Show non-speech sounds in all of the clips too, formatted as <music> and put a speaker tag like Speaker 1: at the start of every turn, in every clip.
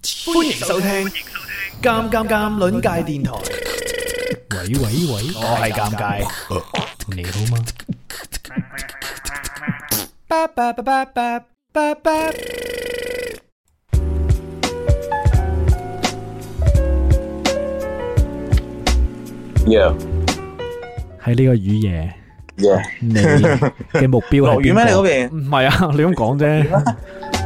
Speaker 1: 歡迎收聽《尷尷尷》鄰界電台。
Speaker 2: 喂喂喂，
Speaker 1: 我係尷尬，
Speaker 2: 你好嗎？
Speaker 1: 巴巴巴巴巴巴巴。
Speaker 3: Yeah,
Speaker 2: 喺呢個雨夜，
Speaker 3: <laughs> yeah，
Speaker 2: 你嘅目標係
Speaker 3: 落雨咩？你嗰
Speaker 2: 邊
Speaker 3: 邊
Speaker 2: 個？唔係啊， <laughs> 你咁講啫，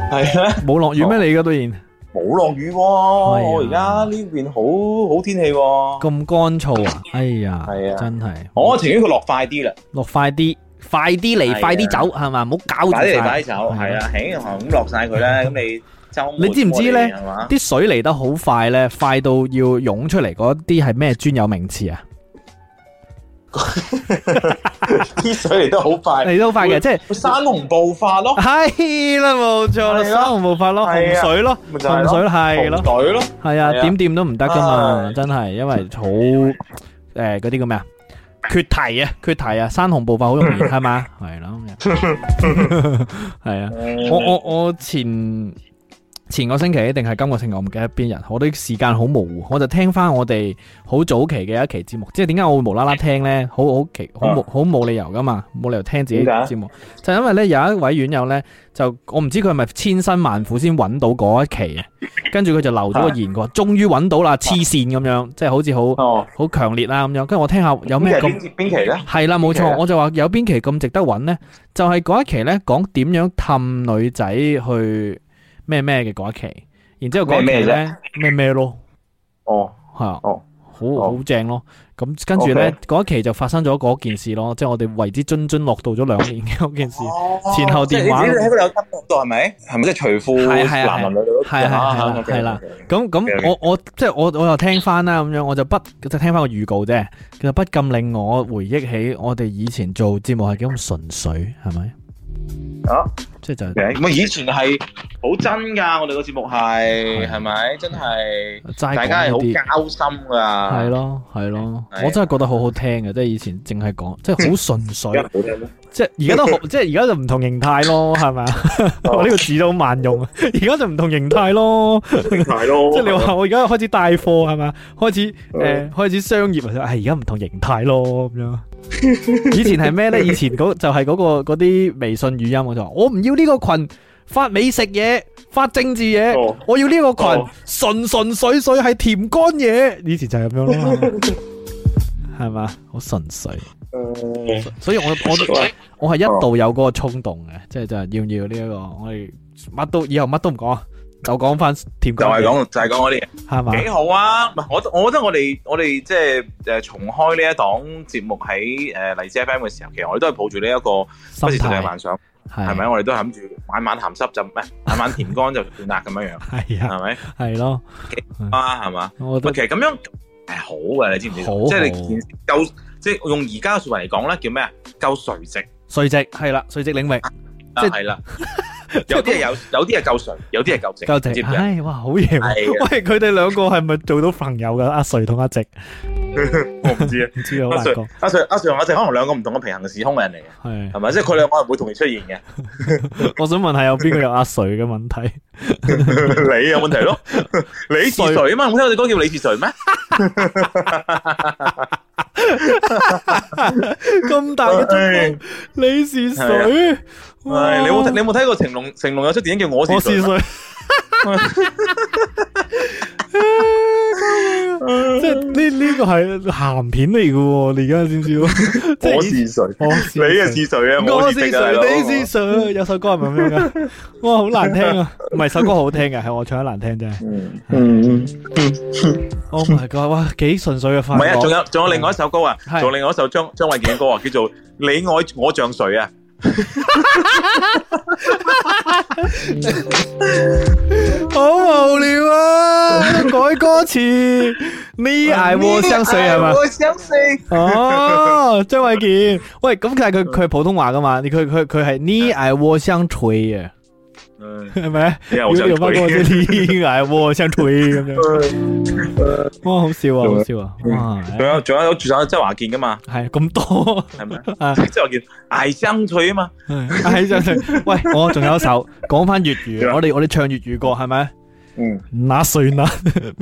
Speaker 3: 係咩？
Speaker 2: 冇落雨咩？你而家居然
Speaker 3: 冇落雨喎，
Speaker 2: 啊
Speaker 3: 我而家呢邊好好天氣喎。
Speaker 2: 咁乾燥啊！哎呀，
Speaker 3: 係啊
Speaker 2: 真係
Speaker 3: 我情願佢落快啲啦，
Speaker 2: 落快啲，快啲
Speaker 3: 係
Speaker 2: 嚟，
Speaker 3: 啊
Speaker 2: 快啲走，係嘛？唔好搞住
Speaker 3: 快啲嚟，
Speaker 2: 晒
Speaker 3: 快啲走，係啊，輕咁落晒佢咧，咁你周末
Speaker 2: 啊你知唔知呢
Speaker 3: 我哋係嘛？
Speaker 2: 啲水嚟得好快咧，快到要湧出嚟嗰啲係咩專有名詞啊？
Speaker 3: 啲水嚟得好快，
Speaker 2: 嚟得好快嘅，
Speaker 3: 會
Speaker 2: 即係
Speaker 3: 山洪暴發咯，
Speaker 2: 係啦，冇錯啦，
Speaker 3: 係
Speaker 2: 生
Speaker 3: 咯
Speaker 2: 紅冇法咯，洪
Speaker 3: 係啊
Speaker 2: 水咯，
Speaker 3: 咪就係
Speaker 2: 洪水咯
Speaker 3: 咯，
Speaker 2: 係咯。
Speaker 3: 洪水咯，
Speaker 2: 系啊，
Speaker 3: 係啊啊
Speaker 2: 點掂都唔得噶嘛，
Speaker 3: 唉
Speaker 2: 真係，因為好诶嗰啲叫咩啊？缺堤啊，缺堤啊，山洪暴發好容易係
Speaker 3: <laughs>
Speaker 2: 嘛？係啦，咁樣係啊。
Speaker 3: 嗯
Speaker 2: 我我我前前個星期定係今個星期，我唔記得邊日，我啲時間好模糊，我就聽翻我哋好早期嘅一期節目。即係點解我會無啦啦聽呢？好好奇，好冇好冇理由噶嘛，冇理由聽自己
Speaker 3: 啊點解
Speaker 2: 節目。就因為呢，有一位院友呢，就我唔知佢係咪千辛萬苦先揾到嗰一期啊，跟住佢就留咗個言，
Speaker 3: 啊
Speaker 2: 佢話終於揾到啦，黐線咁樣，即係好似好
Speaker 3: 哦，
Speaker 2: 好強烈啦咁樣。跟住我聽下有咩
Speaker 3: 邊期
Speaker 2: 咁
Speaker 3: 邊。期邊期咧？
Speaker 2: 係啦，冇
Speaker 3: 邊期
Speaker 2: 錯，
Speaker 3: 呢
Speaker 2: 我就話有邊期咁值得揾呢？就係嗰一期呢，講點樣氹女仔去咩咩嘅嗰一期，然之後嗰一期呢，咩咩咯，
Speaker 3: 哦，
Speaker 2: 係啊，
Speaker 3: 哦
Speaker 2: 好
Speaker 3: 哦
Speaker 2: 好正咯。咁跟住呢，嗰
Speaker 3: OK
Speaker 2: 一期就發生咗嗰件事咯，即係我哋為之津津樂道咗兩年嘅 <laughs> 嗰件事。前後電話
Speaker 3: 哦即係你你喺嗰度有針落到係咪？係咪即係除褲
Speaker 2: 係係係
Speaker 3: 男男女女嗰
Speaker 2: 係係係
Speaker 3: 啊
Speaker 2: 係
Speaker 3: OK，
Speaker 2: 係啦
Speaker 3: OK，OK
Speaker 2: 咁咁，
Speaker 3: Okay.
Speaker 2: 我我即係我我又聽翻啦，咁樣我就不就聽翻個預告啫，其實不禁令我回憶起我哋以前做節目係幾咁純粹，係咪？
Speaker 3: 啊。
Speaker 2: 即係就係
Speaker 3: 咁啊，以前係好真㗎，我哋個節目係
Speaker 2: 係
Speaker 3: 係咪？真係
Speaker 2: 齋
Speaker 3: 大
Speaker 2: 講
Speaker 3: 家係
Speaker 2: 呢啲。
Speaker 3: 好交心㗎。
Speaker 2: 系，咯，系咯，
Speaker 3: 係啊
Speaker 2: 我啊真係覺得好好聽嘅，即係以前淨係講，即係好純
Speaker 3: 而家
Speaker 2: 粹
Speaker 3: 唔，好聽咩？
Speaker 2: 即係而家都好，即係而家就唔同形態咯，係咪啊？ <laughs> 我呢個字都好萬用，啊而家就唔同形態咯，
Speaker 3: 係咯
Speaker 2: <laughs> 即係你話我而家開始帶貨係咪？開始
Speaker 3: 哦
Speaker 2: 诶，开始商業啊，係而家唔同形態咯咁樣。
Speaker 3: <laughs>
Speaker 2: 以前係咩咧？以前嗰就係嗰、個嗰啲微信語音，我就話我唔要呢個群發美食嘢，發政治嘢。
Speaker 3: 哦
Speaker 2: 我要呢個群
Speaker 3: 哦
Speaker 2: 純純粹粹係甜乾嘢，以前就係咁樣
Speaker 3: <laughs>
Speaker 2: 咯，係嘛？好純粹，
Speaker 3: 嗯
Speaker 2: 所以我我
Speaker 3: 喂
Speaker 2: 我係一度有嗰個衝動嘅，即係就係要唔要呢、一個我哋乜都以後乜都唔講啊，就講翻甜
Speaker 3: <laughs> 就
Speaker 2: 乾
Speaker 3: 係
Speaker 2: 嘢，
Speaker 3: 講就係講嗰啲
Speaker 2: 係嘛？
Speaker 3: 嘢，幾好啊！唔係我我覺得我哋我哋即係誒重開呢一檔節目喺誒荔枝 FM 嘅時候，其實我哋都係抱住呢一個
Speaker 2: 心
Speaker 3: 不切實際嘅
Speaker 2: 態
Speaker 3: 幻想，係咪？
Speaker 2: 係
Speaker 3: 我哋都係諗住晚晚鹹濕就唔係晚晚甜乾就算啦咁樣樣，
Speaker 2: 係啊
Speaker 3: 係咪
Speaker 2: 係咯，
Speaker 3: 啊？係嘛？
Speaker 2: 我覺
Speaker 3: 喂，
Speaker 2: 得
Speaker 3: 其實咁樣係好啊嘅，你知唔知道？
Speaker 2: 好
Speaker 3: 即係
Speaker 2: 好
Speaker 3: 你件事夠，即係用而家嘅説話嚟講咧，叫咩啊？夠垂直
Speaker 2: 垂直係啦，垂直領域
Speaker 3: 啊，
Speaker 2: 即係
Speaker 3: 係啦。有啲係有，有啲係夠垂，有啲係夠直，
Speaker 2: 夠
Speaker 3: 你知
Speaker 2: 直，
Speaker 3: 唔知啊？
Speaker 2: 唉哇好嘢喎！
Speaker 3: 係啊，
Speaker 2: 喂，佢哋兩個係咪做到朋友噶？阿垂同阿直，
Speaker 3: 我唔知啊。
Speaker 2: 唔知好難講，
Speaker 3: 阿 Sir，阿 Sir，我哋可能兩個唔同嘅平行時空嘅人嚟嘅，
Speaker 2: 係。
Speaker 3: 係咪？即係佢兩個係唔會同時出現嘅。 <laughs>
Speaker 2: 我想問下有邊個有阿水嘅問題？
Speaker 3: 你有問題咯？李自垂啊嘛，我聽我哋歌叫李自垂咩？
Speaker 2: 咁
Speaker 3: 哎
Speaker 2: 大嘅進步，你是水？哇
Speaker 3: 唉，
Speaker 2: 哦
Speaker 3: 你有冇睇你有冇睇過成龍？成龍有出電影叫《我
Speaker 2: 我
Speaker 3: 是
Speaker 2: 是
Speaker 3: 誰》
Speaker 2: 水，
Speaker 3: 咩。
Speaker 2: 即係呢呢個係鹹片嚟嘅喎，你而家先知道。即係
Speaker 3: 我
Speaker 2: 以前
Speaker 3: 是誰？
Speaker 2: 我
Speaker 3: 你啊是誰啊？
Speaker 2: 我
Speaker 3: <laughs> 我
Speaker 2: 是
Speaker 3: 是
Speaker 2: 誰，
Speaker 3: 直啊
Speaker 2: 你是誰？有首歌係咪咁樣
Speaker 3: <laughs>
Speaker 2: 㗎？哇，好難聽啊！唔係首歌好聽嘅，係我唱得難聽啫。
Speaker 3: 嗯嗯。
Speaker 2: Oh my god！哇，幾純粹嘅快
Speaker 3: 唔係啊，仲
Speaker 2: 樂。
Speaker 3: 有仲有另外一首歌啊，
Speaker 2: 係
Speaker 3: 仲有另外一首張張衛健嘅歌啊，叫做《你愛我像誰》啊。
Speaker 2: 好無聊
Speaker 3: <laughs>
Speaker 2: 啊！改歌詞，你愛我香水係嘛？
Speaker 3: 我相信。
Speaker 2: 哦，張衛健，喂，咁但係佢
Speaker 3: <laughs>
Speaker 2: 佢係普通話噶嘛？你佢佢佢係你愛我相吹嘅，
Speaker 3: 嗯，
Speaker 2: 係咪？
Speaker 3: 你愛
Speaker 2: 要
Speaker 3: 我像
Speaker 2: 用翻嗰
Speaker 3: <laughs>
Speaker 2: <laughs>
Speaker 3: 誰？
Speaker 2: 啲你愛我相吹咁樣，
Speaker 3: <laughs>
Speaker 2: 哇，好笑啊，好笑啊，
Speaker 3: 嗯
Speaker 2: 哇，
Speaker 3: 仲有仲有仲有周華健噶嘛，
Speaker 2: 係咁多
Speaker 3: 係咪？ <laughs>
Speaker 2: 啊，
Speaker 3: 周華健愛相隨啊嘛，
Speaker 2: <laughs> 係真係喂，我仲有一首講翻粵語，
Speaker 3: 點啊
Speaker 2: 我哋我哋唱粵語歌係咪？
Speaker 3: 嗯，
Speaker 2: 那誰 <laughs> 那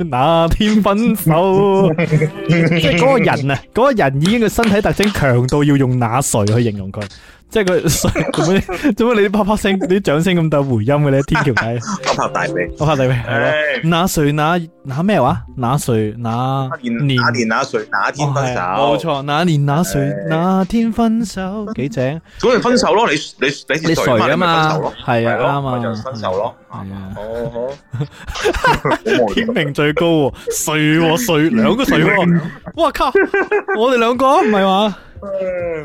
Speaker 2: 那天分 <laughs> 手，即係嗰個人啊，嗰、個人已經個身體特徵強到要用那誰去形容佢， <laughs> 即係佢做乜做乜你啲啪啪聲、你啲掌聲咁大回音嘅咧？天橋 <laughs> 底，
Speaker 3: 我拍大髀。
Speaker 2: 我拍地係咯。
Speaker 3: 唉，
Speaker 2: 那誰那那咩話？那誰那
Speaker 3: 那年
Speaker 2: 年
Speaker 3: 那年那歲那天分手，
Speaker 2: 哦係冇。錯，那年那誰
Speaker 3: 唉
Speaker 2: 那天分手，幾正。
Speaker 3: 咁你分手咯，你你你
Speaker 2: 你
Speaker 3: 是誰
Speaker 2: 誰啊
Speaker 3: 你咪分手咯，
Speaker 2: 係啊
Speaker 3: 係咯
Speaker 2: 啱啊
Speaker 3: 咪就分手咯。
Speaker 2: 係啊
Speaker 3: 哦，好
Speaker 2: <laughs> 天命最高喎，誰喎誰兩個
Speaker 3: <laughs>
Speaker 2: 誰喎？
Speaker 3: 啊
Speaker 2: 哇靠！我哋兩個啊唔係話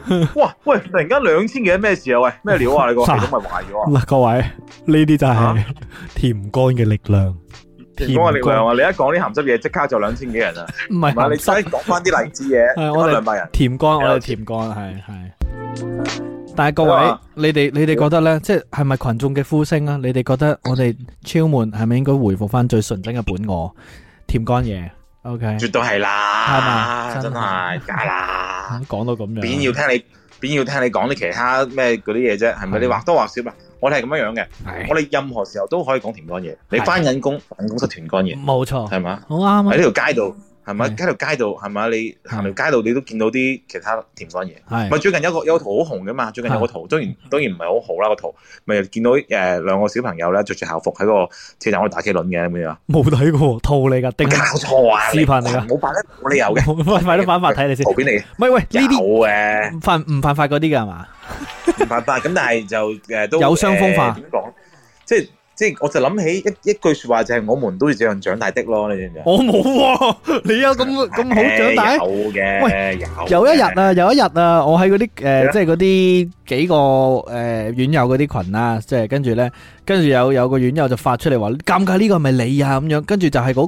Speaker 3: 嗯哇，喂，突然間兩千幾咩事啊？喂，咩料啊？你個系統咪壞咗啊？
Speaker 2: 嗱，各位呢啲就係
Speaker 3: 啊
Speaker 2: <laughs> 甜乾嘅力量，
Speaker 3: 田哥你量啊！你一講啲鹹濕嘢，即刻就兩千幾人啊！
Speaker 2: 唔
Speaker 3: 唔係你
Speaker 2: <laughs> 係
Speaker 3: 真係講翻啲勵志嘢，
Speaker 2: 係我哋
Speaker 3: 得兩百人。
Speaker 2: 甜乾，我哋
Speaker 3: 有
Speaker 2: 甜乾係係。但係各
Speaker 3: 咁
Speaker 2: 位
Speaker 3: 啊，
Speaker 2: 你哋你哋覺得咧，即係係咪群眾嘅呼聲啊？你哋覺得我哋超門係咪應該回復翻最純真嘅本我？甜乾嘢，OK，
Speaker 3: 絕對係
Speaker 2: 係嘛
Speaker 3: 啦，
Speaker 2: 真
Speaker 3: 真
Speaker 2: 係
Speaker 3: 係假
Speaker 2: <laughs>
Speaker 3: 啦，
Speaker 2: 講到咁樣，
Speaker 3: 邊要聽你邊要聽你講啲其他咩嗰啲嘢啫？係咪？
Speaker 2: 係
Speaker 3: 你或多或少啊，我哋係咁樣樣嘅，
Speaker 2: 係
Speaker 3: 我哋任何時候都可以講團干嘢。你
Speaker 2: 係
Speaker 3: 翻緊工，辦公室團干嘢，
Speaker 2: 冇錯，
Speaker 3: 係嘛？
Speaker 2: 好啱啊
Speaker 3: 喺呢條街度，係咪？
Speaker 2: 係嗯
Speaker 3: 喺條街度，係咪？你行條街度，你都見到啲其他甜干嘢。，
Speaker 2: 係嗯
Speaker 3: 咪最近有個有個圖好紅嘅嘛，最近有個圖，當然當然唔係好好啦個圖，咪見到誒兩個小朋友咧着住校服喺個車站嗰度打機輪嘅咁樣啊，
Speaker 2: 冇睇過套嚟㗎，定
Speaker 3: 搞 <laughs>
Speaker 2: 係
Speaker 3: 錯啊！
Speaker 2: 嗯 <laughs>
Speaker 3: 你
Speaker 2: 視頻嚟㗎
Speaker 3: 冇辦法，冇理由
Speaker 2: <laughs>
Speaker 3: 嘅，
Speaker 2: 快快啲反法睇你先。
Speaker 3: 圖片嚟嘅，
Speaker 2: 唔係喂，呢
Speaker 3: 有
Speaker 2: 啲
Speaker 3: 嘅，
Speaker 2: 唔犯唔犯法嗰啲㗎係嘛？
Speaker 3: 唔辦法。咁但係就誒都
Speaker 2: 有傷風化
Speaker 3: 誒點講？即係即係我就諗起一一句説話就係我們都要這樣長大的咯，你知唔知啊？
Speaker 2: 我冇喎， <laughs> 你有咁咁好長
Speaker 3: 誒
Speaker 2: 大？
Speaker 3: 有嘅，有
Speaker 2: 有一日
Speaker 3: <laughs>
Speaker 2: 啊，有一日啊，我喺嗰啲誒，
Speaker 3: 啊
Speaker 2: 即係嗰啲幾個誒院友嗰啲群啦，即係跟住咧，跟住有有個院友就發出嚟話，尷尬呢個係咪你啊咁樣，跟住就係嗰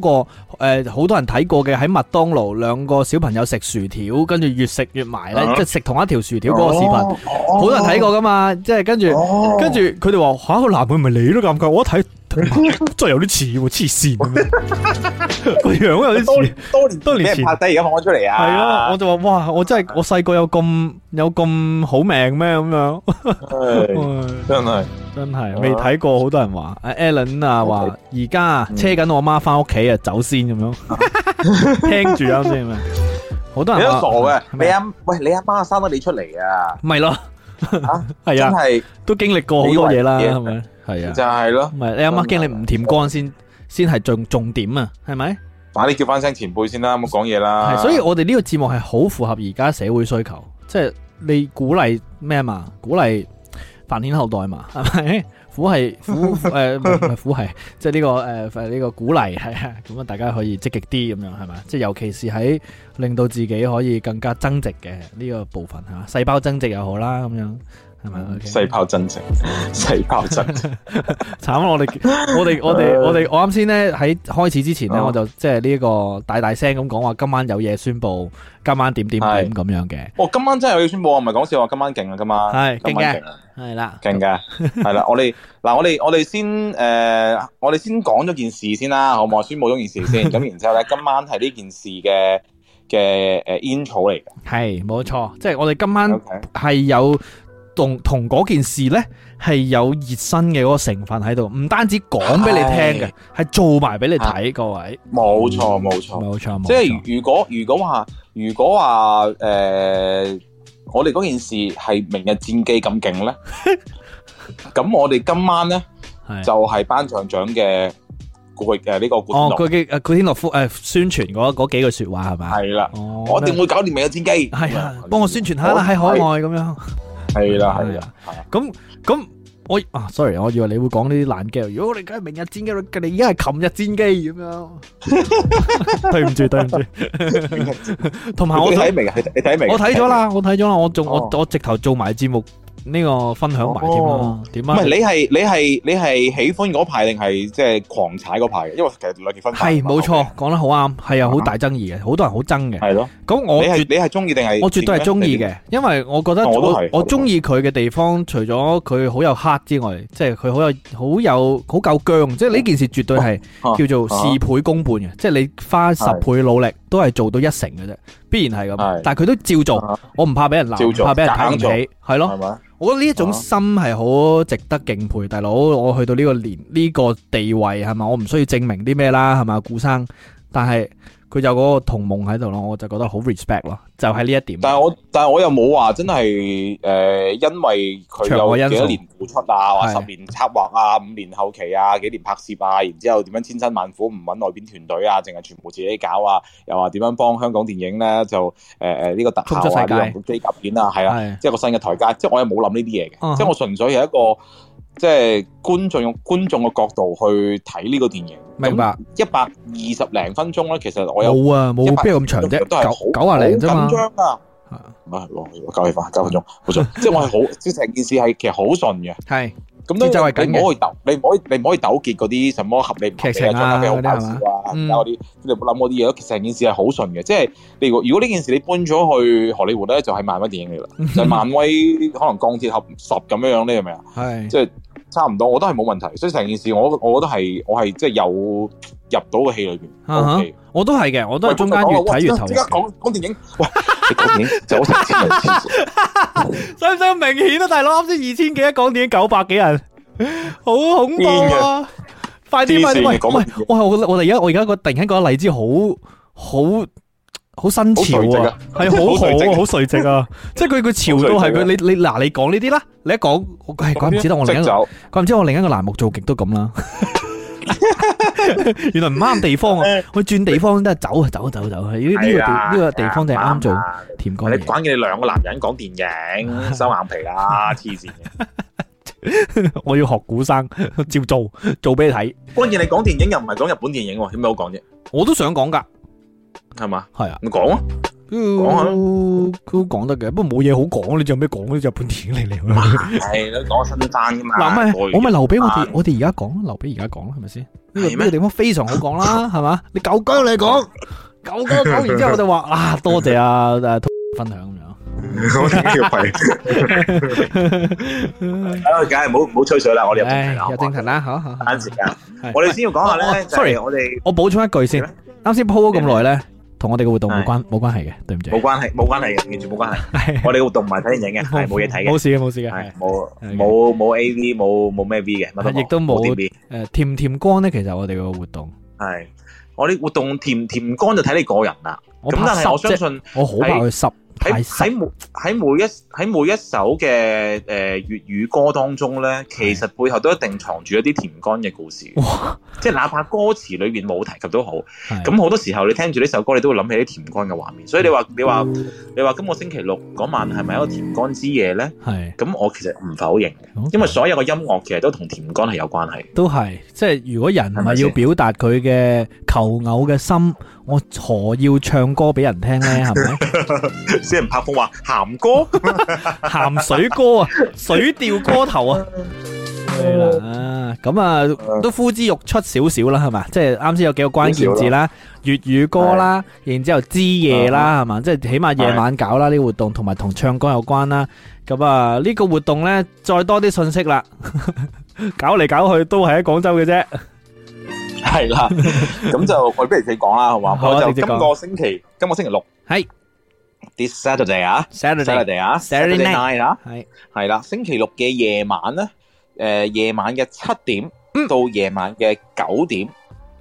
Speaker 2: 個誒好多人睇過嘅喺麥當勞兩個小朋友食薯條，跟住越食越埋咧，
Speaker 3: 啊
Speaker 2: 即係食同一條薯條嗰個視頻，好
Speaker 3: 好
Speaker 2: 多人睇過噶嘛，即係跟住。
Speaker 3: 過
Speaker 2: 跟住佢哋話吓個男嘅咪你都尷尬，我一睇
Speaker 3: <laughs>
Speaker 2: 真係有啲似喎，黐線咁樣， <laughs> 個樣有
Speaker 3: 多
Speaker 2: 啲
Speaker 3: <laughs>
Speaker 2: 似
Speaker 3: 年。多年
Speaker 2: 多年
Speaker 3: 俾人
Speaker 2: 前
Speaker 3: 拍低而家放咗出嚟啊！
Speaker 2: 係啊，我就話哇，我真係我細個有咁有咁好命咩咁樣？
Speaker 3: 唉
Speaker 2: 嗯啊
Speaker 3: 真係。
Speaker 2: <laughs> 真係未睇過，好多人話阿 Alan 啊話而家
Speaker 3: 嗯
Speaker 2: 啊車緊我媽翻屋企啊，走先咁樣，<laughs>
Speaker 3: <laughs>
Speaker 2: 聽住啱先咩？好多
Speaker 3: 你
Speaker 2: 人
Speaker 3: 都
Speaker 2: 話
Speaker 3: 傻嘅，
Speaker 2: 係
Speaker 3: 你
Speaker 2: 咪
Speaker 3: 阿喂你阿媽生得你出嚟啊，
Speaker 2: 咪咯，
Speaker 3: 啊
Speaker 2: <laughs> 係
Speaker 3: 真
Speaker 2: 啊，
Speaker 3: 係
Speaker 2: 都經歷過好多嘢啦，
Speaker 3: 你以為
Speaker 2: 係咪？係啊
Speaker 3: 就，係咯，
Speaker 2: 唔係你阿媽驚你唔甜乾先先係重重點啊，係咪？
Speaker 3: 快啲叫翻聲前輩先啦，唔好講嘢啦。
Speaker 2: 係，所以我哋呢個節目係好符合而家社會需求，即係你鼓勵咩嘛？鼓勵繁衍後代嘛，係咪？ <laughs> 苦係苦誒，唔係苦係，即係呢個誒呢個鼓勵係啊，咁啊大家可以積極啲咁樣係嘛？即係尤其是喺令到自己可以更加增值嘅呢個部分嚇，細胞增值又好啦咁樣係咪？OK
Speaker 3: 細胞真
Speaker 2: <laughs>
Speaker 3: 正，細胞真正，
Speaker 2: 慘啦！啊
Speaker 3: <laughs>
Speaker 2: 我哋我哋我哋我哋我啱先咧喺開始之前咧，
Speaker 3: 哦
Speaker 2: 我就即係呢個大大聲咁講話，今晚有嘢宣佈，今晚點點點
Speaker 3: 係
Speaker 2: 咁樣嘅，
Speaker 3: 我哦今晚真係有要宣佈啊，唔係講笑啊，今晚勁啊，今
Speaker 2: <laughs>
Speaker 3: 晚
Speaker 2: 係
Speaker 3: 今晚
Speaker 2: 勁嘅
Speaker 3: 勁啊，
Speaker 2: 係啦，
Speaker 3: 勁
Speaker 2: <laughs>
Speaker 3: 嘅，係啦，我哋嗱，我哋我哋先誒，我哋先講咗件事先啦，好唔好？宣佈咗件
Speaker 2: <laughs>
Speaker 3: 事先，咁然之後咧，今晚係呢件事嘅嘅誒煙草嚟嘅
Speaker 2: 係冇錯，即係我哋今晚
Speaker 3: ，OK，
Speaker 2: 係有同同嗰件事咧係有熱身嘅嗰個成分喺度，唔單止講俾你聽嘅，係做埋俾你睇，各位，
Speaker 3: 冇錯冇錯。
Speaker 2: 冇錯冇
Speaker 3: 啊即
Speaker 2: 錯，
Speaker 3: 係如果如果話如果話誒、呃我哋嗰件事係明日戰記咁勁
Speaker 2: <laughs>
Speaker 3: 咧，咁我哋今晚咧
Speaker 2: 係
Speaker 3: 就係頒獎獎嘅顧誒呢個
Speaker 2: 哦，
Speaker 3: 顧
Speaker 2: 佢嘅
Speaker 3: 天樂
Speaker 2: 誒古天樂夫誒宣傳嗰嗰幾句説話係嘛？
Speaker 3: 係啦，
Speaker 2: 哦
Speaker 3: 我一定會搞掂明日戰記，
Speaker 2: 係啊，幫我宣傳下啦，喺海
Speaker 3: 我
Speaker 2: 外咁樣。
Speaker 3: 係啦係啊，係啊
Speaker 2: 咁咁我啊，sorry，我以為你會講呢啲爛 game。如果你梗係明日戰機，你已經係琴日戰機咁
Speaker 3: <laughs>
Speaker 2: 樣。對唔住，對唔住。
Speaker 3: 明日戰
Speaker 2: 同埋我
Speaker 3: 你睇
Speaker 2: 睇，
Speaker 3: 明啊，你睇你睇明，
Speaker 2: 我睇咗，啦，我睇咗啦，我仲我
Speaker 3: 哦
Speaker 2: 我直頭做埋節目呢個分享埋添啦
Speaker 3: 哦。
Speaker 2: 點
Speaker 3: 唔係
Speaker 2: 啊？
Speaker 3: 你係你係你係喜歡嗰排定係即係狂踩嗰排嘅？因為其實兩件分法
Speaker 2: 係冇錯，講得好啱，係啊，好大爭議嘅，好多人好爭嘅。
Speaker 3: 係咯，
Speaker 2: 咁
Speaker 3: 你
Speaker 2: 我
Speaker 3: 係
Speaker 2: 絕
Speaker 3: 你係中意定係
Speaker 2: 我絕對係中意嘅，因為我覺得
Speaker 3: 哦我都
Speaker 2: 我
Speaker 3: 係
Speaker 2: 我中意佢嘅地方，除咗佢好有黑之外，即係佢好有好有好夠僵，即係呢件事絕對係
Speaker 3: 啊
Speaker 2: 叫做事倍功半嘅，即係你花十倍努力都係做到一成嘅啫，必然係咁
Speaker 3: 係。
Speaker 2: 但係佢都照做
Speaker 3: 啊，
Speaker 2: 我唔怕俾人鬧，
Speaker 3: 照
Speaker 2: 唔
Speaker 3: 做
Speaker 2: 怕俾人睇唔
Speaker 3: 夾硬啊
Speaker 2: 起，係
Speaker 3: 係
Speaker 2: 咯。
Speaker 3: 咪？
Speaker 2: 我覺得呢一種心係好值得敬佩，大佬。我去到呢個年呢、個地位係嘛，我唔需要證明啲咩啦，係嘛，顧生。但係佢有嗰個同盟喺度咯，我就覺得好 respect 咯，就係、呢一點。
Speaker 3: 但係我但係我又冇話真係誒、呃因為佢
Speaker 2: 長位因
Speaker 3: 有
Speaker 2: 素
Speaker 3: 幾多年付出啊，或
Speaker 2: 係
Speaker 3: 十年策劃啊，五年後期啊，幾年拍攝啊，然之後點樣千辛萬苦唔揾外邊團隊啊，淨係全部自己搞啊，又話點樣幫香港電影咧就誒誒呢個特
Speaker 2: 衝出
Speaker 3: 效
Speaker 2: 世
Speaker 3: 啊，
Speaker 2: 界
Speaker 3: 呢樣機甲片啊，係啊，
Speaker 2: 係
Speaker 3: 即係個新嘅台階，即係我又冇諗呢啲嘢
Speaker 2: 嗯哼
Speaker 3: 嘅，即係我純粹係一個即係觀眾用觀眾嘅角度去睇呢個電影。
Speaker 2: 明白。
Speaker 3: 一百二十零分鐘咧，其實我有
Speaker 2: 冇啊，冇
Speaker 3: 一百
Speaker 2: 必要咁長啫，
Speaker 3: 都係好
Speaker 2: 九九啊零啫嘛
Speaker 3: 好緊。張啊！
Speaker 2: 係
Speaker 3: 啊，我我交氣翻，交分鐘，好順。
Speaker 2: <laughs>
Speaker 3: 即係我係好，即係成件事係其實好順嘅。
Speaker 2: 係
Speaker 3: 咁當
Speaker 2: 節奏係
Speaker 3: 然
Speaker 2: 緊
Speaker 3: 你
Speaker 2: 嘅
Speaker 3: 唔可以鬥，你唔可以，你唔可以糾結嗰啲什麼合理唔合理
Speaker 2: 劇情啊
Speaker 3: 張家輝好
Speaker 2: 嗰啲
Speaker 3: 搞
Speaker 2: 係
Speaker 3: 笑
Speaker 2: 嘛
Speaker 3: 啊，
Speaker 2: 嗯
Speaker 3: 其他嗰啲你冇諗嗰啲嘢咯。其實成件事係好順嘅，即係你如果如果呢件事你搬咗去荷里活咧，就係漫威電影
Speaker 2: <laughs>
Speaker 3: 嚟啦，就係漫威可能鋼鐵俠十咁樣樣咧，你明唔明啊？
Speaker 2: 係
Speaker 3: 即係差唔多，我都係冇問題。所以成件事我我覺得係我係即係有入到個戲裏邊
Speaker 2: 啊哈
Speaker 3: ，OK。
Speaker 2: 我都係嘅，我都
Speaker 3: 喂哦
Speaker 2: 係中間越睇越投
Speaker 3: 即刻
Speaker 2: 入。
Speaker 3: 講講電影，喂， <laughs> 你講電影就好成千人黐線
Speaker 2: 使唔使咁明顯啊，大佬？啱先二千幾，一講已經九百幾人，好恐怖啊！快啲
Speaker 3: 黐
Speaker 2: 問
Speaker 3: 線
Speaker 2: 喂
Speaker 3: 嘅講乜
Speaker 2: 喂，哇！我我哋而家我而家個突然間覺得荔枝好好好新潮
Speaker 3: 好垂直
Speaker 2: 啊
Speaker 3: 啊，
Speaker 2: 係好
Speaker 3: 好垂直
Speaker 2: 好啊，
Speaker 3: 啊
Speaker 2: 好垂直啊！即係佢佢潮到係佢你你嗱，你講呢啲啦，你一講，我係 <laughs> 怪唔知得
Speaker 3: <laughs>
Speaker 2: 我另一
Speaker 3: 即
Speaker 2: 個，
Speaker 3: 走
Speaker 2: 怪唔知我另一個欄目做極都咁啦。 <laughs> 原來唔啱地方啊！
Speaker 3: 哎
Speaker 2: 我轉地方都係走啊走啊走啊走啊！呢呢個地
Speaker 3: 係啊
Speaker 2: 呢個地方就係啱做
Speaker 3: 啱啊
Speaker 2: 甜乾
Speaker 3: 你
Speaker 2: 嘢。
Speaker 3: 關鍵你兩個男人講電
Speaker 2: <laughs>
Speaker 3: 影，收眼皮啦，黐線嘅。
Speaker 2: 我要學古生， <laughs> 照做，做俾你睇。
Speaker 3: 關鍵你講電影又唔係講日本電影喎，有咩好講啫？
Speaker 2: 我都想講噶，
Speaker 3: 係嘛？
Speaker 2: 係啊，
Speaker 3: 你講啊，下
Speaker 2: 都都講得嘅，不過冇嘢好講，你仲有咩講咧？日本電影嚟嚟去去。
Speaker 3: 係你講新番噶嘛？
Speaker 2: 嗱，咪
Speaker 3: 過完 <laughs>
Speaker 2: 我咪留俾我哋
Speaker 3: 啊，
Speaker 2: 我哋而家講，留俾而家講啦，係咪先？呢個
Speaker 3: 係
Speaker 2: 呢
Speaker 3: 咩
Speaker 2: 個地方非常好講
Speaker 3: <laughs>
Speaker 2: 啦，係嘛？你九江你講，九江講完之後我就話啊，多謝啊，誒分享咁樣。
Speaker 3: 我哋呢個係啊，梗係唔好唔好吹水啦，我哋入正題
Speaker 2: 唉
Speaker 3: 啦，
Speaker 2: 有
Speaker 3: 好唔好
Speaker 2: 正題啦，好好。好
Speaker 3: 慳時間
Speaker 2: 係。
Speaker 3: 我哋先要講下
Speaker 2: 哦
Speaker 3: 咧
Speaker 2: 哦，sorry
Speaker 3: 就係我哋
Speaker 2: 我補充一句先
Speaker 3: 係咩，
Speaker 2: 啱先 po 咗咁耐咧，同我哋嘅活動冇關冇關係嘅，對唔住
Speaker 3: 冇。關係，冇關係嘅，完全冇關係。
Speaker 2: 係
Speaker 3: 我哋活動唔係睇電影嘅，係冇嘢睇
Speaker 2: <laughs>
Speaker 3: 嘅
Speaker 2: 冇。事嘅，冇事嘅，係
Speaker 3: 係冇
Speaker 2: Okay
Speaker 3: 冇冇 A V 冇冇咩 V 嘅，乜
Speaker 2: 亦都冇
Speaker 3: D V。
Speaker 2: 诶，甜唔甜光咧，其實我哋個活動，
Speaker 3: 係我啲活動甜甜乾就睇你個人啦。
Speaker 2: 我
Speaker 3: 咁
Speaker 2: 怕
Speaker 3: 但係我
Speaker 2: 濕
Speaker 3: 相
Speaker 2: 啫，
Speaker 3: 信
Speaker 2: 我好怕佢濕，太
Speaker 3: 喺
Speaker 2: 濕
Speaker 3: 喺每喺每一喺每一首嘅誒粵語歌當中咧，其實背後都一定藏住一啲甜乾嘅故事。
Speaker 2: 哇！
Speaker 3: 即係哪怕歌詞裏邊冇提及都好，
Speaker 2: 咁
Speaker 3: 咁好多時候你聽住呢首歌，你都會諗起啲甜乾嘅畫面。所以你
Speaker 2: 嗯
Speaker 3: 話你話你話今個星期六嗰晚係咪一個甜乾之夜咧？
Speaker 2: 係，
Speaker 3: 咁我其實唔否認嘅，
Speaker 2: 好
Speaker 3: 因為所有嘅音樂其實都同甜乾係有關係。 <laughs>
Speaker 2: 都係，即係如果人唔
Speaker 3: 係咪
Speaker 2: 係要
Speaker 3: 先
Speaker 2: 表達佢嘅求偶嘅心，我何要唱歌俾人聽咧？係咪
Speaker 3: 死人拍風話鹹歌，
Speaker 2: 鹹水歌啊，水調歌頭啊！係啦，啊咁啊都呼之欲出少少啦，係嘛？即係啱先有幾個關鍵字啦，粵語歌啦，然之後之夜啦，係嘛？即係起碼夜晚搞啦呢個活動，同埋同唱歌有關啦。咁啊呢個活動呢，再多啲信息啦， <laughs> 搞嚟搞去都係喺廣州嘅啫。
Speaker 3: <laughs> 係啦，咁就我不如你講啦，好
Speaker 2: <laughs>
Speaker 3: 嘛？
Speaker 2: 好啊
Speaker 3: 我就
Speaker 2: 你直
Speaker 3: 今
Speaker 2: 講
Speaker 3: 個星期，今個星期六
Speaker 2: 係
Speaker 3: this Saturday 啊
Speaker 2: Saturday
Speaker 3: ，Saturday 啊
Speaker 2: Saturday night
Speaker 3: night 啊，
Speaker 2: 係
Speaker 3: 係啦，星期六嘅夜晚咧，誒夜晚嘅七點到夜晚嘅九點，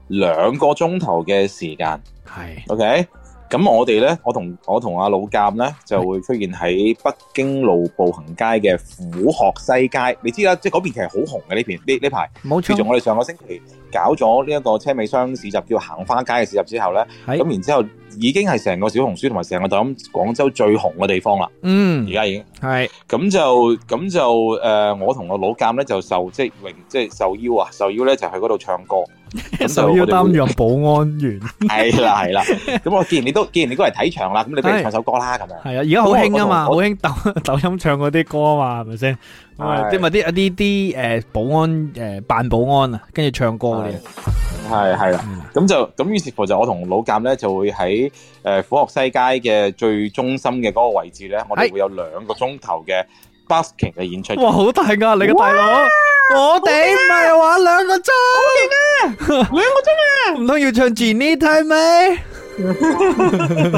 Speaker 3: 兩個鐘頭嘅時間
Speaker 2: 係
Speaker 3: ，OK。咁我哋咧，我同我同阿老鑑咧就會出現喺北京路步行街嘅虎學西街，你知啦，即係嗰邊其實好紅嘅呢邊呢呢排。
Speaker 2: 冇
Speaker 3: 自從
Speaker 2: 錯，
Speaker 3: 我哋上個星期搞咗呢一個車尾箱市集叫行花街嘅市集之後咧，
Speaker 2: 係
Speaker 3: 咁然之後已經係成個小紅書同埋成個抖音廣州最紅嘅地方啦，
Speaker 2: 嗯
Speaker 3: 而家已經
Speaker 2: 係
Speaker 3: 咁就咁就誒、呃我同個老監咧就受即係榮即係受邀啊，受邀咧就去嗰度唱
Speaker 2: <laughs>
Speaker 3: 歌，咁
Speaker 2: 就
Speaker 3: 就
Speaker 2: 要
Speaker 3: 我哋
Speaker 2: 擔
Speaker 3: 會
Speaker 2: 任保安員，
Speaker 3: 係啦係啦，咁我既然你都既然你都嚟睇場啦，咁你不如
Speaker 2: <laughs> 係
Speaker 3: 唱首歌啦咁樣。
Speaker 2: 係啊，而家好興啊嘛，好
Speaker 3: 我
Speaker 2: 興抖 <laughs> 抖音唱嗰啲歌啊嘛，係咪先？咁啊
Speaker 3: 係
Speaker 2: 即係咪啲一啲啲誒保安誒扮保安啊，跟住唱歌嗰啲啊。
Speaker 3: 係係啦
Speaker 2: 嗯，
Speaker 3: 咁就咁於是乎就我同老鑑咧就會喺誒、呃、虎學西街嘅最中心嘅嗰個位置咧，我哋
Speaker 2: 係哦
Speaker 3: 會有兩個鐘頭嘅 busking 嘅演出。
Speaker 2: 哇，好大壓力嘅啊大佬！我哋唔係 <laughs> 玩兩個鐘，好勁啊，兩個鐘啊！唔通要唱 Genie Time 咩？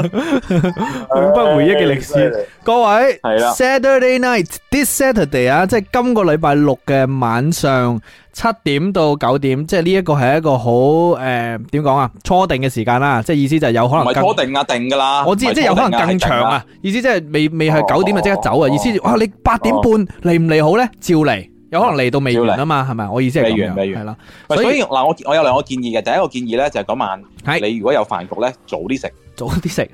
Speaker 2: <laughs> 永不回憶嘅歷史。各位
Speaker 3: 係啦
Speaker 2: ，Saturday night，this Saturday 啊，即係今個禮拜六嘅晚上七點到九點，即係呢一個係一個好诶點講啊，初定嘅時間啦，即係意思就係有可
Speaker 3: 唔
Speaker 2: 能
Speaker 3: 係
Speaker 2: 更
Speaker 3: 初定啊，定㗎啦。
Speaker 2: 我知，即係有可能更長啊！意思即係未未係九點就即刻走啊！
Speaker 3: 哦
Speaker 2: 意思哇，你八點半嚟唔嚟好咧？照嚟，有可能嚟到未完啊嘛，係咪？我意思係
Speaker 3: 未
Speaker 2: 咁
Speaker 3: 完
Speaker 2: 樣，
Speaker 3: 未
Speaker 2: 係
Speaker 3: 完
Speaker 2: 啦，
Speaker 3: 唔係。
Speaker 2: 所以
Speaker 3: 所以嗱，我我有兩個建議嘅，第一個建議咧就係嗰晚
Speaker 2: 係
Speaker 3: 你如果有飯局咧，早啲食。
Speaker 2: 早啲食。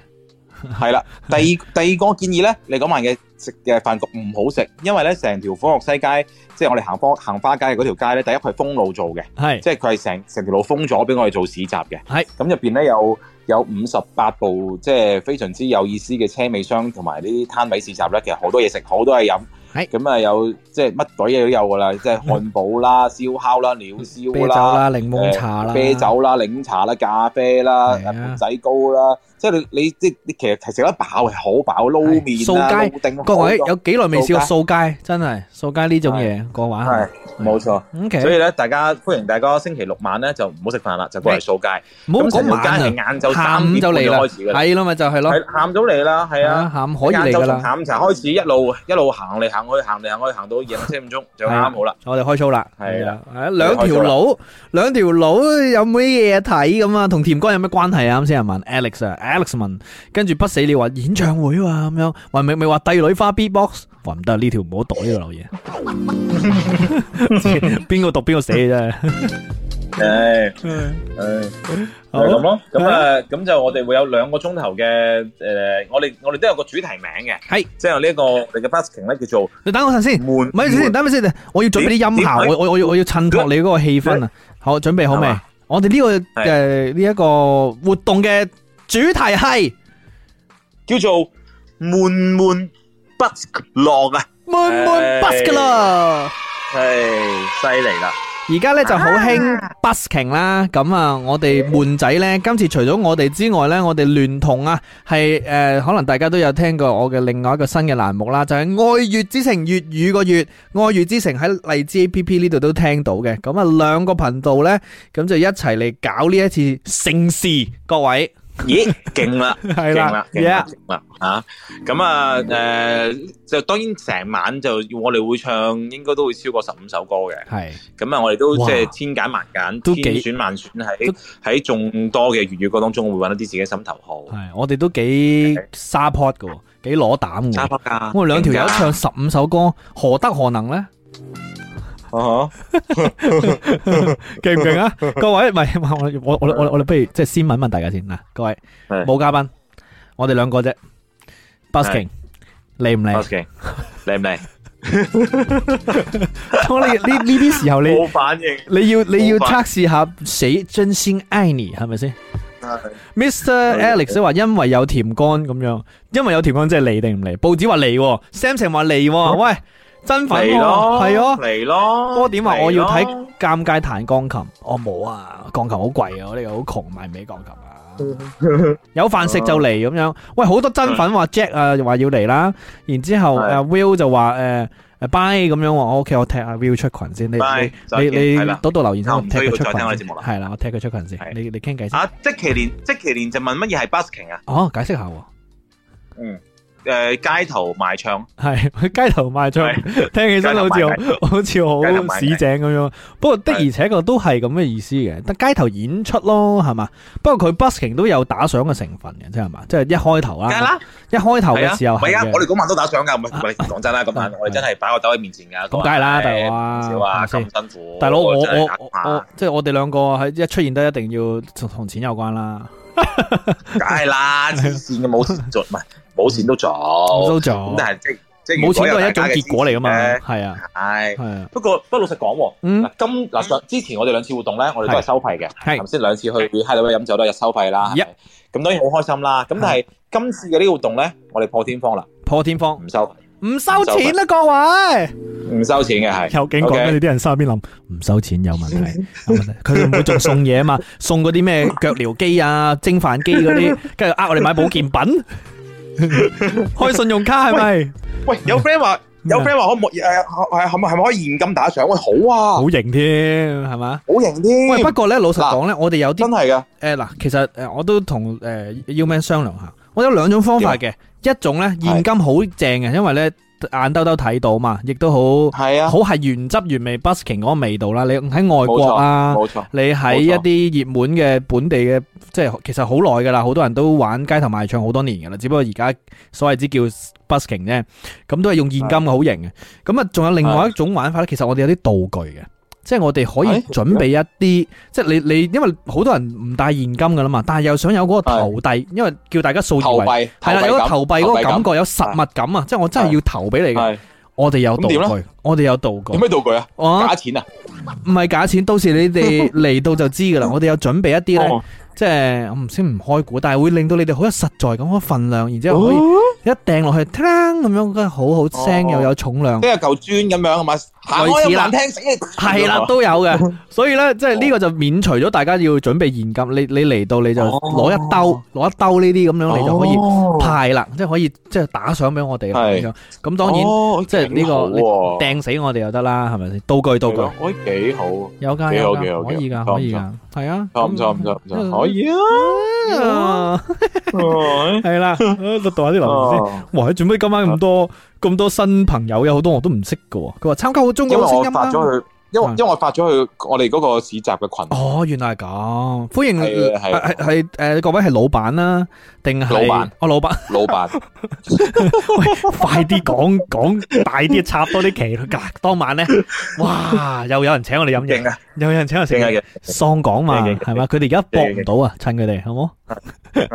Speaker 3: 係啦，第二第二個建議咧，你嗰晚嘅食嘅飯局唔好食，因為咧成條科學西街，即係我哋行科行花街嗰條街咧，第一佢係封路做嘅，
Speaker 2: 係
Speaker 3: 即係佢係成成條路封咗俾我哋做市集嘅。
Speaker 2: 係
Speaker 3: 咁入邊咧有有五十八部即係非常之有意思嘅車尾箱同埋呢啲攤位市集咧，其實好多嘢食，好多嘢飲。
Speaker 2: 係
Speaker 3: 咁啊，有即係乜鬼嘢都有㗎啦，即係漢堡
Speaker 2: <laughs>
Speaker 3: 啦、燒烤啦、鳥
Speaker 2: 啤
Speaker 3: 燒
Speaker 2: 酒啦、
Speaker 3: 啦。
Speaker 2: 檸檬茶啦、
Speaker 3: 啤酒啦、檸茶啦、咖啡啦、
Speaker 2: 係啊
Speaker 3: 盤仔糕啦，即係你你即你其實係食得飽係好飽，撈
Speaker 2: 係
Speaker 3: 面啦、
Speaker 2: 掃
Speaker 3: 撈丁好多
Speaker 2: 各位有幾耐未試過
Speaker 3: 掃
Speaker 2: 掃街？真係掃街呢種嘢，個玩
Speaker 3: 係
Speaker 2: 下。<laughs>
Speaker 3: 冇錯。
Speaker 2: O K，
Speaker 3: 所以咧，大家歡迎大家星期六晚咧就唔好食飯啦，就過嚟掃街。
Speaker 2: 唔好
Speaker 3: 咁
Speaker 2: 講
Speaker 3: 成條街係
Speaker 2: 晚
Speaker 3: 晏
Speaker 2: 啊，
Speaker 3: 晝
Speaker 2: 下
Speaker 3: 三
Speaker 2: 午
Speaker 3: 點
Speaker 2: 就
Speaker 3: 半
Speaker 2: 嚟
Speaker 3: 就
Speaker 2: 啦，
Speaker 3: 開始㗎啦，
Speaker 2: 係咯，咪就係咯，
Speaker 3: 係下午到嚟啦，係啊。
Speaker 2: 啊下午可以嚟
Speaker 3: 晏晝
Speaker 2: 㗎
Speaker 3: 從
Speaker 2: 啦，
Speaker 3: 下午茶開始，一路一路行嚟行去，行嚟行去，行到夜晚七點鐘就
Speaker 2: 係啊
Speaker 3: 啱好啦。
Speaker 2: 我哋開 show 啦，
Speaker 3: 係啦
Speaker 2: 係啊，兩條佬，兩條佬有冇啲嘢睇咁啊？同甜哥有咩關係啊？啱先人問 Alex 啊，Alex 問，跟住不死你話演唱會啊咁樣，話咪咪話帝女花 beatbox，話唔得呢條唔好讀呢個留
Speaker 3: <laughs>
Speaker 2: 言， <laughs> 邊個讀邊個死嘅真係，
Speaker 3: 誒誒。就係咁咯，咁啊，咁就我哋會有兩個鐘頭嘅誒，我哋我哋都有個主題名嘅，
Speaker 2: 係
Speaker 3: 即係呢一個我哋嘅 basking 咧叫做
Speaker 2: 你等我陣先。
Speaker 3: 悶，
Speaker 2: 咪住先，等咪先，我要準備啲音效，
Speaker 3: 點
Speaker 2: 我我我要我要襯托你嗰個氣氛啊！好，準備好
Speaker 3: 係
Speaker 2: 未
Speaker 3: 嘛？
Speaker 2: 我哋呢個誒呢一個活動嘅主題係
Speaker 3: 叫做悶悶不樂啊，
Speaker 2: 悶悶
Speaker 3: 唉
Speaker 2: bus 噶啦，
Speaker 3: 係犀利啦，
Speaker 2: 而家咧就好興 busking 啦。咁啊，我哋悶仔咧，今次除咗我哋之外咧，我哋聯同啊係誒，可能大家都有聽過我嘅另外一個新嘅欄目啦，就係愛粵之城粵語個粵。愛粵之城喺荔枝 A P P 呢度都聽到嘅，咁啊兩個頻道呢，咁就一齊嚟搞呢一次盛事，各位
Speaker 3: 咦，勁啦！
Speaker 2: 係
Speaker 3: 勁
Speaker 2: 啦
Speaker 3: 啦，勁
Speaker 2: Dạ.
Speaker 3: 啦，勁啦嚇！咁啊，誒就當然成晚就我哋會唱，應該都會超過十五首歌嘅。
Speaker 2: 係
Speaker 3: 咁啊，我哋都
Speaker 2: 哇
Speaker 3: 即係千揀萬揀，
Speaker 2: 都
Speaker 3: 千
Speaker 2: 幾
Speaker 3: 選萬選喺喺眾多嘅粵語歌當中，會揾一啲自己心頭好。
Speaker 2: 係，我哋都幾沙 pot 嘅喎，幾攞膽
Speaker 3: 沙啊
Speaker 2: 嘅喎，
Speaker 3: 北㗎，
Speaker 2: 我哋兩條友
Speaker 3: 勁㗎
Speaker 2: 唱十五首歌，何德何能呢？
Speaker 3: 啊
Speaker 2: 勁唔勁啊？各位，唔係 <laughs> 我我我我我哋不如即係先問問大家先嗱，各位
Speaker 3: 係
Speaker 2: 冇嘉賓，我哋兩個啫，busking 嚟唔
Speaker 3: 哈
Speaker 2: 嚟？
Speaker 3: ，OK，嚟唔嚟？
Speaker 2: 我哋呢呢啲時候
Speaker 3: <laughs>
Speaker 2: 你。
Speaker 3: 冇反應，
Speaker 2: 你要你要
Speaker 3: 冇
Speaker 2: 測試下死真心愛你係咪先？Mr.
Speaker 3: 係
Speaker 2: Alex 都話因為有甜乾咁樣，因為有甜乾即係嚟定唔嚟？報紙話嚟喎，Samson 話嚟喎，喂，真粉喎，
Speaker 3: 哦嚟
Speaker 2: 係咯。
Speaker 3: 咯，嚟咯。
Speaker 2: 波點話
Speaker 3: 嚟咯
Speaker 2: 我要睇尷尬彈鋼琴，我冇啊，鋼琴好貴啊，我呢個好窮買唔起鋼琴啊。有飯食就嚟咁樣，喂，好多真粉話 Jack 啊，話要嚟啦，然之後
Speaker 3: 係
Speaker 2: 誒 Will 就話誒誒 Bye 咁樣喎，我 OK，我踢阿 Will 出群先，你
Speaker 3: Bye，再
Speaker 2: 你
Speaker 3: 見
Speaker 2: 你
Speaker 3: 係
Speaker 2: 你
Speaker 3: 啦
Speaker 2: 讀到留言先，
Speaker 3: 啊
Speaker 2: 我踢佢出
Speaker 3: 唔需要再聽我
Speaker 2: 群
Speaker 3: 哋節
Speaker 2: 先，
Speaker 3: 目啦
Speaker 2: 係啦，我踢佢出群先，
Speaker 3: 係
Speaker 2: 你你傾偈先，
Speaker 3: 啊！即其連即其連就問乜嘢係 busking 啊？
Speaker 2: 哦，解釋下喎。
Speaker 3: 誒，街頭賣唱
Speaker 2: 系 <laughs> 街頭賣唱，
Speaker 3: 係
Speaker 2: 聽起身好似
Speaker 3: 街頭賣
Speaker 2: 好好似好
Speaker 3: 街頭賣
Speaker 2: 市井咁樣。不過的而且確都係咁嘅意思嘅，但街頭演出咯，係嘛？不過佢 busking 都有打賞嘅成分嘅，即係嘛？即係一開頭
Speaker 3: 梗係
Speaker 2: 啦，
Speaker 3: 啦，
Speaker 2: 一開頭
Speaker 3: 係啊，
Speaker 2: 嘅時候
Speaker 3: 唔係
Speaker 2: 係
Speaker 3: 啊，我哋
Speaker 2: 嘅，
Speaker 3: 嗰晚都打賞㗎，唔係唔係講真啦，咁晚
Speaker 2: 係
Speaker 3: 我哋真係擺個兜喺面前㗎。
Speaker 2: 咁梗係啦，大佬
Speaker 3: 唔少啊，
Speaker 2: 啊，係咪
Speaker 3: 咁
Speaker 2: 先
Speaker 3: 辛苦。
Speaker 2: 大佬我我
Speaker 3: 真係打
Speaker 2: 我我即係我哋兩個喺一出現得一定要同同錢有關啦，
Speaker 3: 梗
Speaker 2: <laughs>
Speaker 3: 係啦，黐線嘅冇錢做，唔係冇錢都做。
Speaker 2: 都做
Speaker 3: 哦咁但係即即
Speaker 2: 冇錢都係一種
Speaker 3: 種
Speaker 2: 結果嚟噶嘛，係啊
Speaker 3: 係。
Speaker 2: 係啊，
Speaker 3: 不過不過老實講喎，
Speaker 2: 嗯
Speaker 3: 嗱今嗱上之前我哋兩次活動咧，我哋都係收費嘅，
Speaker 2: 係
Speaker 3: 頭先兩次去 h i g h 飲酒都係收費啦，係咪咁當然好開心啦。咁但係今次嘅呢個活動咧，我哋破天荒啦，
Speaker 2: 破天荒
Speaker 3: 唔收啊費
Speaker 2: 唔收錢啦，各位。
Speaker 3: 唔收錢嘅係。
Speaker 2: <laughs> 有警講緊你啲人心入邊諗唔收錢有問題，有問題佢哋唔會仲送
Speaker 3: <laughs>
Speaker 2: 嘢啊嘛，送嗰啲咩腳療機啊、蒸飯機嗰啲，
Speaker 3: <laughs>
Speaker 2: 跟住呃我哋買保健品，開信用卡係咪？
Speaker 3: 喂，有 friend 話有 friend 話可唔可以誒係係咪係咪可以現金打賞？喂，好啊，
Speaker 2: 好型添，系嘛？
Speaker 3: 好型添，
Speaker 2: 喂，不過咧，老實講咧，我哋有啲
Speaker 3: 真係㗎，
Speaker 2: 誒嗱，其實誒我都同誒 U Man 商量下，我有兩種方法嘅，一種咧現金好正嘅，因為咧眼兜兜睇到嘛，亦都好
Speaker 3: 係啊，
Speaker 2: 好係原汁原味 busking 嗰個味道啦。你喺外國啊，
Speaker 3: 冇錯，
Speaker 2: 你喺一啲熱門嘅本地嘅，即係其實好耐㗎啦，好多人都玩街頭賣唱好多年㗎啦，只不過而家所謂之叫 busking 啫，咁都係用現金嘅，好型嘅。咁啊，仲有另外一種玩法咧，其實我哋有啲道具嘅。即係我哋可以
Speaker 3: 係
Speaker 2: 準備一啲，即係你你，因為好多人唔帶現金㗎啦嘛，但係又想有嗰個投遞，因為叫大家掃
Speaker 3: 投
Speaker 2: 二維，
Speaker 3: 幣，
Speaker 2: 係啦，有
Speaker 3: 投
Speaker 2: 個
Speaker 3: 幣
Speaker 2: 投幣嗰個感
Speaker 3: 投
Speaker 2: 覺，有實物感啊，即係我真係要投俾你嘅。
Speaker 3: 感，係
Speaker 2: 我哋有道
Speaker 3: 咁點
Speaker 2: 具，我哋有道具哦
Speaker 3: 點，咩道具啊？
Speaker 2: 我
Speaker 3: 假錢啊？
Speaker 2: 唔係假錢，到時你
Speaker 3: <laughs>
Speaker 2: 哋嚟到就知噶啦。我哋有準備一啲咧，
Speaker 3: 哦
Speaker 2: 即係我嗯唔先唔開估，但係會令到你哋好有實在咁嘅份量，然之後可以
Speaker 3: 哦
Speaker 2: 一掟落去，聽咁樣，跟住好好聲
Speaker 3: 哦
Speaker 2: 又有重量
Speaker 3: 即，係嚿磚咁樣係嘛？行開
Speaker 2: 類似
Speaker 3: 又
Speaker 2: 啦
Speaker 3: 難聽死你，
Speaker 2: 係啦
Speaker 3: 啊
Speaker 2: 都有
Speaker 3: <laughs>
Speaker 2: 嘅。所以咧，即係呢個就免除咗大家要準備現金，你你嚟到你就
Speaker 3: 哦
Speaker 2: 攞一兜攞一兜呢啲咁樣，你就可以
Speaker 3: 哦
Speaker 2: 派啦，即係可以即係打賞俾我哋啦
Speaker 3: 係
Speaker 2: 咁樣。咁當然
Speaker 3: 哦
Speaker 2: 即係呢
Speaker 3: 幾好
Speaker 2: 個你
Speaker 3: 喎
Speaker 2: 掟死我哋又得啦，係咪先？道具道具
Speaker 3: 係。咯我覺得幾好，唔
Speaker 2: 有噶
Speaker 3: 幾好
Speaker 2: 有噶，
Speaker 3: 幾好
Speaker 2: 可以
Speaker 3: 幾
Speaker 2: 噶
Speaker 3: 好
Speaker 2: 可以噶，系啊，
Speaker 3: 錯唔錯唔錯唔錯，可以啊，
Speaker 2: 啊，
Speaker 3: 哦
Speaker 2: 系 <laughs> 啦，啊讀讀下啲留言
Speaker 3: 哦
Speaker 2: 先。哇，做咩今晚咁多咁多新朋友，有好多我都唔識噶喎。佢話參加好中
Speaker 3: 因為
Speaker 2: 國好聲
Speaker 3: 我
Speaker 2: 音啊
Speaker 3: 發
Speaker 2: 啦。
Speaker 3: 咗去，因為
Speaker 2: 嗯
Speaker 3: 因為我發咗去我哋嗰個市集
Speaker 2: <laughs>
Speaker 3: 嘅群，
Speaker 2: 哦，原來係咁，歡迎
Speaker 3: 係啊係啊
Speaker 2: 係係誒各位係老闆啦，定係
Speaker 3: 老闆？
Speaker 2: 哦，老闆， <laughs>
Speaker 3: 老闆
Speaker 2: 喂，快啲講講大啲，插多啲旗啦！當晚咧，哇，又有人請我哋飲
Speaker 3: <laughs>
Speaker 2: 嘢，
Speaker 3: 勁啊
Speaker 2: 又有人請我食
Speaker 3: 勁啊
Speaker 2: 嘢
Speaker 3: 嘅，
Speaker 2: 喪講嘛，
Speaker 3: 勁嘅
Speaker 2: 係嘛？佢哋而家搏唔到啊，趁佢哋好冇？
Speaker 3: 係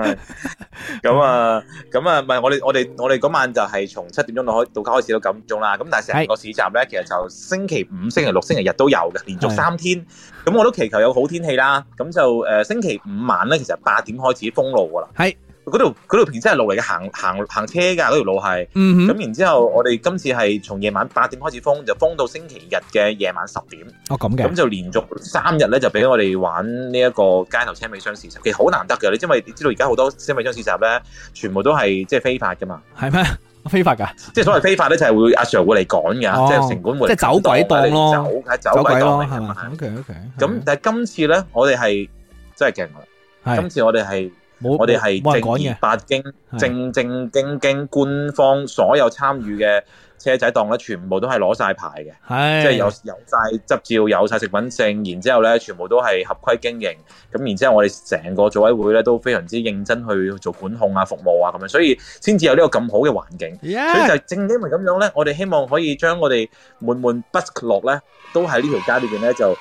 Speaker 3: 咁啊咁啊，唔係我哋我哋我哋嗰晚就係從七點鐘到開到開始到九點鐘啦，咁但係成個市集咧其實就星期五、星期六、星期日都有嘅，連續
Speaker 2: 係
Speaker 3: 三天，咁我都祈求有好天氣啦，咁就誒星期五晚咧其實八點開始封路㗎啦，
Speaker 2: 係
Speaker 3: 嗰條嗰條平真係路嚟嘅，行行行車㗎嗰條路係。
Speaker 2: 嗯哼，
Speaker 3: 咁然之後，我哋今次係從夜晚八點開始封，就封到星期日嘅夜晚十點，
Speaker 2: 哦咁嘅
Speaker 3: 咁。就連續三日咧就俾我哋玩呢一個街頭車尾箱市集，其實好難得嘅，你因為你知道而家好多車尾箱市集咧，全部都係即係非法噶嘛，
Speaker 2: 系咩？ <laughs> 非法噶？
Speaker 3: 即係所謂非法咧就係會阿 Sir 會嚟趕㗎，
Speaker 2: 哦
Speaker 3: 即係城管會嚟
Speaker 2: 即係走鬼檔咯
Speaker 3: 趕檔你走係
Speaker 2: 走
Speaker 3: 走鬼
Speaker 2: 鬼咯，
Speaker 3: 檔嚟
Speaker 2: 係
Speaker 3: 㗎
Speaker 2: 嘛
Speaker 3: 嘛。
Speaker 2: ？OK OK。
Speaker 3: 咁但係今次咧，我哋係真係勁啦！今
Speaker 2: 系
Speaker 3: 次我哋係
Speaker 2: 冇
Speaker 3: 我哋係
Speaker 2: 冇人
Speaker 3: 正
Speaker 2: 趕
Speaker 3: 兒
Speaker 2: 嘅，
Speaker 3: 八經。正正經經官方所有參與嘅車仔檔咧，全部都係攞晒牌嘅，
Speaker 2: 係
Speaker 3: 即係有有曬執照，有晒食品證，然之後咧全部都係合規經營。咁然之後我哋成個組委會咧都非常之認真去做管控啊、服務啊咁樣，所以先至有呢個咁好嘅環境。所以
Speaker 2: Yeah，
Speaker 3: 就正因為咁樣咧，我哋希望可以將我哋悶悶不落咧，都喺呢條街裏邊咧就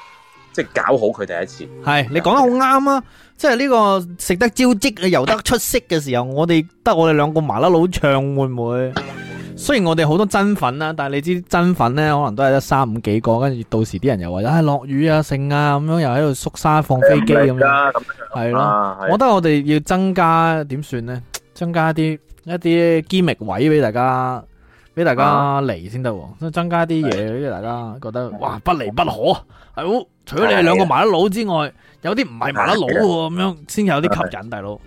Speaker 3: 即係搞好佢第一次。
Speaker 2: 係你講得好啱啊！即係呢個食得招積嘅，游得出色嘅時候，我哋得我哋兩個麻甩佬唱會唔會？雖然我哋好多真粉啦，但係你知真粉咧，可能都係得三五幾個，跟住到時啲人又話唉落雨啊、剩啊咁樣，又喺度縮沙放飛機咁
Speaker 3: 唔叻
Speaker 2: 樣，
Speaker 3: 㗎咁
Speaker 2: 係
Speaker 3: 樣
Speaker 2: 咯。
Speaker 3: 啊，
Speaker 2: 我覺得我哋要增加點算呢？增加一啲一啲 g i 位俾大家，俾大家嚟先得喎。增加啲嘢俾大家覺得，哇，不離不可。係好，除咗你哋兩個麻甩佬之外，有啲唔係麻甩佬喎，咁樣先有啲吸引，大佬。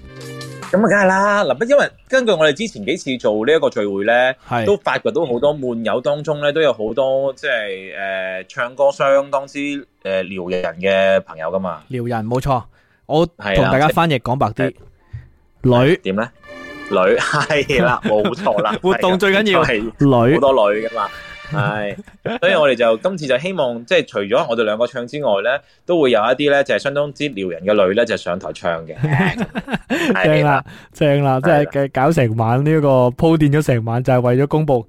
Speaker 3: 咁啊，梗係啦。嗱，因為根據我哋之前幾次做呢一個聚會咧，
Speaker 2: 係
Speaker 3: 都發掘到好多悶友當中咧，都有好多即係誒、呃唱歌相當之誒、呃、撩人嘅朋友噶嘛。
Speaker 2: 撩人，冇錯。我
Speaker 3: 係啦
Speaker 2: 同大家翻譯講白啲，女。
Speaker 3: 點咧？女 <laughs> 係啦，冇錯啦
Speaker 2: <laughs> 活動最緊要
Speaker 3: 係
Speaker 2: 女
Speaker 3: 好多女噶嘛。係，所以我哋就今次就希望，即係除咗我哋兩個唱之外咧，都會有一啲咧就係相當之撩人嘅女咧，就上台唱
Speaker 2: <laughs>
Speaker 3: 嘅。
Speaker 2: 正
Speaker 3: 係啦，
Speaker 2: 啦，正啦，即係嘅搞成晚呢一個鋪墊咗成晚，就係為咗公佈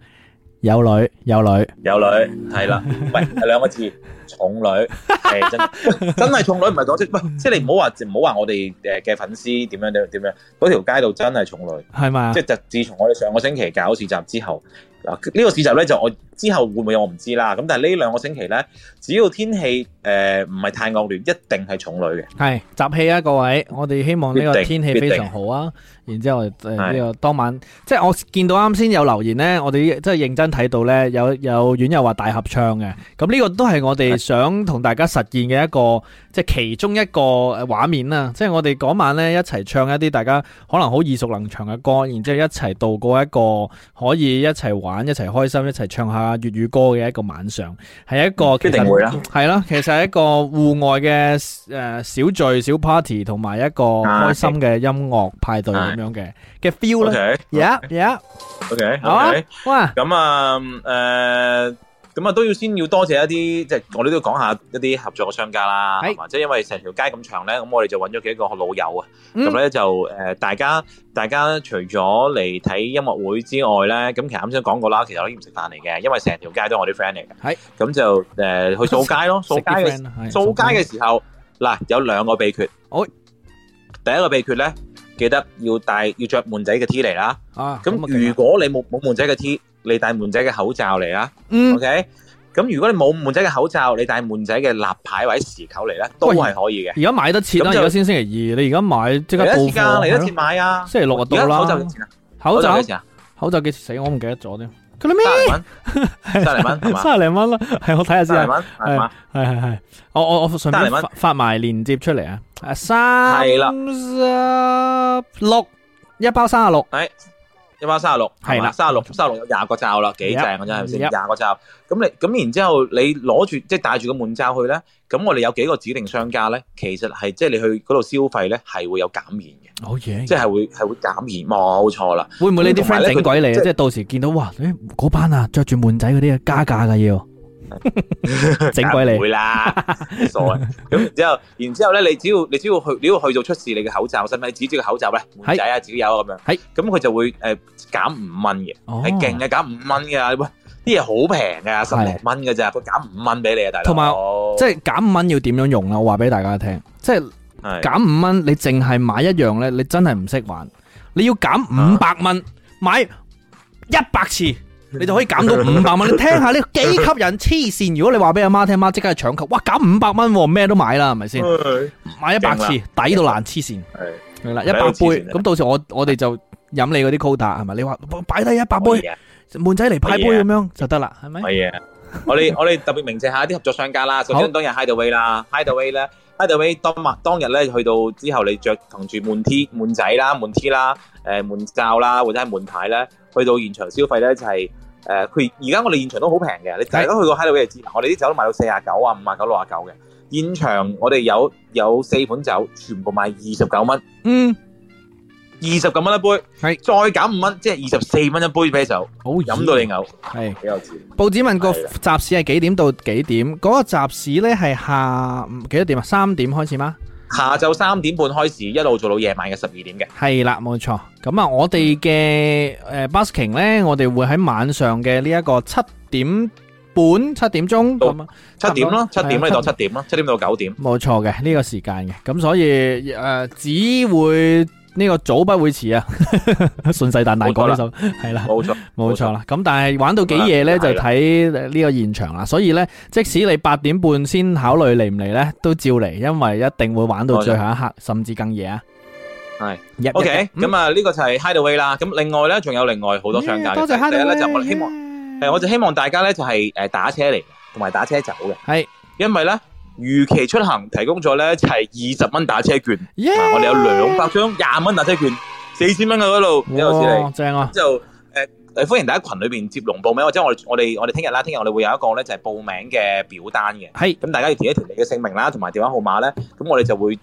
Speaker 2: 有女有女。
Speaker 3: 有女
Speaker 2: <laughs>
Speaker 3: 係啦，喂，係兩個字，重女係真真係重女，唔係講即喂，即係你唔好話唔好話我哋誒嘅粉絲點樣點樣點樣，嗰條街度真係重女，
Speaker 2: 係咪啊
Speaker 3: 即？係就自從我哋上個星期搞市集之後，嗱、呢個市集咧就我之後會唔會有我唔知啦，咁但係呢兩個星期咧，只要天氣誒唔係太惡劣，一定係重女嘅，
Speaker 2: 系集氣啊，各位！我哋希望呢個
Speaker 3: 必定
Speaker 2: 天氣
Speaker 3: 必定
Speaker 2: 非常好啊。然之后诶呢
Speaker 3: 係
Speaker 2: 個當晚，即係我見到啱先有留言呢，我哋真係認真睇到呢，有有院友話大合唱嘅。咁呢個都係我哋想同大家實現嘅一個，即係其中一個呃畫面啦。即係我哋嗰晚呢，一齊唱一啲大家可能好耳熟能詳嘅歌，然之后一齊度過一個可以一齊玩玩，一齊開心，一齊唱下粵語歌嘅一個晚上，係一個
Speaker 3: 必
Speaker 2: 其實
Speaker 3: 定會啊啦。
Speaker 2: 係啦，其實係一個戶外嘅誒小聚、小 party 同埋一個開心嘅音樂派對咁樣嘅嘅 feel 咧。
Speaker 3: OK
Speaker 2: Yeah yeah，
Speaker 3: OK
Speaker 2: 好啊
Speaker 3: OK。
Speaker 2: 哇，
Speaker 3: 咁啊，誒、咁啊都要先要多謝一啲，即係我哋都要講下一啲合作嘅商家啦，
Speaker 2: 係
Speaker 3: 係嘛？即係因為成條街咁長咧，咁我哋就揾咗幾個老友啊，
Speaker 2: 嗯
Speaker 3: 咁咧、就誒、大家大家除咗嚟睇音樂會之外咧，咁其實啱先講過啦，其實我已經唔食飯嚟嘅，因為成條街都係我啲 friend 嚟嘅，
Speaker 2: 係
Speaker 3: 咁就誒、去
Speaker 2: <laughs>
Speaker 3: 掃街咯，掃
Speaker 2: 食啲
Speaker 3: 街嘅
Speaker 2: friend 係
Speaker 3: 掃街嘅時候，嗱有兩個秘訣，
Speaker 2: 好
Speaker 3: 第一個秘訣咧，記得要帶要着悶仔嘅 T 嚟啦。
Speaker 2: 啊，
Speaker 3: 咁
Speaker 2: 啊勁
Speaker 3: 如
Speaker 2: 啊
Speaker 3: 果你冇冇悶仔嘅 T，你戴悶仔嘅口罩嚟啦
Speaker 2: 嗯
Speaker 3: ，OK。咁如果你冇悶仔嘅口罩，你戴悶仔嘅立牌或者匙扣嚟咧，都係可以嘅。
Speaker 2: 而家買得切啦，
Speaker 3: 咁就
Speaker 2: 而家先星期二，你而家買即刻
Speaker 3: 嚟
Speaker 2: 到
Speaker 3: 得切㗎，
Speaker 2: 貨，
Speaker 3: 嚟得切
Speaker 2: 係咯
Speaker 3: 買啊！
Speaker 2: 星期六就
Speaker 3: 而
Speaker 2: 到
Speaker 3: 家口罩
Speaker 2: 啦
Speaker 3: 幾。錢啊？
Speaker 2: 口
Speaker 3: 罩
Speaker 2: 罩
Speaker 3: 幾錢啊？
Speaker 2: 口罩幾時死我唔記得咗添。佢哋咩？啊
Speaker 3: 三十蚊，三十蚊係嘛？
Speaker 2: 三十零蚊啦，係我睇下先
Speaker 3: 三
Speaker 2: 啊
Speaker 3: 十。蚊係嘛？
Speaker 2: 係係係，我我我順
Speaker 3: 30
Speaker 2: 便
Speaker 3: 蚊
Speaker 2: 發發埋連接出嚟啊！啊，三
Speaker 3: 係
Speaker 2: 十六一包三十六，
Speaker 3: 一包三十六係
Speaker 2: 係
Speaker 3: 嘛？
Speaker 2: 啦
Speaker 3: 三十六，三十六有廿個罩啦，幾正啊！真係咪先？
Speaker 2: Yep
Speaker 3: 廿個罩。咁你咁然之後，你攞住即係戴住個悶罩去咧，咁我哋有幾個指定商家咧，其實係即係你去嗰度消費咧，係會有減免嘅。
Speaker 2: 好嘢！
Speaker 3: 即係會係會減鹽，冇錯啦。
Speaker 2: 會唔會你啲
Speaker 3: 同埋
Speaker 2: friend
Speaker 3: 呢
Speaker 2: 整鬼你
Speaker 3: 佢即
Speaker 2: 啊？
Speaker 3: 係
Speaker 2: 即係到時見到哇，誒嗰班啊着住悶仔嗰啲啊加價㗎
Speaker 3: <laughs>
Speaker 2: 要，整鬼
Speaker 3: 梗係唔
Speaker 2: 你
Speaker 3: 會啦，傻
Speaker 2: <laughs>
Speaker 3: 啊！咁然之後，然之後咧，你只要你只要去，你要去做出示你嘅口罩，使唔使指住個口罩咧？
Speaker 2: 係
Speaker 3: 滿仔啊，自己有啊咁樣。
Speaker 2: 係
Speaker 3: 咁佢就會誒減五蚊嘅，
Speaker 2: 哦
Speaker 3: 係勁嘅，減五蚊嘅。喂，啲嘢好平㗎，十零蚊㗎咋，佢減五蚊俾你啊，大佬。
Speaker 2: 同埋即係減五蚊要點樣用啦？我話俾大家聽，即係
Speaker 3: 係
Speaker 2: 減五蚊，你淨係買一樣咧，你真係唔識玩。你要減
Speaker 3: 啊
Speaker 2: 五百蚊，買一百次，你就可以減到五百蚊。你聽下呢幾吸引，黐線！如果你話俾阿媽聽，媽即刻去搶購，哇，減五百蚊喎，咩都買啦，係咪先？
Speaker 3: 係
Speaker 2: 買一百次，
Speaker 3: 勁
Speaker 2: 抵到爛，黐線。
Speaker 3: 係
Speaker 2: 係啦，一
Speaker 3: 抵
Speaker 2: 百
Speaker 3: 到黐線
Speaker 2: 杯，咁到時我我哋就飲你嗰啲 quota 係咪？你話擺低一百
Speaker 3: 可以
Speaker 2: 杯，
Speaker 3: 嘅，
Speaker 2: 悶仔嚟派杯
Speaker 3: 可以
Speaker 2: 咁
Speaker 3: 啊
Speaker 2: 樣就得啦，係咪？
Speaker 3: 可以嘅。我哋我哋特別鳴謝下一啲合作商家啦。首
Speaker 2: 好
Speaker 3: 先當日 Hideaway 啦，Hideaway 咧，Hideaway 當晚當日咧去到之後，你着同住悶 T 悶仔啦、悶 T 啦、誒悶罩啦，或者係悶牌咧，去到現場消費咧就係誒佢而家我哋現場都好平嘅，你大家去過 Hideaway 就知，我哋啲酒都賣到四啊九啊、五啊九、六啊九嘅。現場我哋有有四款酒，全部賣二十九蚊，
Speaker 2: 嗯，
Speaker 3: 二十九蚊一杯，
Speaker 2: 係
Speaker 3: 再減五蚊，即係二十四蚊一杯啤酒，
Speaker 2: 好
Speaker 3: 飲到你嘔，
Speaker 2: 係。
Speaker 3: 幾有錢。
Speaker 2: 報紙問個
Speaker 3: 係啦
Speaker 2: 集市係幾點到幾點？嗰、個集市呢係下午幾多點啊？三點開始嗎？
Speaker 3: 下晝三點半開始，一路做到夜晚嘅十二點嘅。
Speaker 2: 係啦，冇錯。咁啊，我哋嘅誒 busking 呢，我哋會喺晚上嘅呢一個七點半、七點鐘
Speaker 3: 到
Speaker 2: 咁啊，
Speaker 3: 七點咯，
Speaker 2: 差
Speaker 3: 七
Speaker 2: 唔多
Speaker 3: 點
Speaker 2: 係啊
Speaker 3: 你當七點咯，七點到
Speaker 2: <laughs>
Speaker 3: 九點。
Speaker 2: 冇錯嘅呢個時間嘅。咁所以誒、呃只會呢、個早不會遲啊，順勢彈彈講呢首係啦。
Speaker 3: 冇錯，
Speaker 2: 冇錯啦，咁但係玩到幾夜呢，就
Speaker 3: 咁啊
Speaker 2: 睇呢個現場啦。所以呢，即使你八點半先考慮嚟唔嚟呢，都照嚟，因為一定會玩到最後一刻，甚至更夜啊。
Speaker 3: 係
Speaker 2: 一
Speaker 3: OK，
Speaker 2: 一
Speaker 3: 咁啊呢個就係 Hideaway 啦。咁另外咧，仲有另外好多商家嘅。
Speaker 2: 多謝
Speaker 3: 第一咧就我哋
Speaker 2: Hideaway
Speaker 3: 希望，誒我就希望大家咧就係誒打車嚟，同埋打車走嘅。
Speaker 2: 係
Speaker 3: 因為咧預期出行提供咗咧就係二十蚊打車券，
Speaker 2: 耶
Speaker 3: 嗱我哋有兩百張廿蚊打車券，四千蚊嘅嗰度，一路嚟。
Speaker 2: 哇正啊！
Speaker 3: 就誒誒呃歡迎大家群裏邊接龍報名，或者我哋我哋我哋聽日啦，聽日我哋會有一個咧就係報名嘅表單嘅。
Speaker 2: 係
Speaker 3: 咁大家要填一填你嘅姓名啦，同埋電話號碼咧，咁我哋就會誒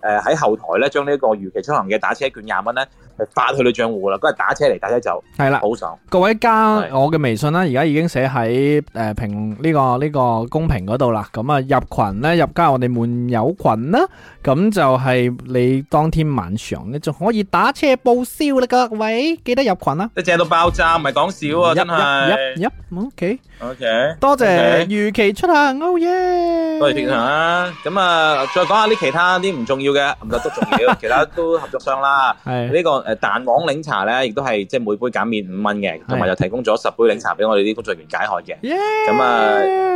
Speaker 3: 呃喺、後台咧將呢個預期出行嘅打車券廿蚊咧，誒發去你賬戶啦。嗰日打車嚟，打車走，
Speaker 2: 係啦，
Speaker 3: 好爽。
Speaker 2: 各位加
Speaker 3: 係
Speaker 2: 我嘅微信啦，而家已經寫喺誒評呢個呢、個公屏嗰度啦。咁啊入群咧，入加我哋悶友群啦。咁就係你當天晚上咧，仲可以打車報銷啦，各位記得入群啦。
Speaker 3: 即正到爆炸，唔係講
Speaker 2: 入
Speaker 3: 少啊，真係。
Speaker 2: 入入 OK，
Speaker 3: OK，
Speaker 2: 多謝
Speaker 3: OK
Speaker 2: 如期出行，Oh yeah！
Speaker 3: 多謝天祥啦。咁啊，再講下啲其他啲唔重要嘅，唔得都重要，其他都合作商啦。
Speaker 2: 係
Speaker 3: 呢個誒蛋黃檸茶咧，亦都係即係每杯減免五蚊嘅，同埋又提供咗十杯檸茶俾我哋啲工作人員解渴嘅。
Speaker 2: 耶！
Speaker 3: 咁啊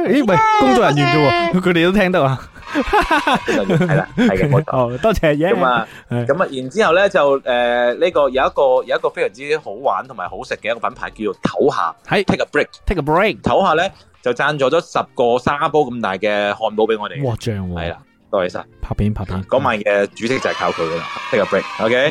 Speaker 2: 咦喂，工作人員
Speaker 3: <laughs>
Speaker 2: 啫喎，佢哋都聽得啊。
Speaker 3: 工作人員
Speaker 2: <laughs>
Speaker 3: 係啦，係嘅，冇錯。
Speaker 2: 哦，多謝耶！
Speaker 3: 咁啊，
Speaker 2: 係
Speaker 3: 咁啊，然之後咧就誒呢個有一個有一個非常之好玩同埋好食嘅一個品牌叫做唞下
Speaker 2: 係
Speaker 3: ，take a break，
Speaker 2: take a break，
Speaker 3: 唞下咧就贊助咗十個沙煲咁大嘅漢堡俾我哋嘅，
Speaker 2: 哇正喎，
Speaker 3: 係啦，多謝晒。
Speaker 2: 拍片拍片，
Speaker 3: 嗰晚嘅主席就係靠佢噶啦，take a break，OK。呃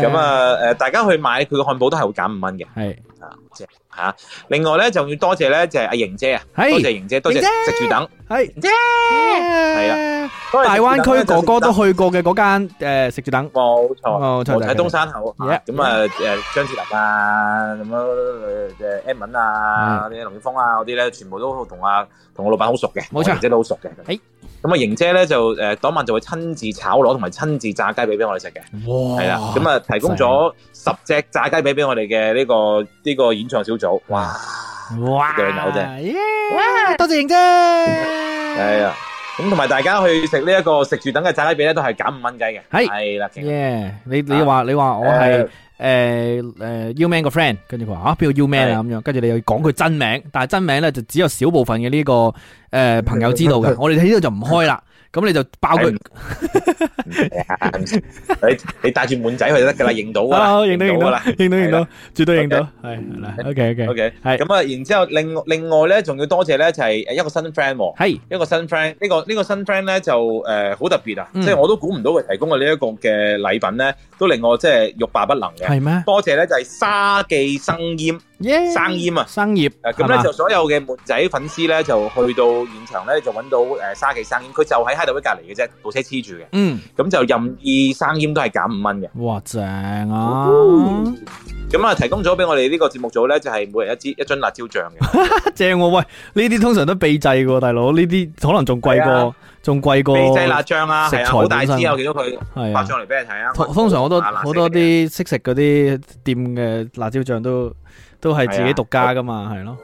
Speaker 2: 耶
Speaker 3: 咁，啊誒，大家去買佢嘅漢堡都係會減五蚊嘅，
Speaker 2: 係
Speaker 3: 啊，正嚇。另外咧，就要多謝咧，就係阿瑩姐啊，
Speaker 2: 係
Speaker 3: 多謝瑩姐，多謝
Speaker 2: 哎瑩姐
Speaker 3: 食住等，
Speaker 2: 係
Speaker 3: 姐
Speaker 2: 係
Speaker 3: 啊，
Speaker 2: 大灣區哥哥都
Speaker 3: 去，
Speaker 2: 去過嘅嗰間誒食住等，
Speaker 3: 冇錯。
Speaker 2: 哦，
Speaker 3: 我喺東山口，
Speaker 2: Yeah
Speaker 3: 咁啊誒張智霖啊，咁樣誒 Edmond
Speaker 2: 嗯
Speaker 3: 啊，啲龍捲風啊嗰啲咧，全部都同啊同我老闆好熟嘅，
Speaker 2: 冇錯哎
Speaker 3: 我瑩姐都好熟嘅。
Speaker 2: 係
Speaker 3: 咁啊，瑩姐咧就誒當晚就會親自炒螺同埋親自炸雞髀俾我哋食嘅，
Speaker 2: 哇，
Speaker 3: 係啦，咁啊提供咗十隻炸雞髀俾我哋嘅呢個呢個演唱小組，哇！
Speaker 2: 哇，
Speaker 3: 隻啊兩口啫
Speaker 2: 耶，多謝瑩姐，
Speaker 3: 係啊，咁同埋大家去食呢一個食住等嘅炸雞髀咧，都係減五蚊雞嘅，
Speaker 2: 係
Speaker 3: 係啦，其實
Speaker 2: 耶，你你話你話我係。
Speaker 3: 啊誒
Speaker 2: 誒誒 U Man 個 friend，跟住佢話嚇邊個 U Man 啊咁樣，跟住你又要講佢真名，但係真名咧就只有少部分嘅呢個誒朋友知道
Speaker 3: <laughs>
Speaker 2: 嘅，我哋喺呢度就唔開啦，咁你就爆佢，
Speaker 3: <laughs> 你你帶住滿仔去就得㗎啦，認到㗎啦，
Speaker 2: 哦好認到認
Speaker 3: 㗎 <laughs>
Speaker 2: 到
Speaker 3: 啦。
Speaker 2: 認到認
Speaker 3: 係
Speaker 2: 到，絕對認到，係係啦，OK OK
Speaker 3: OK，
Speaker 2: 係
Speaker 3: 咁啊，然之後另另外咧，仲要多謝咧，就係誒一個新 friend 喎，
Speaker 2: 係
Speaker 3: 一個新 friend，呢個呢個新 friend 咧就誒好特別啊，
Speaker 2: 嗯
Speaker 3: 即係我都估唔到佢提供嘅呢一個嘅禮品咧，都令我即係欲罷不能嘅。
Speaker 2: 係咩？
Speaker 3: 多謝咧就係沙記生醃
Speaker 2: 耶
Speaker 3: 生醃啊！
Speaker 2: 生葉
Speaker 3: 誒咁
Speaker 2: 係
Speaker 3: 咧
Speaker 2: 嘛
Speaker 3: 就所有嘅末仔粉絲咧就去到現場咧就揾到誒沙記生醃，佢就喺喺度隔離嘅啫，部車黐住嘅，
Speaker 2: 嗯，
Speaker 3: 咁就任意生醃都係減五蚊嘅。
Speaker 2: 哇正啊！
Speaker 3: 咁啊，提供咗俾我哋呢個節目組咧，就係每人一支一樽辣椒醬嘅。
Speaker 2: 正喎、喂，呢啲通常都秘製嘅喎，大佬呢啲可能仲貴
Speaker 3: 係啊
Speaker 2: 過，仲貴過
Speaker 3: 秘製辣醬啊，
Speaker 2: 食
Speaker 3: 係
Speaker 2: 材
Speaker 3: 啊，好大支
Speaker 2: 本身
Speaker 3: 啊！我見到佢
Speaker 2: 係
Speaker 3: 發
Speaker 2: 啊。
Speaker 3: 上嚟俾你睇啊。
Speaker 2: 通通常好多
Speaker 3: 啊辣死
Speaker 2: 好多
Speaker 3: 你嘅
Speaker 2: 啲識食嗰啲店嘅辣椒醬都都係
Speaker 3: 啊
Speaker 2: 自己獨家噶嘛，係咯。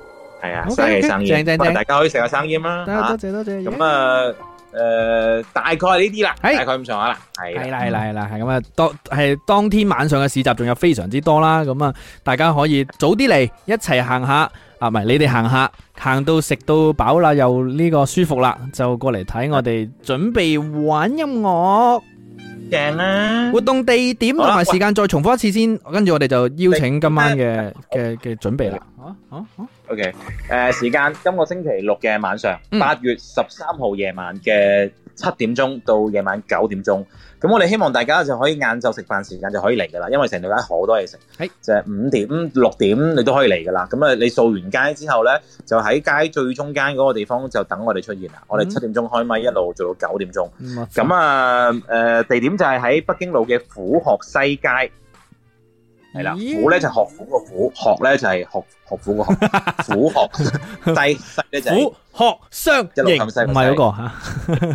Speaker 3: 係啊，
Speaker 2: OK，
Speaker 3: 生嘅生
Speaker 2: OK，正
Speaker 3: 腌，
Speaker 2: 正
Speaker 3: 不過
Speaker 2: 正
Speaker 3: 大家可以食下生腌啦
Speaker 2: 得
Speaker 3: 嚇
Speaker 2: 多謝多謝。
Speaker 3: 啊咁啊誒，大概係呢啲啦，
Speaker 2: 係
Speaker 3: 大概咁上下啦，
Speaker 2: 係
Speaker 3: 係
Speaker 2: 啦係啦係啦，係咁啊，當係當天晚上嘅市集仲有非常之多啦，咁啊，大家可以早啲嚟一齊行下，啊唔係你哋行下，行到食到飽啦，又呢個舒服啦，就過嚟睇我哋準備玩音樂
Speaker 3: 正啊！
Speaker 2: 活動地點同
Speaker 3: 好啦
Speaker 2: 埋
Speaker 3: 喂
Speaker 2: 時間再重複一次先，跟住我哋就邀請今晚嘅嘅嘅準備啦。啊啊啊
Speaker 3: OK，誒時間今個星期六嘅晚上，
Speaker 2: 嗯
Speaker 3: 八月十三號夜晚嘅七點鐘到夜晚九點鐘。咁我哋希望大家就可以晏晝食飯時間就可以嚟㗎啦，因為成條街好多嘢食
Speaker 2: 係，
Speaker 3: 就係五點六點你都可以嚟㗎啦。咁啊，你掃完街之後咧，就喺街最中間嗰個地方就等我哋出現啦。我哋
Speaker 2: 嗯
Speaker 3: 七點鐘開咪，一路做到九點鐘。
Speaker 2: 嗯啊
Speaker 3: 咁啊，誒、地點就係喺北京路嘅虎學西街，係啦。
Speaker 2: 咦
Speaker 3: 虎咧就學虎個虎，學咧就係學學虎個學，
Speaker 2: <laughs>
Speaker 3: 虎學西西咧就係
Speaker 2: 虎學雙
Speaker 3: 一路
Speaker 2: 形，
Speaker 3: 向西
Speaker 2: 唔係嗰個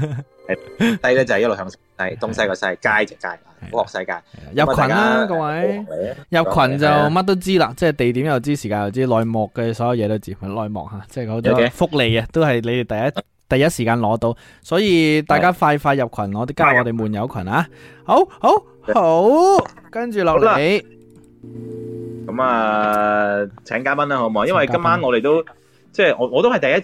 Speaker 2: 吓，
Speaker 3: 西咧就係一路向西，東西個西，街就街，虎學西街。
Speaker 2: 入群啦
Speaker 3: 咁啊大家
Speaker 2: 各位，
Speaker 3: 誒嚟啊
Speaker 2: 入群就
Speaker 3: 係啊
Speaker 2: 乜都知啦，即係地點又知，時間又知，內幕嘅所有嘢都知，內幕吓，即係好多
Speaker 3: OK
Speaker 2: 福利啊，都係你哋第一。
Speaker 3: <laughs>
Speaker 2: 第一時間攞到，所以大家快快入群，我哋加入我哋悶友群啊！好好好，跟住落
Speaker 3: 啊好啦
Speaker 2: 嚟，
Speaker 3: 咁啊，請嘉賓啦，好唔好？因為
Speaker 2: 請嘉賓
Speaker 3: 今晚我哋都即係我我都係第一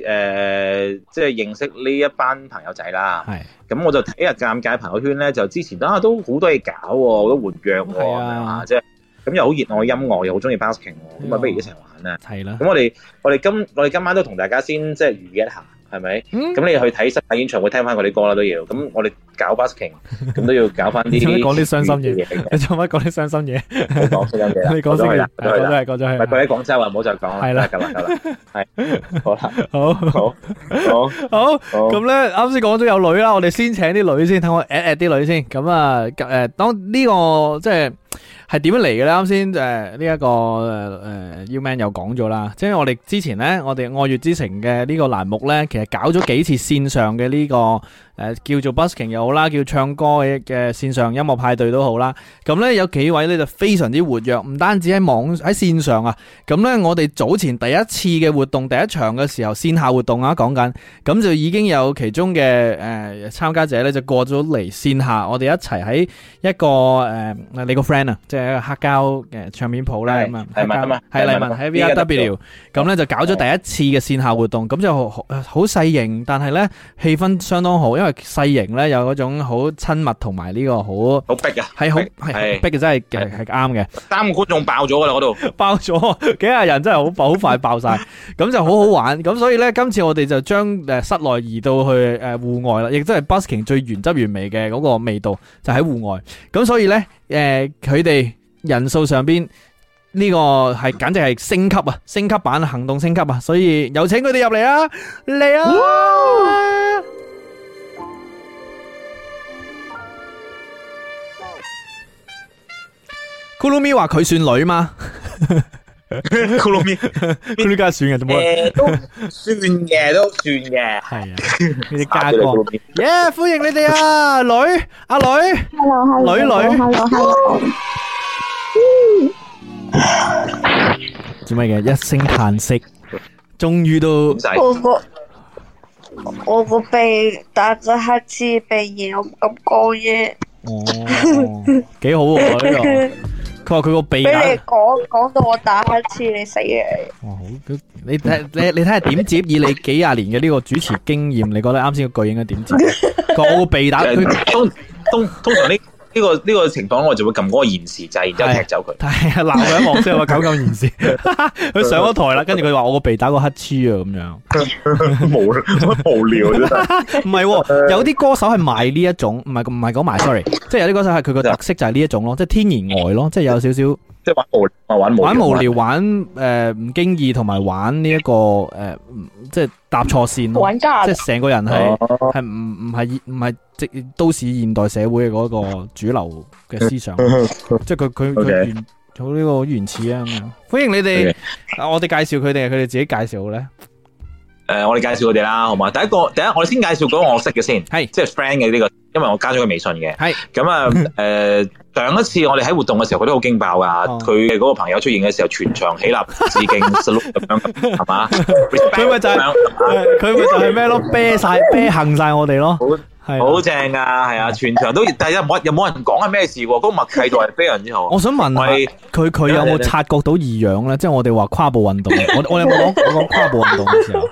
Speaker 3: 次誒、呃即係認識呢一班朋友仔啦。
Speaker 2: 係
Speaker 3: 咁我就睇下尷尬朋友圈咧，就之前啊都好多嘢搞喎，好多活躍喎，
Speaker 2: 係
Speaker 3: 係
Speaker 2: 啊
Speaker 3: 啊，即係咁又好熱愛音樂，又好中意 busking
Speaker 2: 係
Speaker 3: 喎，咁
Speaker 2: 啊
Speaker 3: 啊不如一齊玩啦！
Speaker 2: 係啦，
Speaker 3: 咁我哋我哋今我哋今晚都同大家先即係預一下，係咪？
Speaker 2: 嗯
Speaker 3: 咁你去睇室內演唱會聽翻佢啲歌啦都要，咁我哋搞 busking，咁都要搞翻
Speaker 2: <laughs> 你
Speaker 3: 啲
Speaker 2: 做乜講啲傷心
Speaker 3: <laughs>
Speaker 2: 嘢
Speaker 3: 嘢嘅，
Speaker 2: 你做乜講啲傷心嘢？
Speaker 3: 唔啊好講傷心嘢
Speaker 2: <laughs>
Speaker 3: 啦，
Speaker 2: 你講
Speaker 3: 過咗
Speaker 2: 先
Speaker 3: 去
Speaker 2: 嘅
Speaker 3: 啦，，過咗去
Speaker 2: 講咗係講咗
Speaker 3: 啦，咪佢
Speaker 2: 係，
Speaker 3: 喺廣州啊，唔好再講啦，
Speaker 2: 係啦
Speaker 3: 得㗎啦，得
Speaker 2: <laughs>
Speaker 3: 啦，係好啦，
Speaker 2: 好
Speaker 3: 好好
Speaker 2: 好。
Speaker 3: 好。
Speaker 2: 咁咧，啱先講咗有女啦，我哋先請啲女先，等我 at at 啲女先。咁啊，誒、當呢、個即係係點樣嚟嘅咧？啱先誒呢一個誒誒、U 呃 Man 又講咗啦，即係我哋之前咧，我哋愛粵之城嘅呢個欄目咧，其實搞咗幾次線上嘅呢、個誒、叫做 busking 又好啦，叫唱歌嘅嘅線上音樂派對都好啦。咁咧有幾位咧就非常之活躍，唔單止喺網喺線上啊，咁咧我哋早前第一次嘅活動，第一場嘅時候線下活動啊，講緊。咁就已經有其中嘅誒參加者咧，就過咗嚟線下，我哋一齊喺一個誒、呃你個 friend 啊，即係一個黑膠嘅唱片鋪啦，
Speaker 3: 係
Speaker 2: 咁啊，
Speaker 3: 黎文啊嘛
Speaker 2: 黑膠係
Speaker 3: 黎
Speaker 2: 黎
Speaker 3: 文
Speaker 2: 文喺 V R W，
Speaker 3: VRW
Speaker 2: 咁咧就搞咗第一次嘅線下活動，咁就好好好細型，但係咧氣氛相當好，因為細型咧有嗰種好親密同埋呢個好
Speaker 3: 好逼啊！
Speaker 2: 係好
Speaker 3: 逼
Speaker 2: 係逼嘅，真係嘅係啱嘅。
Speaker 3: 三個觀眾爆咗㗎啦，
Speaker 2: <laughs>
Speaker 3: 嗰度
Speaker 2: 爆咗幾廿人真係好爆好快爆晒，咁就好好玩。咁所以呢，今次我哋就將誒室內移到去誒戶外啦，亦都係 busking 最原汁原味嘅嗰個呃味道，就喺戶外。咁所以呢，誒佢哋人數上邊呢個係簡直係升級啊，升級版行動升級啊，所以有請佢哋入嚟啊，嚟啊！咕嚕咪話佢算女嘛？
Speaker 3: 咕嚕咪
Speaker 2: 咕嚕家算嘅，都冇人
Speaker 3: 誒都算嘅，都算嘅。
Speaker 2: 係啊，呢啲家
Speaker 3: 你
Speaker 2: 哥。
Speaker 3: 咕嚕咪
Speaker 2: 耶！歡迎你哋啊，女阿女，
Speaker 4: Hello，hello，
Speaker 2: 女女
Speaker 4: hello，hello，hello。
Speaker 2: 做咩嘅？一聲嘆息，終於都
Speaker 3: 咁細
Speaker 5: 我個我個鼻打咗乞嗤，鼻炎我唔敢講嘢，
Speaker 2: 哦，幾好喎呢個。佢話佢個鼻
Speaker 5: 俾你
Speaker 2: 眼，
Speaker 5: 講講到我打乞嗤，你死啊！
Speaker 2: 哇好，佢你睇你你睇下點接？以你幾廿年嘅呢個主持經驗，你覺得啱先個句應該點接？佢話我個鼻打佢，
Speaker 3: 誒通通通常呢呢個呢個情況，我就會撳嗰個延時掣，然之後踢走佢。
Speaker 2: <laughs> 係啊鬧佢一幕先，話搞咁件事。佢上咗台啦，跟住佢話我個鼻打個乞嗤啊咁樣。
Speaker 3: 無無聊真係。
Speaker 2: 唔係喎，有啲歌手係賣呢一種，唔係唔係講賣，sorry，即係有啲歌手係佢個特色就係呢一種咯，即係天然呆咯，即係有少少
Speaker 3: 即係玩無啊玩無
Speaker 2: 玩無
Speaker 3: 啊
Speaker 2: 聊、玩誒唔經意同埋玩呢一個誒，唔即係搭錯線咯，
Speaker 4: 玩家
Speaker 2: 即係成個人係
Speaker 3: 哦
Speaker 2: 係唔唔係唔係即都市現代社會嘅嗰個主流嘅思想，
Speaker 3: 嗯
Speaker 2: 即係佢佢佢
Speaker 3: Okay
Speaker 2: 原好呢個原始啊咁樣。歡迎你哋
Speaker 3: Okay，
Speaker 2: 啊我哋介紹佢哋，佢哋自己介紹好咧。
Speaker 3: 誒，呃我哋介紹佢哋啦，好嘛？第一個，第一我哋先介紹嗰個我識嘅先，
Speaker 2: 係
Speaker 3: 即係 friend 嘅呢個，因為我加咗佢微信嘅。
Speaker 2: 係
Speaker 3: 咁啊，
Speaker 2: <laughs>
Speaker 3: 誒上一次我哋喺活動嘅時候，佢都好勁爆噶
Speaker 2: 哦。
Speaker 3: 佢嘅嗰個朋友出現嘅時候，全場起立致敬 salute 咁樣，
Speaker 2: <laughs>
Speaker 3: 係嘛？佢
Speaker 2: 咪就係啊佢咪就係咩咯？啤晒啤行晒我哋咯，係啊
Speaker 3: 好正啊，係啊，全場都，但係有冇有冇人講係咩事喎？嗰個默契度係非常之好。啊
Speaker 2: 我想問下
Speaker 3: 喂
Speaker 2: 佢佢有冇察覺到異樣咧？即係我哋話跨步運動，我我哋有冇講講跨步運動嘅時候？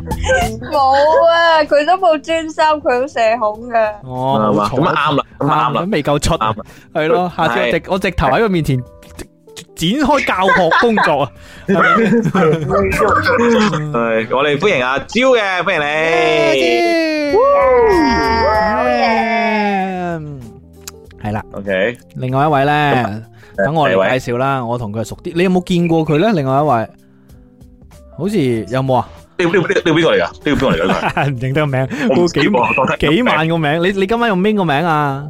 Speaker 5: 冇啊，佢都冇專心，佢好社恐噶。
Speaker 2: 哦，
Speaker 3: 係嘛
Speaker 2: 好嘈
Speaker 3: 咁啊啱啦，咁啊啱啦
Speaker 2: 都，未夠出，
Speaker 3: 啱啦
Speaker 2: 係咯。下次我直我直頭喺佢面前展開教學工作啊！嗯
Speaker 3: 係我哋歡迎阿蕉嘅，歡
Speaker 2: Ờ,
Speaker 3: 迎你。
Speaker 2: 係啦，
Speaker 3: OK，
Speaker 2: 另外一位咧，等我
Speaker 3: 第二
Speaker 2: 嚟
Speaker 3: 位
Speaker 2: 介紹啦。我同佢係熟啲，你有冇見過佢咧？另外一位，好似有冇 <laughs> 啊？
Speaker 3: 呢呢呢呢邊個嚟㗎？呢個邊個嚟㗎？呢個
Speaker 2: 唔認得個名，
Speaker 3: 我
Speaker 2: 估
Speaker 3: 唔知
Speaker 2: 幾
Speaker 3: 喎我覺得
Speaker 2: 幾萬個名，你你今晚用邊個名啊？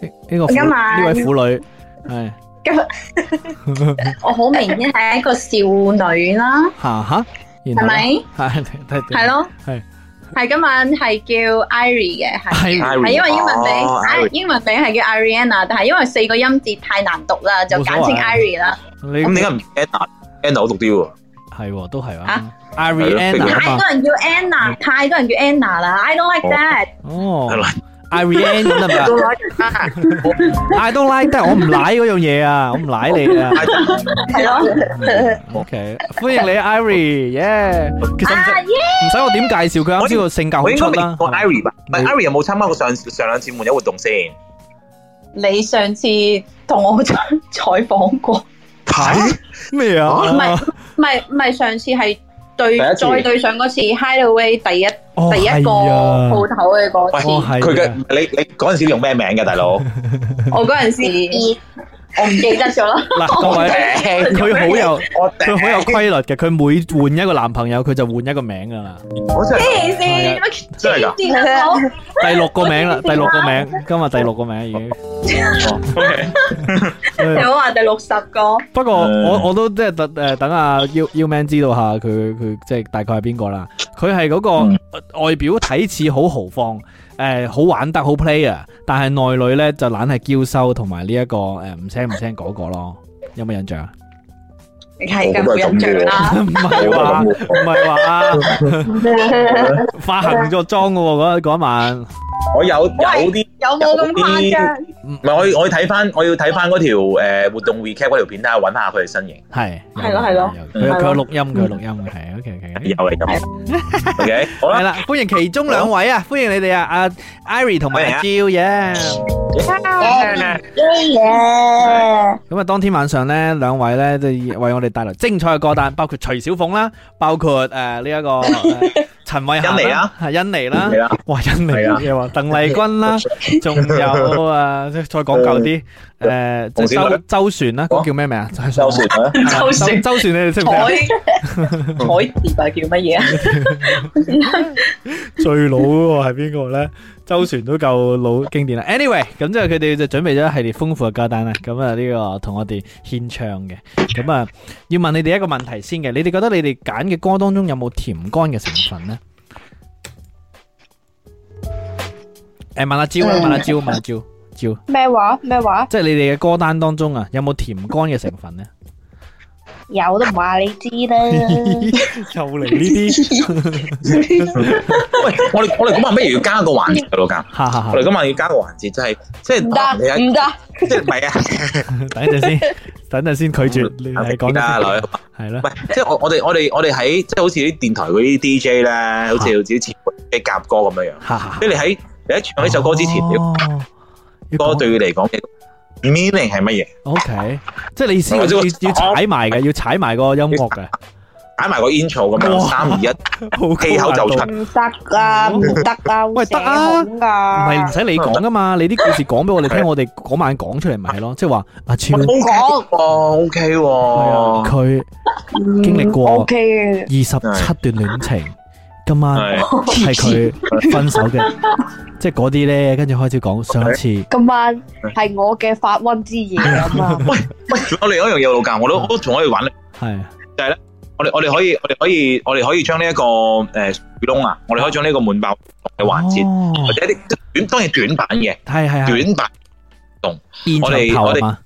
Speaker 2: 呢呢個婦
Speaker 4: 今晚
Speaker 2: 呢位婦女係
Speaker 4: 我好明顯係一個少女
Speaker 2: <laughs>
Speaker 4: 啦，
Speaker 2: 吓吓，然
Speaker 4: 係
Speaker 2: 後 <laughs>
Speaker 4: 咪？
Speaker 2: 係
Speaker 4: 係
Speaker 2: 係
Speaker 4: 咯，
Speaker 2: 係
Speaker 4: 係今晚係叫 Irie 嘅，係
Speaker 3: Dạ.
Speaker 2: 係
Speaker 4: 係因為英文名
Speaker 3: 哦
Speaker 4: ，I- 英文名係叫 Ariana，但係因為四個音節太難讀啦，就
Speaker 2: 冇所謂啊
Speaker 4: 簡稱 Irie 啦。
Speaker 2: 你
Speaker 3: 咁點解唔 Anna？Anna 好讀
Speaker 2: <laughs>
Speaker 3: 啲喎。
Speaker 2: 係喎都係啊
Speaker 4: 啊
Speaker 2: ，Ariana
Speaker 4: 太
Speaker 2: 啊嘛，
Speaker 4: 多人叫 Anna，太多人叫 Anna 啦，I don't like that。
Speaker 2: 哦
Speaker 3: 係啦
Speaker 2: ，Ariana 得唔得啊？I don't like that，我唔奶嗰樣嘢啊，我唔奶你啊。
Speaker 4: 係咯，
Speaker 2: Ừ, OK，歡迎你 Irie，耶！其實唔
Speaker 4: 啊
Speaker 2: 使唔使我點介紹佢，啱先個性格好
Speaker 3: 我應該
Speaker 2: 出
Speaker 3: 未
Speaker 2: 啦
Speaker 3: 見。過 Ivy 吧？唔係
Speaker 2: 你
Speaker 3: Ivy 有冇參加過上上兩次門友活動先？
Speaker 4: 你上次同我採訪過，唔
Speaker 2: 係咩啊？
Speaker 4: 唔係係唔係上次係對
Speaker 3: 第一次
Speaker 4: 再對上嗰次 Hideaway 第一
Speaker 2: 哦
Speaker 4: 第一個
Speaker 2: 係啊
Speaker 4: 鋪頭嘅嗰次，
Speaker 2: 哦係啊
Speaker 3: 佢嘅你你嗰陣時用咩名嘅大
Speaker 2: <laughs>
Speaker 3: 佬？
Speaker 4: 我嗰陣時我唔記得咗啦。
Speaker 2: 嗱，各位，佢好有
Speaker 3: 我
Speaker 2: 佢好有規律嘅，佢每換一個男朋友，佢就換一個名噶啦。
Speaker 3: 我真係
Speaker 4: 黐
Speaker 2: 係
Speaker 4: 線，
Speaker 2: 啊
Speaker 4: 乜
Speaker 3: 真係㗎
Speaker 4: 黐線啊我
Speaker 2: 第六個名啦，第六個名，今日第六個名已經。
Speaker 4: 有話第六十個，
Speaker 2: 不過
Speaker 3: 嗯
Speaker 2: 我我都即係等誒等阿 U U Man 知道下佢佢即係大概係邊個啦。佢係嗰
Speaker 3: 嗯
Speaker 2: 個外表睇似好豪放，誒好玩得好 play 啊，但係內裏咧就懶係嬌羞同埋呢一個誒唔聲唔聲嗰個咯。有冇印象啊？
Speaker 4: 你係
Speaker 3: 咁
Speaker 4: 㗎
Speaker 3: 都係
Speaker 4: 冇
Speaker 3: 咁
Speaker 4: 印象
Speaker 3: 嘅
Speaker 4: 啦。
Speaker 2: 唔係
Speaker 3: 啊
Speaker 2: 話唔係話
Speaker 4: <laughs>
Speaker 2: 化行咗妝嘅喎嗰嗰一晚。
Speaker 3: 我有有啲
Speaker 4: 有冇咁誇張？
Speaker 3: 唔係我要我要睇翻我要睇翻嗰條誒活動 recap 嗰條片，睇下揾下佢嘅身形。
Speaker 2: 係，
Speaker 4: 係咯係咯
Speaker 2: 有嘅，有嘅佢有佢有
Speaker 4: 係
Speaker 2: 錄音，佢有錄音嘅，係，OK OK，
Speaker 3: 有嚟咁。OK，好
Speaker 2: 係
Speaker 3: 啦，
Speaker 2: 啦，歡迎其中兩位啊，歡迎你哋啊，阿 Irie 同埋阿 Jill 嘅。
Speaker 5: 耶！
Speaker 2: 咁啊，當天晚上咧，兩位咧 <laughs> 都為我哋帶來精彩嘅歌單，包括徐小鳳啦，包括誒呢一個呃陳慧嫻
Speaker 3: 欣妮啦，
Speaker 2: 係欣妮啊啦
Speaker 3: 係，啦，
Speaker 2: <laughs> 哇欣妮
Speaker 3: 係啦
Speaker 2: 又話鄧麗君 <laughs> 啦，仲有啊，即係再講究啲，誒，即係
Speaker 3: 洪小
Speaker 2: 周
Speaker 3: 女
Speaker 2: 周旋啦，嗰個叫咩名啊？周
Speaker 3: 周旋啦，
Speaker 4: 周
Speaker 2: <laughs>
Speaker 4: 旋
Speaker 2: 周旋你哋識唔識啊？
Speaker 4: 海海時代叫乜嘢啊？
Speaker 2: <laughs> 最老嗰個係邊個咧？周旋都夠老經典啦。Anyway，咁之後佢哋就準備咗一系列豐富嘅歌單啦。咁啊呢個同我哋獻唱嘅。咁啊要問你哋一個問題先嘅，你哋覺得你哋揀嘅歌當中有冇甜乾嘅成分咧？誒問阿蕉啦，問阿蕉，問阿蕉，蕉，
Speaker 5: 咩話咩話？
Speaker 2: 即係你哋嘅歌單當中啊，有冇甜乾嘅成分咧？
Speaker 5: 有都唔話你知啦。
Speaker 2: 又嚟呢啲，
Speaker 3: 喂，我哋我哋咁話，不如要加個環節㗎老㗎。
Speaker 2: 哈哈哈
Speaker 3: 我！哋今晚要加個環節，就係即
Speaker 5: 唔
Speaker 3: 係啊你
Speaker 5: 得
Speaker 3: 喺
Speaker 5: 唔得，
Speaker 3: 即係唔係啊？
Speaker 2: 等陣先，等陣先拒絕， <laughs> 你係講
Speaker 3: 啊
Speaker 2: 得
Speaker 3: 女
Speaker 2: 先，，係啦
Speaker 3: 唔。係即係我我哋我哋我哋喺即係好似啲電台嗰啲 DJ 咧，好似好似前輩夾歌咁樣樣。
Speaker 2: 哈哈哈
Speaker 3: 即係你喺你喺唱呢首歌之前，你
Speaker 2: 哦要
Speaker 3: 歌
Speaker 2: 講
Speaker 3: 對佢嚟講嘅 meaning 係乜嘢？
Speaker 2: ，OK，即係你意思要
Speaker 3: 或者
Speaker 2: 要
Speaker 3: 個
Speaker 2: 要踩埋嘅，要踩埋個音樂
Speaker 3: <laughs>
Speaker 2: 嘅，
Speaker 3: 擺埋個 intro 咁樣，
Speaker 2: 哇 <laughs>
Speaker 3: 三二一，
Speaker 2: 好啊
Speaker 3: 氣口就出
Speaker 2: 唔
Speaker 5: 唔得啊，唔得啊，
Speaker 2: 喂
Speaker 5: 會
Speaker 2: 得啊
Speaker 5: 社恐噶。
Speaker 2: 係唔使你講噶
Speaker 3: <laughs>
Speaker 2: 嘛，你啲故事講俾我哋聽，我哋嗰晚講出嚟咪係咯，即係話阿
Speaker 3: <laughs>
Speaker 2: 超
Speaker 3: 喂 OK 喎，OK 喎，
Speaker 2: 佢經歷過
Speaker 5: O K 嘅，
Speaker 2: 二十七段戀情，今晚
Speaker 3: 係
Speaker 2: 係佢分手
Speaker 3: <laughs>
Speaker 2: 嘅，即係嗰啲咧，跟住開始講上一次。
Speaker 5: 今晚係我嘅發瘟之夜啊嘛。
Speaker 3: 喂，仲有另一樣嘢老㗎，我都我都仲可以玩。
Speaker 2: 系
Speaker 3: 我哋我哋可以我哋可以我哋可以將呢一個誒樹窿啊，我哋可以將呢個滿爆嘅環節，或
Speaker 2: 節，
Speaker 3: 者一啲短當然短版嘅
Speaker 2: 系系
Speaker 3: 短版。
Speaker 2: 系，現
Speaker 3: 我哋
Speaker 2: 場投
Speaker 3: 我
Speaker 2: 啊
Speaker 3: 哋
Speaker 2: 嘛，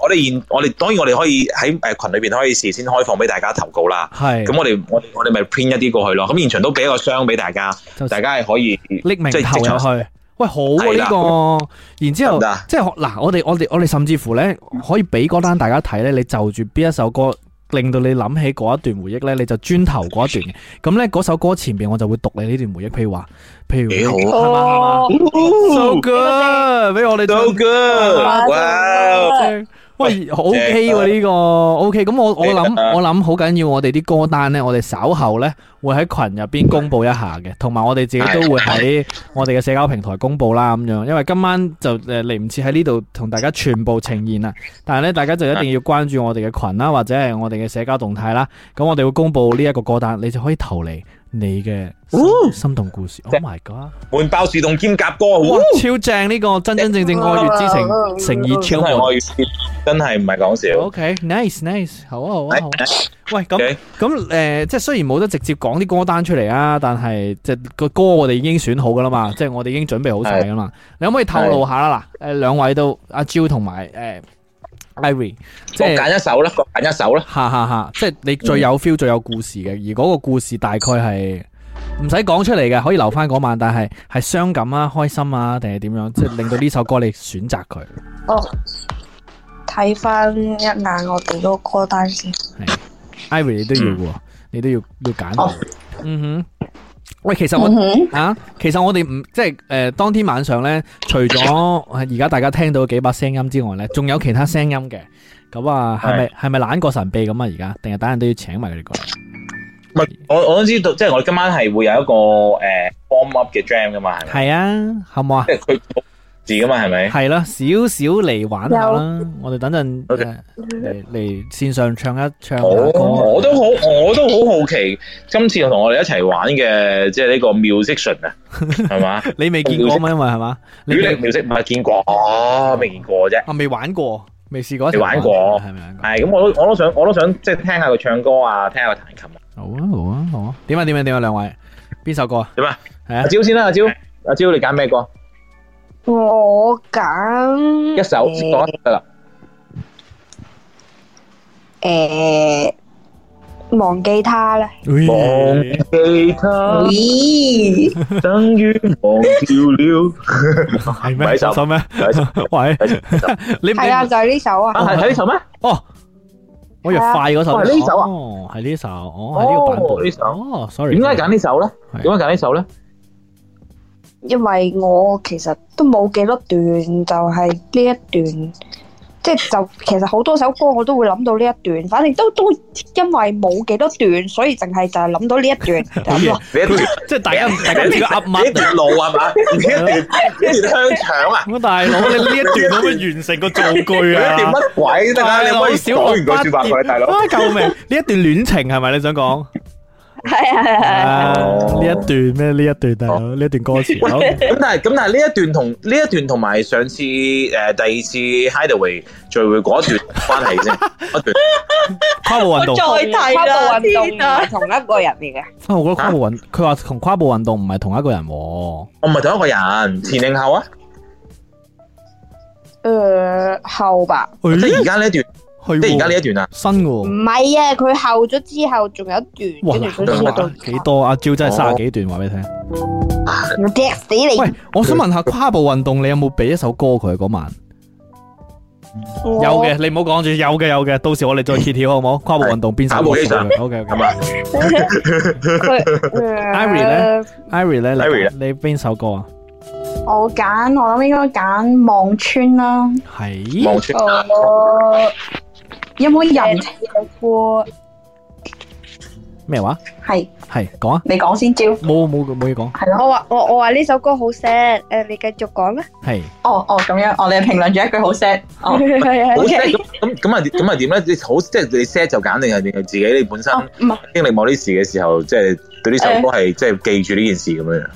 Speaker 3: 我哋現我哋當然我哋可以喺誒群裏邊可以事先開放俾大家投稿啦。
Speaker 2: 係
Speaker 3: 咁我哋我哋我哋咪 print 一啲過去咯。咁現場都俾一個箱俾大家，
Speaker 2: 就
Speaker 3: 大家係可以
Speaker 2: 匿名
Speaker 3: 即係
Speaker 2: 投
Speaker 3: 即場
Speaker 2: 入去。喂，好啊
Speaker 3: 係
Speaker 2: 呢
Speaker 3: 啦
Speaker 2: 個，然之
Speaker 3: 得
Speaker 2: 後
Speaker 3: 唔得啊
Speaker 2: 即係嗱，我哋我哋我哋甚至乎咧，可以俾嗰單大家睇咧，你就住邊一首歌。令到你諗起嗰一段回憶咧，你就專投嗰一
Speaker 3: <laughs>
Speaker 2: 段嘅。咁咧嗰首歌前邊我就會讀你呢段回憶，譬如話，譬如
Speaker 3: 幾好啊
Speaker 2: 係嘛係嘛
Speaker 5: 哦，
Speaker 2: ，so good，俾我哋
Speaker 3: So good！哇！
Speaker 2: 正哦啊喂，OK 喎呢個 OK，咁我我諗我諗好緊要，我哋啲歌單咧，我哋稍後咧會喺群入邊公佈一下嘅，同埋我哋自己都會喺我哋嘅社交平台公佈啦咁樣，因為今晚就誒嚟唔切喺呢度同大家全部呈現啦，但係咧大家就一定要關注我哋嘅群啦，或者係我哋嘅社交動態啦，咁我哋會公佈呢一個歌單，你就可以投嚟你嘅心心動故事。Oh my god！
Speaker 3: 滿爆樹洞兼夾歌，
Speaker 2: 哇
Speaker 3: 哇！，
Speaker 2: 超正呢個真真正正愛粵之情，誠意
Speaker 3: 真
Speaker 2: 超
Speaker 3: 係
Speaker 2: 滿。
Speaker 3: 我要，真係唔係講笑。
Speaker 2: OK，nice，nice，好啊，好啊，好啊。喂，咁
Speaker 3: OK
Speaker 2: 咁誒，即係雖然冇得直接講啲歌單出嚟啊，但係即係個歌我哋已經選好噶啦嘛，即係我哋已經準備好晒噶嘛。你可唔可以透露下啦？嗱，誒兩位都阿 Jo 同埋誒 Ivy，即
Speaker 3: 我
Speaker 2: 係
Speaker 3: 揀一首啦，我揀一首
Speaker 4: 啊
Speaker 3: 啦。
Speaker 2: 哈哈哈，即係你最
Speaker 4: 嗯
Speaker 2: 有 feel、最有故事嘅，而嗰個故事大概係唔使講出嚟嘅，可以留翻嗰晚，但係係傷感啊、開心啊，定係點樣？即係令到呢首歌你選擇佢。
Speaker 4: 哦
Speaker 5: 睇翻一眼我哋嗰個歌單先。
Speaker 2: Ivy 你都要嘅喎，
Speaker 4: 嗯
Speaker 2: 你都要要揀佢。嗯哼，喂，其實我
Speaker 4: 哦嗯哼，
Speaker 2: 啊，其實我哋唔即係誒、呃，當天晚上咧，除咗呃而家大家聽到幾把聲音之外咧，仲有其他聲音嘅。咁啊，係咪係咪懶過神秘咁啊？而家定係等人都要請埋佢哋過嚟？
Speaker 3: 唔係，我我都知道，即係我今晚係會有一個誒 warm up 嘅 jam 噶嘛，係咪？
Speaker 2: 係啊，好唔好啊
Speaker 3: 即？係佢字噶嘛，係咪？
Speaker 2: 係啦，少少嚟玩下啦。我哋等陣
Speaker 3: OK
Speaker 2: 呃嚟嚟線上唱一唱下
Speaker 3: 我
Speaker 2: 歌。
Speaker 3: 我都好，我都好好奇，今次同我哋一齊玩嘅，即係呢個
Speaker 2: <laughs>
Speaker 3: musician 啊，係嘛？
Speaker 2: 你未見過嘛？因為係嘛？你
Speaker 3: 如果
Speaker 2: 未
Speaker 3: 你 music 唔係見過，哦未見過啫。
Speaker 2: 啊未玩過，未試過一齊
Speaker 3: 未玩過
Speaker 2: 係咪玩過？
Speaker 3: 係咁，我都我都想，我都想即係聽下佢唱歌啊，聽下佢彈琴啊。
Speaker 2: 好啊好啊好啊！點啊點啊點啊！兩位邊首歌啊？
Speaker 3: 點啊？
Speaker 2: 係啊
Speaker 3: 阿。蕉先啦，阿蕉，阿蕉你揀咩歌？
Speaker 5: 我揀
Speaker 3: 一首講
Speaker 5: 誒
Speaker 3: 得啦。
Speaker 5: 誒忘記他啦。
Speaker 3: 忘記他，
Speaker 2: <laughs>
Speaker 4: 咦，
Speaker 3: 等於忘掉了。
Speaker 2: 系
Speaker 3: 唔係
Speaker 2: 咩？
Speaker 3: 呢首
Speaker 2: 首首咩？
Speaker 3: 係呢
Speaker 2: <laughs>
Speaker 3: 首
Speaker 2: 喂
Speaker 3: 係呢，
Speaker 2: 你
Speaker 5: 係啊，
Speaker 2: 你
Speaker 5: 就係呢首
Speaker 3: 啊，
Speaker 5: 啊。
Speaker 3: 係係呢首咩？
Speaker 2: 哦，我以為快嗰首
Speaker 3: 哦係呢首啊
Speaker 2: 哦，係呢首，哦，係呢個版
Speaker 3: 哦
Speaker 2: 本
Speaker 3: 呢首
Speaker 2: 哦，sorry，
Speaker 3: 點解揀呢首咧？
Speaker 2: 係
Speaker 3: 點解揀
Speaker 2: <laughs>
Speaker 3: 呢首咧？
Speaker 5: 因為我其實都冇幾多段，就係呢一段即係就其實好多首歌我都會諗到呢一段，反正都都因為冇幾多段，所以淨係就係諗到呢一段。就
Speaker 2: 好
Speaker 5: 係咁
Speaker 2: 嘢
Speaker 3: 你
Speaker 5: 咯，
Speaker 3: 一段
Speaker 2: <laughs> 即係大家大家唔知佢噏
Speaker 3: 你一 <laughs>
Speaker 2: 乜。
Speaker 3: 段路
Speaker 2: <laughs>
Speaker 3: 係嘛？你一段一段香腸啊？
Speaker 2: 咁大佬，你呢一段可唔可以完成個造句
Speaker 3: 你一
Speaker 2: 啊？哎
Speaker 3: 段乜鬼
Speaker 2: <laughs>
Speaker 3: 得啊？你可唔可以講完句説話佢，大佬。
Speaker 2: 啊！救命！呢一段戀情係咪你想講？
Speaker 5: 係啊係啊，
Speaker 2: 啊
Speaker 3: 哦
Speaker 2: 呢一段咩？呢一段大佬，呢一段歌詞。好
Speaker 3: 咁但係咁但係呢一段同呢一段同埋上次誒、呃第二次 Hideaway 聚會嗰段關係
Speaker 2: <laughs>
Speaker 3: 先，嗰段
Speaker 2: 跨步運動，
Speaker 5: 再提
Speaker 6: 啦
Speaker 5: 跨步運動唔
Speaker 6: 天啊
Speaker 5: 係同一個人嚟嘅，
Speaker 2: 啊我覺得跨步運，佢話同跨步運動唔係同一個人喎。
Speaker 3: 我唔係同一個人，前定後啊？
Speaker 5: 誒後吧，
Speaker 3: 即係
Speaker 2: 誒
Speaker 3: 而家呢一段，
Speaker 2: 係
Speaker 3: 即係而家
Speaker 2: 喎
Speaker 3: 呢一段啊！
Speaker 2: 新嘅
Speaker 5: 唔
Speaker 2: 喎。
Speaker 5: 係啊，佢後咗之後仲有一
Speaker 2: 哇！
Speaker 5: 段，跟住佢先去到
Speaker 2: 嗱幾多啊？阿招
Speaker 3: 哦
Speaker 2: 真係三十幾段，話俾你聽。
Speaker 3: 啊
Speaker 5: 我踢死你！
Speaker 2: 喂，我想問下跨步運動，你有冇俾一首歌佢嗰晚？
Speaker 5: 有
Speaker 2: <laughs> 有嘅，你唔好講住，有嘅有嘅，到時我哋再揭 <laughs> 曉好唔好？跨步運動邊首
Speaker 3: 打部機上
Speaker 2: ？OK OK
Speaker 3: 係。嘛？
Speaker 5: 佢
Speaker 2: Ivy 咧
Speaker 5: 誒，
Speaker 2: Ivy 咧，
Speaker 3: Ivy
Speaker 2: 你你邊首歌啊？
Speaker 4: 我揀，我諗應該揀望穿啦。
Speaker 2: 係
Speaker 3: 望穿
Speaker 4: 哦
Speaker 3: 啊！
Speaker 4: 我有冇人聽過？
Speaker 2: 咩話？
Speaker 4: 係
Speaker 2: 係講啊！
Speaker 4: 你講先，招
Speaker 2: 冇冇冇嘢講。
Speaker 4: 係咯。
Speaker 5: 我話我我話呢首歌好 sad，誒你繼續講啦。
Speaker 2: 係
Speaker 4: 哦哦，咁樣，哦，你評論咗一句好 sad。哦，
Speaker 3: 好
Speaker 5: <laughs> OK
Speaker 3: sad 咁咁咁啊咁啊點咧？你好即係你 set 就揀定係定係自己你本身
Speaker 4: 哦唔係
Speaker 3: 經歷某啲事嘅時候，即係對呢首歌係即係記住呢件事咁樣樣。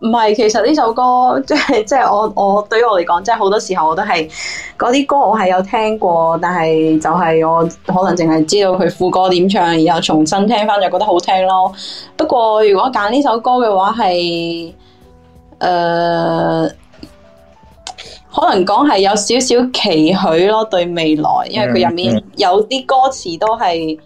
Speaker 4: 唔係，其實呢首歌 <laughs> 即係即係我我對於我嚟講，即係好多時候我都係嗰啲歌我係有聽過，但係就係我可能淨係知道佢副歌點唱，然後重新聽翻就覺得好聽咯。不過如果揀呢首歌嘅話係誒。呃可能講係有少少期許咯，對未來，因為佢入
Speaker 3: 嗯
Speaker 4: 面有啲歌詞都係，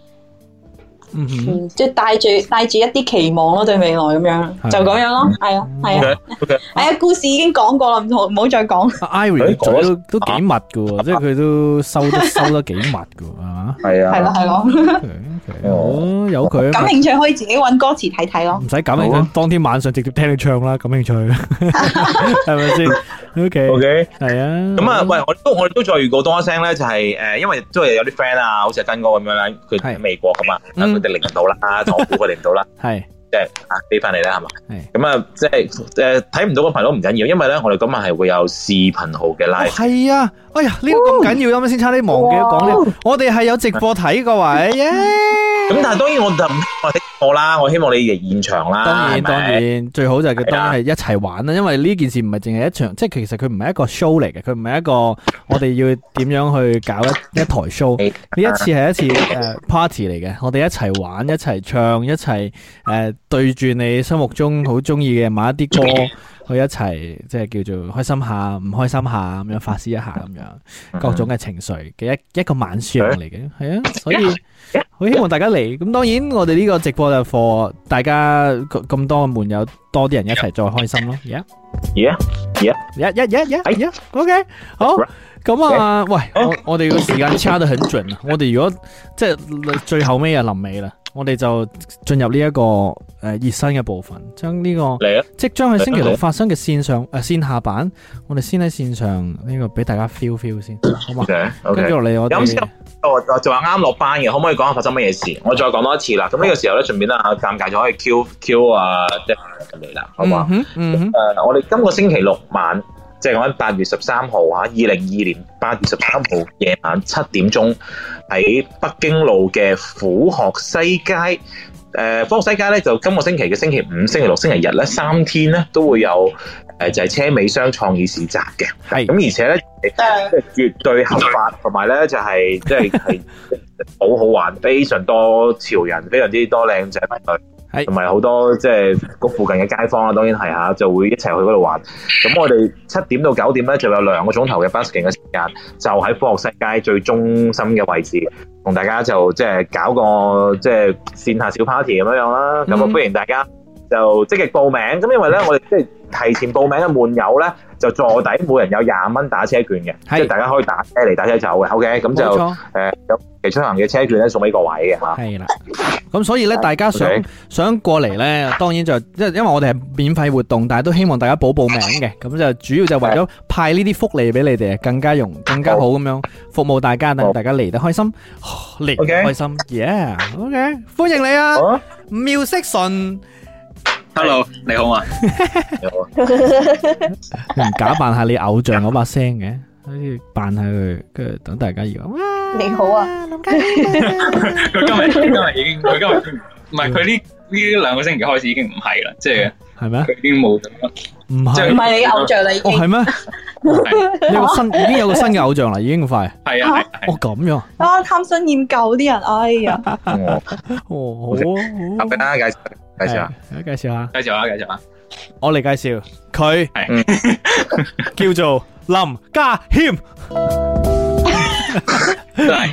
Speaker 2: 嗯哼
Speaker 4: 嗯，即係帶住帶住一啲期望咯，對未來咁樣，
Speaker 2: 係
Speaker 4: 就咁樣咯，係啊，係啊。
Speaker 3: OK，
Speaker 4: 哎呀，故事已經講過啦，唔好唔好再講。
Speaker 2: 阿，Ivy 嘅嘴都都幾密嘅喎，即係佢都收得 <laughs> 收得幾密嘅喎，
Speaker 3: <laughs>
Speaker 2: 係嘛
Speaker 3: 係
Speaker 4: 係咯
Speaker 3: 啊，
Speaker 4: 係咯，
Speaker 2: ？OK，OK，好有佢
Speaker 4: <laughs> 感
Speaker 2: 啊，
Speaker 4: 興趣可以自己揾歌詞睇睇
Speaker 2: <laughs>
Speaker 4: 咯。
Speaker 2: 唔使感興
Speaker 3: 好
Speaker 2: 趣
Speaker 3: 啊，
Speaker 2: 當天晚上直接聽你唱啦，感興趣 <laughs> 係咪先？OK，
Speaker 3: OK。
Speaker 2: 係啊，
Speaker 3: 咁啊，喂，我都我哋都再預告多一聲咧，就係、誒，因為都係有啲 friend 啊，好似阿根哥咁樣啦，佢
Speaker 2: 係
Speaker 3: 喺美國咁啊，但
Speaker 2: 嗯
Speaker 3: 佢哋嚟唔到
Speaker 2: <laughs>
Speaker 3: 啦，就我估佢嚟唔到啦，
Speaker 2: 係
Speaker 3: 即係啊飛翻嚟啦，係嘛
Speaker 2: 係？
Speaker 3: 咁啊，即係誒睇唔到嘅朋友唔緊要，因為咧我哋今日係會有視頻號嘅
Speaker 2: 哦
Speaker 3: live，
Speaker 2: 係啊，哎呀，呢個咁緊要，啱啱先差啲忘記
Speaker 3: 哦
Speaker 2: 咗講呢個，我哋係有直播睇各位，
Speaker 3: <laughs>
Speaker 2: 耶！哦
Speaker 3: 咁但係當然我就唔我哋播啦，我希望你哋現場啦，
Speaker 2: 當然
Speaker 3: 啊係咪
Speaker 2: 當，然，最好就係佢
Speaker 3: 係啊
Speaker 2: 當然係一齊玩啦，因為呢件事唔係淨係一場，即係其實佢唔係一個 show 嚟嘅，佢唔係一個我哋要點樣去搞一
Speaker 3: <laughs>
Speaker 2: 一台 show。
Speaker 3: 係
Speaker 2: 呢一次係一次誒、
Speaker 3: 啊
Speaker 2: 呃 party 嚟嘅，我哋一齊玩、一齊唱、一齊誒、呃、對住你心目中好中意嘅某一啲歌，去一齊即係叫做開心下、唔開心下咁樣發泄一下咁
Speaker 3: 嗯
Speaker 2: 樣，各種嘅情緒嘅一一個晚上嚟嘅，係啊，所以好希望大家嚟。咁當然我哋呢個直播就 for 大家咁咁多嘅門友，多啲人一齊再開心咯。而家
Speaker 3: 而家
Speaker 2: 呀呀呀呀呀，OK，好，咁啊，喂，我我哋個時間差得很準啊！我哋如果即係最後尾啊臨尾啦，我哋就進入呢、一個誒熱身嘅部分，將呢、個
Speaker 3: 嚟啊，
Speaker 2: 即將喺星期六發生嘅線上誒、呃、線下版，我哋先喺線上呢、個俾大家 feel feel 先，好
Speaker 3: <laughs>
Speaker 2: 嘛？
Speaker 3: 嚟啊
Speaker 2: 跟
Speaker 3: ，OK
Speaker 2: 住。落嚟我
Speaker 3: 有冇
Speaker 2: 哋
Speaker 3: 先我就話啱落班嘅，可唔可以講下發生乜嘢事？我再講多一次啦。咁呢個時候咧，順便啦，尷尬就可以 Q Q 啊，即係嚟啦，好嘛？
Speaker 2: 嗯哼嗯哼
Speaker 3: 誒、呃我哋今個星期六晚，即係講緊八月十三號啊嚇，二零二年八月十三號夜晚七點鐘，喺北京路嘅虎學西街。誒、虎學西街咧，就今個星期嘅星期五、星期六、星期日咧，三天咧都會有誒、就係、車尾商創意市集嘅。咁
Speaker 2: 係
Speaker 3: 而且咧，即係絕對合法，同埋咧就係即
Speaker 2: <laughs>
Speaker 3: 係係好好玩，非常多潮人，非常之多靚仔美
Speaker 2: 係
Speaker 3: 女，同埋好多即係嗰附近嘅街坊啦，當然係嚇，就會一齊去嗰度玩。咁我哋七點到九點咧，就有兩個鐘頭嘅 busking 嘅時間，就喺科學西街最中心嘅位置，同大家就即係搞個即係線下小 party 咁樣樣啦。咁啊，
Speaker 2: 嗯
Speaker 3: 歡迎大家。就積極報名。咁因為咧，我哋即係提前報名嘅悶友咧，就坐底每人有廿蚊打車券嘅，
Speaker 2: 係
Speaker 3: 即係大家可以打車嚟打車走嘅。OK，咁就誒、有其出行嘅車券咧送俾各位
Speaker 2: <laughs>
Speaker 3: 嘅嚇。
Speaker 2: 系啦，咁所以咧，大家想
Speaker 3: OK
Speaker 2: 想過嚟咧，當然就因因為我哋係免費活動，但係都希望大家報報名嘅，咁就主要就為咗派呢啲福利俾你哋，更加容更加好咁樣服務大家，等
Speaker 3: 好
Speaker 2: 大家嚟得開心，哦嚟得
Speaker 3: OK
Speaker 2: 開心，yeah，OK，歡迎你啊
Speaker 3: 好啊，
Speaker 2: ，music 順
Speaker 6: Hello，你好
Speaker 2: <laughs>
Speaker 6: 啊，
Speaker 3: 你好啊
Speaker 2: 唔假扮下你偶像嗰把聲嘅，好似扮下佢，跟住等大家以為哇，
Speaker 5: 你好啊，
Speaker 2: 林家謙啊
Speaker 6: 佢今日佢今日已經佢今日唔係佢呢呢兩個星期開始已經唔係啦，即係
Speaker 2: 係咩？
Speaker 6: 佢已經冇咁樣，
Speaker 2: 唔係
Speaker 6: 即
Speaker 4: 唔係你偶像啦，已
Speaker 2: 哦，
Speaker 4: 經
Speaker 2: 係咩？
Speaker 6: 係
Speaker 2: 有個新已經有個新
Speaker 5: <laughs>
Speaker 2: 嘅偶像啦，已經快。
Speaker 6: 係啊係啊係
Speaker 2: 哦
Speaker 6: 啊，
Speaker 2: 咁樣，
Speaker 5: 啊貪新厭舊啲人，哎呀，
Speaker 3: 嗯
Speaker 2: 哦好啊
Speaker 3: 好俾
Speaker 2: 好啊，
Speaker 3: 大家介紹介紹下。
Speaker 2: 係，介紹下，
Speaker 6: 繼續啊繼續啊，
Speaker 2: 我嚟介紹佢
Speaker 3: 嗯，
Speaker 2: <laughs> 叫做林家謙，
Speaker 5: <laughs>
Speaker 6: 真係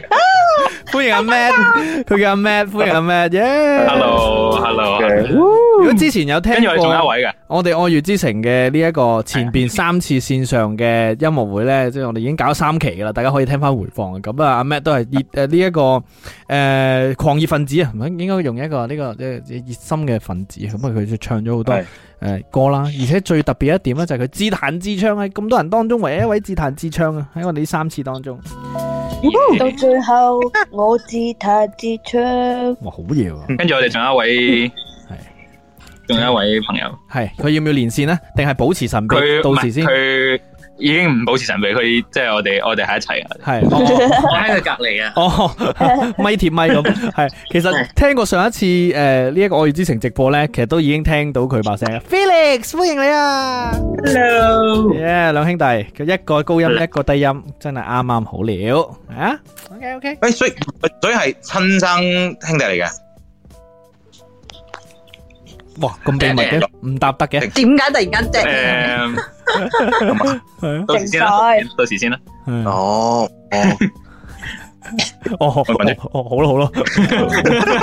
Speaker 2: 歡迎阿 Matt，佢叫阿 Matt，歡迎阿 Matt，耶
Speaker 6: Hello Hello，
Speaker 2: 如果之前有聽
Speaker 6: 跟住我哋仲有一
Speaker 2: 過
Speaker 6: 位嘅，
Speaker 2: 我哋愛粵之城嘅呢一個前邊三次線上嘅音樂會呢，即係我哋已經搞咗三期噶啦，大家可以聽翻回放嘅。咁啊，阿 Matt 都係熱誒呢一個誒、呃狂熱分子啊，唔應該用一個呢、個即係熱心嘅分子。咁啊，佢就唱咗好多
Speaker 3: 係
Speaker 2: 誒歌啦，而且最特別一點咧就係佢自彈自唱喺咁多人當中唯一一位自彈自唱啊！喺我哋呢三次當中，
Speaker 5: 到最後我自彈自
Speaker 2: <laughs>
Speaker 5: 唱，
Speaker 2: 哇好嘢喎！
Speaker 6: 跟住我哋仲有一位
Speaker 2: 係
Speaker 6: 仲有一位朋友，
Speaker 2: 係佢要唔要連線呢？定係保持神秘
Speaker 6: 佢
Speaker 2: 到時先
Speaker 6: 唔係？佢已經唔保持神秘，佢即係我哋我哋喺一齊啊。
Speaker 2: 係哦
Speaker 6: 我喺佢隔 <laughs> 離啊，
Speaker 2: 哦，咪貼咪咁，係其實聽過上一次誒呢一個愛粵之城直播咧，其實都已經聽到佢把聲啦。Felix，歡迎你啊！Hello，耶，兩兄弟，佢一個高音，一個低音，真係啱啱好了啊！OK OK，
Speaker 3: 喂，所以所以係親生兄弟嚟嘅，
Speaker 2: 哇，咁秘密嘅，唔答得嘅，
Speaker 4: 點解突然間
Speaker 2: 哦
Speaker 4: 即
Speaker 2: 係啊，
Speaker 6: 誒，到時先啦，到時先啦。
Speaker 2: 係啊
Speaker 3: 哦，哦，
Speaker 2: 哦，好哦，好咯好咯，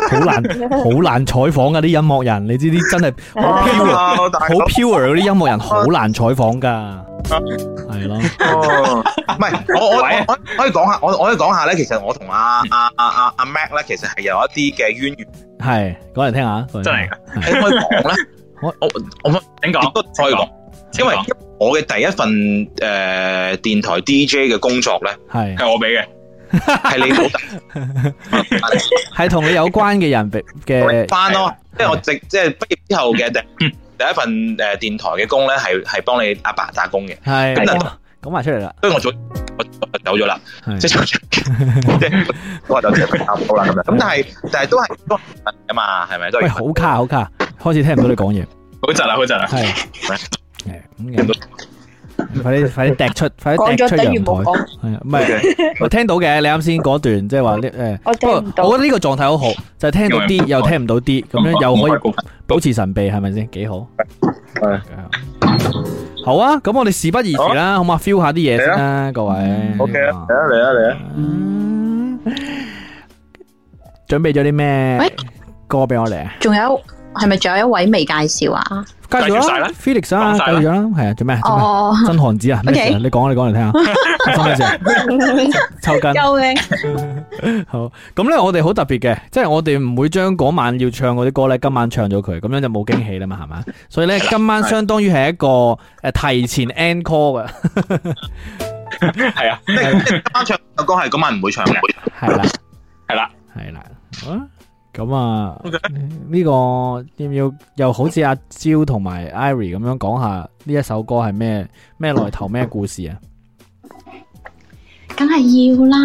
Speaker 2: 好難好難採訪㗎啲音樂人，你知啲真係好 pure
Speaker 3: 哦大
Speaker 2: 好 pure 嗰啲音樂人好難採訪㗎，係咯。
Speaker 3: 哦，唔係，我我我我可以講下，我我可以講下咧。其實我同阿阿阿阿阿 Mac 咧，其實係有一啲嘅淵源。
Speaker 2: 系，講嚟聽下，講嚟聽下
Speaker 6: 真係㗎
Speaker 3: 你可唔可以講咧？
Speaker 2: 我
Speaker 3: 我我
Speaker 6: 請
Speaker 3: 亦
Speaker 6: 講
Speaker 3: 都，可以講，因為我嘅第一份誒電台 DJ 嘅工作咧，
Speaker 2: 係
Speaker 6: 係我俾嘅，
Speaker 3: 係你
Speaker 2: <laughs>
Speaker 3: 老豆
Speaker 2: 係同你有關嘅人俾嘅，
Speaker 3: 翻咯。即係我直
Speaker 2: 啊
Speaker 3: 即係畢業之後
Speaker 2: <laughs>
Speaker 3: 嘅第第一份誒電台嘅工咧，係係幫你阿爸打工嘅，
Speaker 2: 係
Speaker 3: 咁
Speaker 2: 講講埋出嚟啦，
Speaker 3: 所以我早我我走咗啦。即
Speaker 2: 係
Speaker 3: 係 <laughs> 即係我就直接答到啦咁樣。咁但係但係都係都係噶嘛，係咪都
Speaker 2: 喂
Speaker 3: 係
Speaker 2: 好卡好卡，開始聽唔到你講嘢，
Speaker 6: 好窒啊，好窒啊。
Speaker 2: 係係咁嘅，快啲快啲掟出，快
Speaker 5: 講
Speaker 2: 啲掟
Speaker 5: 咗
Speaker 2: 出
Speaker 5: 等於
Speaker 2: 陽
Speaker 5: 冇
Speaker 2: 台，
Speaker 5: 講，
Speaker 2: 係啊，唔係我聽到嘅，你啱先嗰段即係話呢誒。
Speaker 5: 我
Speaker 2: 不
Speaker 5: 聽唔
Speaker 2: 過
Speaker 5: 到
Speaker 2: 我覺。得呢個狀態好好，就係聽到啲又聽唔到啲，咁
Speaker 6: 啊
Speaker 2: 樣又可以
Speaker 6: 以
Speaker 2: 保持神秘係咪先？幾好。
Speaker 3: 係
Speaker 2: 好啊，咁我哋事不宜遲啦，好嘛？feel 下啲嘢先
Speaker 3: 嚟
Speaker 2: 啦，各位。
Speaker 3: ？OK 啊，嚟啊嚟啊嚟啊！
Speaker 2: 嗯準備咗啲咩
Speaker 4: 喂
Speaker 2: 歌俾我哋啊？
Speaker 4: 仲有係咪仲有一位未介紹啊？
Speaker 2: 介
Speaker 6: 介紹
Speaker 2: 紹
Speaker 6: 晒
Speaker 2: 啦
Speaker 6: 啦
Speaker 2: ，Felix 啊，
Speaker 6: 講
Speaker 2: 介
Speaker 6: 晒啦
Speaker 2: 紹咗啦，係啊，做 <laughs> 咩？做咩
Speaker 4: 哦，
Speaker 2: 真寒子啊？咩事啊
Speaker 4: <laughs> OK
Speaker 2: 你講啊，你講嚟聽下。發生咩事啊？抽筋。
Speaker 4: 救命！
Speaker 2: 好，咁咧我哋好特別嘅，即係我哋唔會將嗰晚要唱嗰啲歌咧，今晚唱咗佢，咁樣就冇驚喜啦嘛，係嘛？所以咧，今晚相當於係一個诶提前 end call 嘅，
Speaker 6: 係啊，
Speaker 3: 即係即係今晚唱嘅歌係今晚唔會唱嘅。
Speaker 2: 係啦，
Speaker 6: 係啦，
Speaker 2: 係啦，好啊。咁啊，呢個要唔要又好似阿蕉同埋 Ivy 咁樣講下呢一首歌係咩咩來頭咩故事啊？
Speaker 4: 梗係
Speaker 2: <laughs>
Speaker 4: 要啦。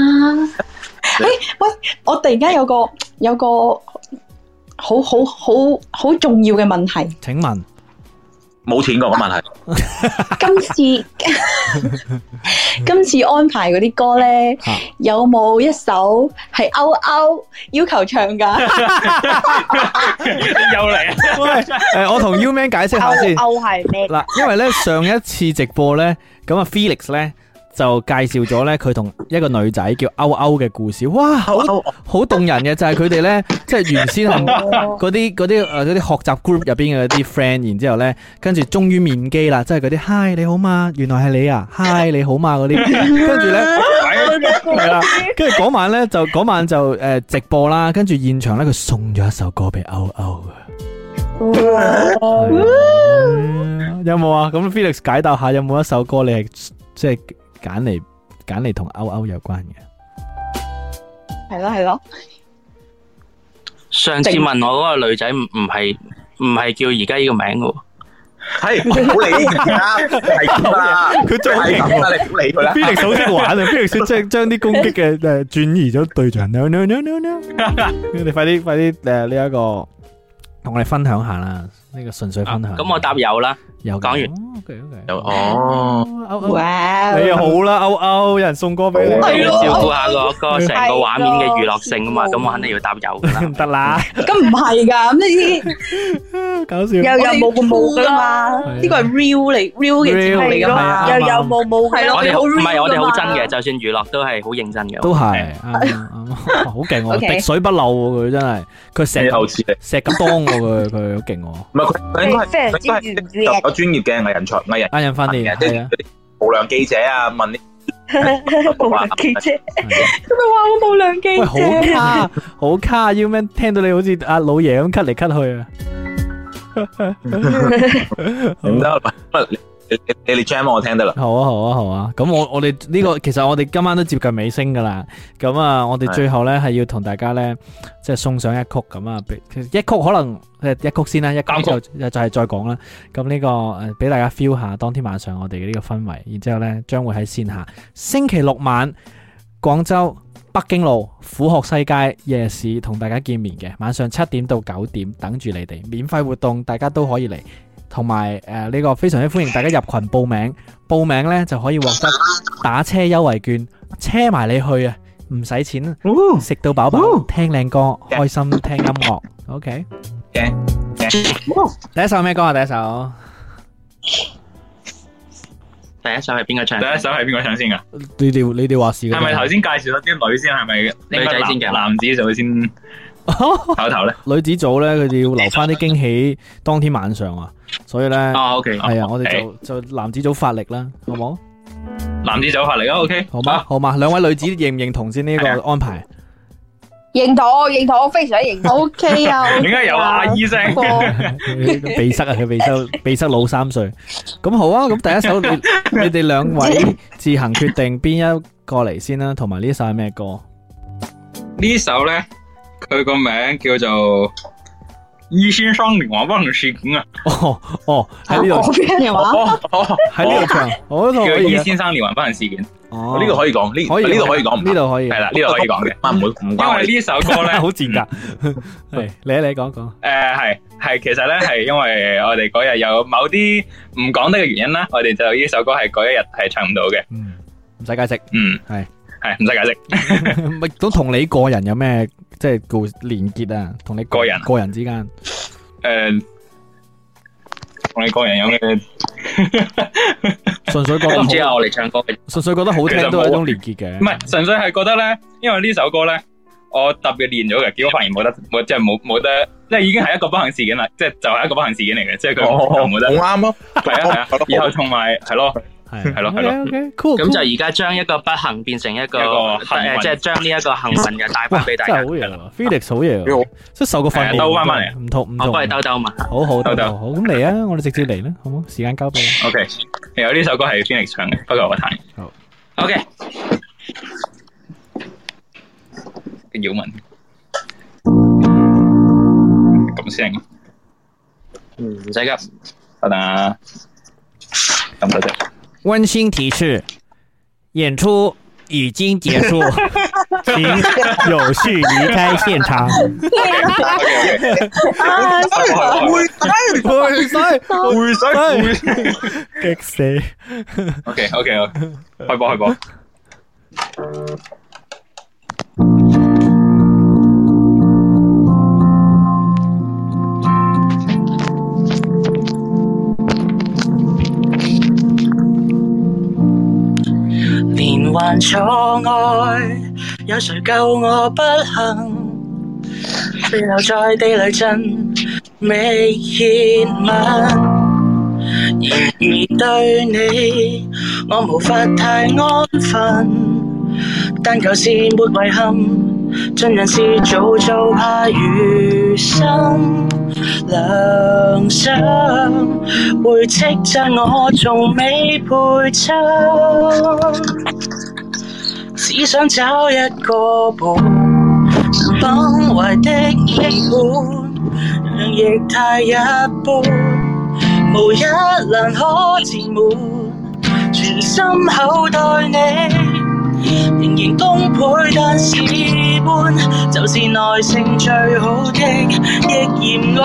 Speaker 4: 哎
Speaker 5: 我突然間有個有個好好好好重要嘅問
Speaker 2: <laughs>
Speaker 5: 題，
Speaker 2: 請問
Speaker 3: 冇錢個問題，
Speaker 5: 今
Speaker 4: <laughs>
Speaker 5: 次今次安排嗰啲歌咧
Speaker 2: 啊，
Speaker 5: 有冇一首係歐歐要求唱㗎？
Speaker 2: <laughs>
Speaker 6: 又嚟啊！
Speaker 2: 喂，誒，我同 U Man 解釋下先
Speaker 5: 歐。歐係咩？
Speaker 2: 嗱，因為咧上一次直播咧，咁啊 Felix 咧就介紹咗咧佢同一個女仔叫歐歐嘅故事，哇，好好動人嘅就係佢哋咧，即係原先係嗰啲嗰啲呃誒嗰啲學習 group 入邊嘅啲 friend，然之後咧，跟住終於面基啦，即係嗰啲 hi 你好嘛，原來係你啊，hi 你好嘛嗰啲，跟住咧。系啦，跟住嗰晚咧就嗰晚就诶、呃直播啦，跟住現場咧佢送咗一首歌俾歐歐嘅，係啊有冇啊？咁 Felix 解答下有冇一首歌你係即係揀嚟揀嚟同歐歐有關嘅？
Speaker 5: 系咯系咯，
Speaker 7: 上次問我嗰個女仔唔唔係唔係叫而家呢個名嘅喎，
Speaker 3: 係
Speaker 2: <laughs>
Speaker 3: 唔好理啦，係咁啦，
Speaker 2: 佢真係
Speaker 3: 係咁啦，你唔好理佢
Speaker 2: <laughs>
Speaker 3: 啦。
Speaker 2: Felix 好識玩啊！Felix 即係將啲攻擊嘅誒轉移咗對象。No no no no no！你快啲快啲誒呢一個同我哋分享下啦，呢個純粹
Speaker 7: À,
Speaker 2: 分享。
Speaker 7: 咁我答有啦。
Speaker 2: 有嘅
Speaker 7: 講完。
Speaker 2: OK OK。
Speaker 3: 有哦，
Speaker 2: 歐歐
Speaker 4: 哇！
Speaker 2: 你又好啦，歐歐，有人送歌俾你， <laughs>
Speaker 5: 係咯
Speaker 7: 照顧下個個成個畫面嘅娛樂性啊嘛，
Speaker 5: 係咯
Speaker 7: 咁我肯定要答有
Speaker 8: <laughs>
Speaker 7: 噶啦。
Speaker 2: 唔得啦，
Speaker 4: 咁唔係㗎，咁呢啲
Speaker 2: 搞
Speaker 4: <laughs>
Speaker 2: 笑。
Speaker 5: 又有冇冇噶
Speaker 2: 係
Speaker 5: 嘛？
Speaker 2: 啊
Speaker 4: 呢個係 real 嚟，real 嘅節目嚟㗎
Speaker 2: 係啊
Speaker 4: 嘛。
Speaker 5: 又有冇冇㗎
Speaker 4: 係咯
Speaker 7: 我哋
Speaker 4: 你好
Speaker 7: 好唔
Speaker 4: real
Speaker 7: 係我哋好
Speaker 4: 㗎
Speaker 7: 真
Speaker 4: 嘛
Speaker 7: 嘅，就算娛樂都係好認真嘅。
Speaker 2: 都係，啱啱啱哇好勁喎，
Speaker 4: OK
Speaker 2: 滴水不漏喎，佢真係，佢石
Speaker 3: 你後似你，
Speaker 2: 石咁當喎，佢佢好勁喎，
Speaker 3: 唔係佢應該係
Speaker 5: 非常之
Speaker 3: 佢應該係有專業嘅藝人才藝人
Speaker 2: 啱人訓練
Speaker 3: 嘅，即
Speaker 2: 係
Speaker 3: 係
Speaker 2: 啊
Speaker 3: 嗰，啲無良記者啊，問啲
Speaker 5: 冇人記啫，
Speaker 2: 係啊
Speaker 5: 佢咪話我冇良機
Speaker 2: 喂，
Speaker 5: <laughs>
Speaker 2: 好卡好卡，U man 聽到你好似阿老爺咁咳嚟咳去啊，
Speaker 3: 唔得啦，你你你你 jam 我聽得啦。
Speaker 2: 好啊，好啊，好啊！咁我我哋呢、個其實我哋今晚都接近尾聲噶啦。咁啊，我哋
Speaker 3: 係
Speaker 2: 最後咧係要同大家咧，即係送上一曲咁啊，俾其實一曲可能誒一曲先啦，一曲
Speaker 6: 單曲
Speaker 2: 就就係再講啦。咁呢、個誒俾大家 feel 下當天晚上我哋嘅呢個氛圍，然之後咧將會喺線下星期六晚廣州。北京路虎學西街夜市同大家見面嘅，晚上七點到九點等住你哋，免費活動大家都可以嚟，同埋誒呢個非常之歡迎大家入群報名，報名呢就可以獲得打車優惠券，車埋你去啊，唔使錢啊，食到飽飽，聽靚歌，開心聽音樂，OK。
Speaker 3: 正
Speaker 2: 第一首咩歌啊？第一首
Speaker 7: 第一首係邊個唱？
Speaker 6: 第一首係邊個唱先㗎？
Speaker 2: 你哋你哋話事
Speaker 6: 係咪頭先介紹咗啲女先？係咪
Speaker 7: 女仔先嘅
Speaker 6: 男男子就先
Speaker 2: 頭
Speaker 6: 唞一唞咧？
Speaker 2: 女子組呢，佢哋要留翻啲驚喜，當天晚上啊，所以呢，
Speaker 6: 哦，OK，哦
Speaker 2: 係啊，我哋
Speaker 6: OK
Speaker 2: 就就男子組發力啦，好冇？
Speaker 6: 男子走法嚟啊，OK，
Speaker 2: 好嘛？好嘛？兩位女子認唔認同先呢個
Speaker 6: 係啊
Speaker 2: 安排？
Speaker 5: 認同認同，我非常認同。
Speaker 4: O K 啊，
Speaker 5: ờ,
Speaker 6: 點解有阿 <laughs> 姨聲？
Speaker 2: 鼻塞啊，佢鼻塞，鼻塞老三歲。咁好啊，咁第一首你你哋兩位自行決定邊一個嚟先啦，同埋呢首係咩歌？ <laughs>
Speaker 6: 呢首咧，佢個名叫做《醫先生連環不能事件》啊，
Speaker 2: 哦哦，喺呢度
Speaker 4: <laughs> 我嘅話，
Speaker 3: 哦哦，
Speaker 2: 喺呢度唱，我
Speaker 6: 叫
Speaker 2: 同
Speaker 6: 《
Speaker 2: 可以
Speaker 6: 醫
Speaker 2: 嘅。
Speaker 6: 先生連環不能事件》，
Speaker 2: 哦
Speaker 3: 呢個可以講，呢呢度可以講，
Speaker 2: 呢度可以
Speaker 6: 係
Speaker 2: 嘅，
Speaker 6: 啦，呢度可以講嘅。
Speaker 3: 唔唔關我
Speaker 6: 因為
Speaker 3: 哋。
Speaker 6: 呢首歌咧，
Speaker 2: <laughs> 好賤格。係你啊你講講，
Speaker 6: 誒係係，其實咧係因為我哋嗰日有某啲唔講得嘅原因啦，我哋就呢首歌係嗰一日係唱唔到嘅，
Speaker 2: 嗯，唔使解釋， <laughs>
Speaker 6: 嗯，
Speaker 2: 係
Speaker 6: 係唔使解釋，
Speaker 2: 咪都同你個人有咩即係故連結啊？同你
Speaker 6: 個人啊
Speaker 2: 個人之間，
Speaker 6: 誒同你個人有咩？
Speaker 2: 純粹覺得
Speaker 7: 我唔
Speaker 2: 好
Speaker 7: 知啊，我嚟唱歌嘅。
Speaker 2: 純粹覺得好
Speaker 6: 其實
Speaker 2: 聽
Speaker 6: 冇
Speaker 2: 都係一
Speaker 6: 啊
Speaker 2: 種連結嘅。
Speaker 6: 唔係純粹係覺得咧，因為呢首歌咧，我特別練咗嘅，結果發現冇得冇即係冇冇得，即係已經係一個不幸事件啦，即係就係一個不幸事件嚟嘅，即係佢
Speaker 3: 哦，
Speaker 6: 冇得
Speaker 3: 好啱咯，
Speaker 6: 係啊係啊，然後同埋係咯，
Speaker 2: 係
Speaker 6: 係咯係咯
Speaker 2: cool
Speaker 7: 咁就而家將一個不幸變成一個
Speaker 6: 一個幸運
Speaker 7: 誒，即係將呢一個幸運嘅帶
Speaker 2: 哇，
Speaker 7: 翻俾大
Speaker 2: 真
Speaker 7: 家
Speaker 2: 係。好嘢喎，Felix 好嘢喎，即係受過訓練，
Speaker 6: 係啊兜返返嚟
Speaker 2: 唔同唔
Speaker 7: 我幫你
Speaker 2: 同，
Speaker 7: 兜兜嘛。
Speaker 2: 好好
Speaker 6: 兜兜
Speaker 2: 好好，咁嚟啊，我哋直接嚟啦，好冇？時間交俾你。
Speaker 6: OK，然後呢首歌係 Phoenix 唱嘅，不過我彈。
Speaker 2: 好
Speaker 6: ，OK。要問咁先，
Speaker 7: 唔使急，
Speaker 6: 得啦，咁多啫。
Speaker 2: 温馨提示：演出已经结束，请有序离开现 <laughs> 场。
Speaker 4: 啊
Speaker 3: 會低
Speaker 2: 回水，
Speaker 3: 會
Speaker 2: 回
Speaker 3: 水。
Speaker 2: 水，激死！
Speaker 6: OK OK OK，開波開波。
Speaker 9: 还错爱，有谁救我不幸？被留在地雷阵，未热吻。然而对你，我无法太安分。但旧事没遗憾，尽人事早早怕餘生。良心會斥責我仲未配親，只想找一個伴，能崩壞的一半，讓液態一般，無一難可自滿，全心厚待你。仍然功倍，但事半就是耐性最好的，亦嫌我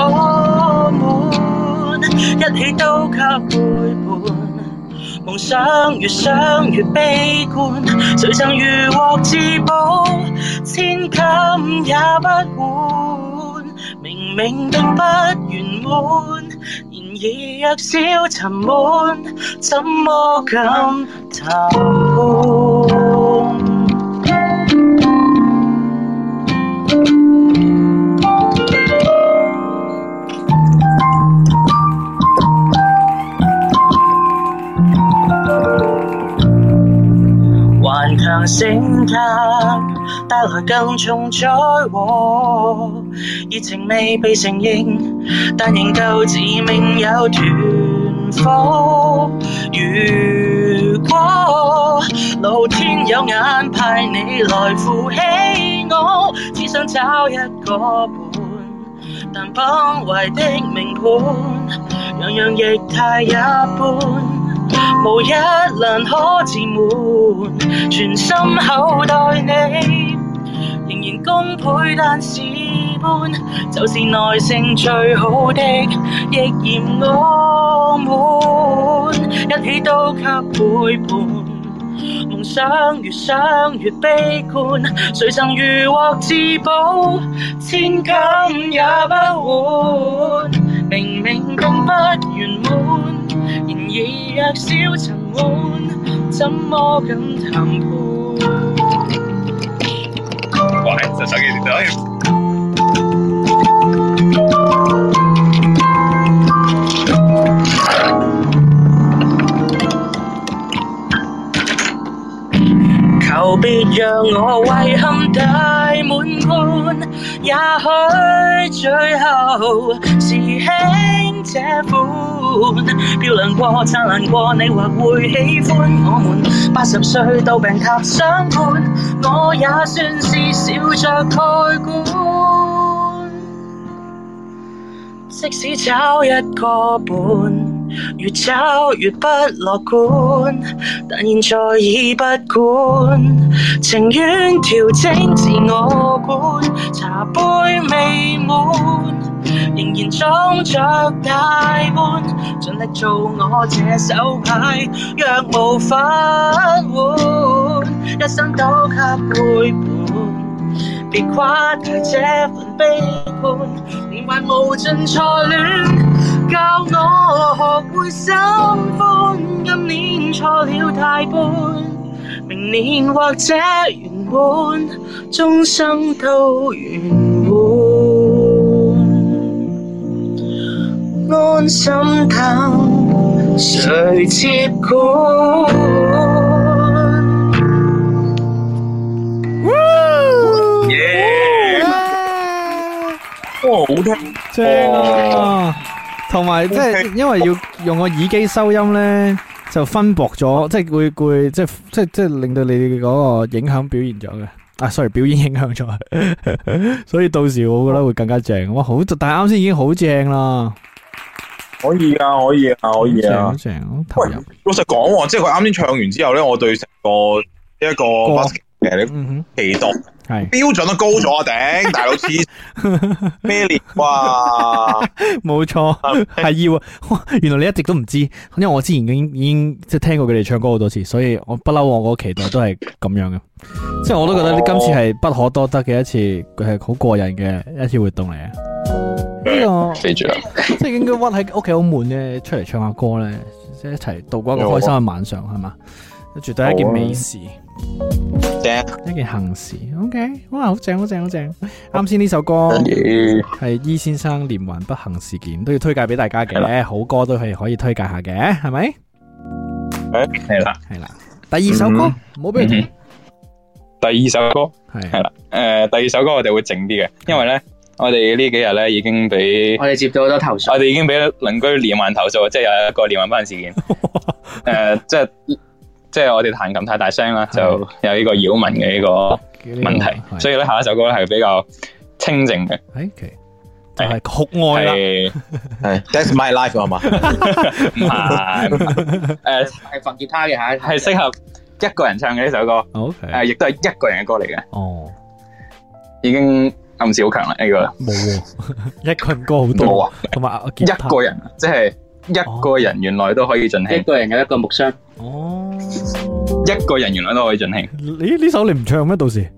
Speaker 9: 悶。一起都給背叛，夢想越想越悲觀，誰曾如獲至寶，千金也不換。明明並不圓滿，然而若少沉悶，怎麼敢談判？顽強性格帶來更重災禍，熱情未被承認，但仍舊自命有團火。如果老天有眼派你來扶起我，只想找一個伴，但崩壞的命盤，樣樣亦太一般。無一難可自滿，全心厚待你，仍然功倍但事半，就是耐性最好的，亦嫌我滿，一起都給背叛。夢想越想越悲觀，誰曾如獲至寶，千金也不換。明明並不圓滿，然而若少沉悶，怎麼敢談判？
Speaker 6: 哇！就手機就可以
Speaker 9: 求別讓我遺憾大滿貫，也許最後是輕這款，漂亮過、燦爛過，你或會喜歡我們。八十歲到病榻相伴，我也算是笑着蓋棺。即使找一個伴。越找越不樂觀，但現在已不管，情願調整自我管。茶杯未滿，仍然裝着大半，盡力做我這手牌，若無法換，一生都給背叛。別誇大這份悲觀，連環無盡錯亂，教我學會心寬。今年錯了大半，明年或者圓滿，終生都圓滿。安心等，誰接管？
Speaker 2: 正啊！同埋即係因為要用個耳機收音咧，就分薄咗，即係會會即係即係即係令到你哋嗰個影響表現咗嘅。啊，sorry，表演影響咗， <laughs> 所以到時我覺得會更加正。哇，好！但係啱先已經好正啦，
Speaker 3: 可以啊，可以啊，可以
Speaker 2: 正
Speaker 3: 啊
Speaker 2: 好。正，好投入。
Speaker 3: 老實講喎，即係佢啱先唱完之後咧，我對成個呢一個
Speaker 2: 歌
Speaker 3: basket 嘅
Speaker 2: 嗯
Speaker 3: 期待
Speaker 2: 哼，
Speaker 3: 標準都高咗啊！頂大佬黐咩年哇！
Speaker 2: 係 <laughs> 冇錯，係要啊！ <laughs> 哇原來你一直都唔知，因為我之前已經已經即係聽過佢哋唱歌好多次，所以我不嬲我個期待都係咁樣嘅。即係我都覺得呢今次係不可多得嘅一次，佢係好過癮嘅一次活動嚟嘅。呢、
Speaker 8: 記住啦，
Speaker 2: 個即係應該屈喺屋企好悶咧，出嚟
Speaker 6: 啊
Speaker 2: 唱下歌咧，即係一齊度過一個開心嘅晚上，係嘛？絕對係一件美事。
Speaker 3: 正
Speaker 2: 一件行事。OK，哇，好正，好正，好正。啱先呢首歌係伊先生連環不幸事件，都要推介俾大家
Speaker 3: 係
Speaker 2: 嘅，好歌都係可以推介下嘅，係咪？
Speaker 6: 系啦。
Speaker 2: 係啦，第二首歌唔好俾佢
Speaker 6: 嗯第二首歌，
Speaker 2: 係
Speaker 6: 係啦诶、第二首歌我哋會靜啲嘅，因為咧，我哋呢幾日咧已經俾
Speaker 8: 我哋接到好多投訴，
Speaker 6: 我哋已經俾鄰居連環投訴，即係有一個連環不
Speaker 2: <laughs>
Speaker 6: 幸事件。诶、即係即系我哋彈琴太大聲啦，
Speaker 2: 係
Speaker 6: 就有呢個擾民嘅呢個
Speaker 2: 呢個
Speaker 6: 問題，
Speaker 2: 係
Speaker 6: 所以咧下一首歌咧係比較清靜嘅，
Speaker 2: 哎其就係酷愛啦，
Speaker 6: 係
Speaker 3: 係 That's my life 係嘛？
Speaker 6: 唔係诶
Speaker 8: 係放吉他嘅嚇，
Speaker 6: 系适合一個人唱嘅呢首歌，
Speaker 2: OK，
Speaker 6: 诶亦都係一個人嘅歌嚟嘅，
Speaker 2: 哦，
Speaker 6: 已經暗示好強啦呢個。
Speaker 2: 冇喎， <laughs> 一個人歌好
Speaker 6: 冇
Speaker 2: 多
Speaker 6: 啊，
Speaker 2: 同埋我吉
Speaker 6: 一
Speaker 2: 他
Speaker 6: 個人，即係一個人原來都可以盡
Speaker 8: 一
Speaker 6: 興，
Speaker 8: 個人有一個木箱，
Speaker 2: 哦，
Speaker 6: 一個人原來都可以盡興。
Speaker 2: 咦呢首你唔唱咩？到時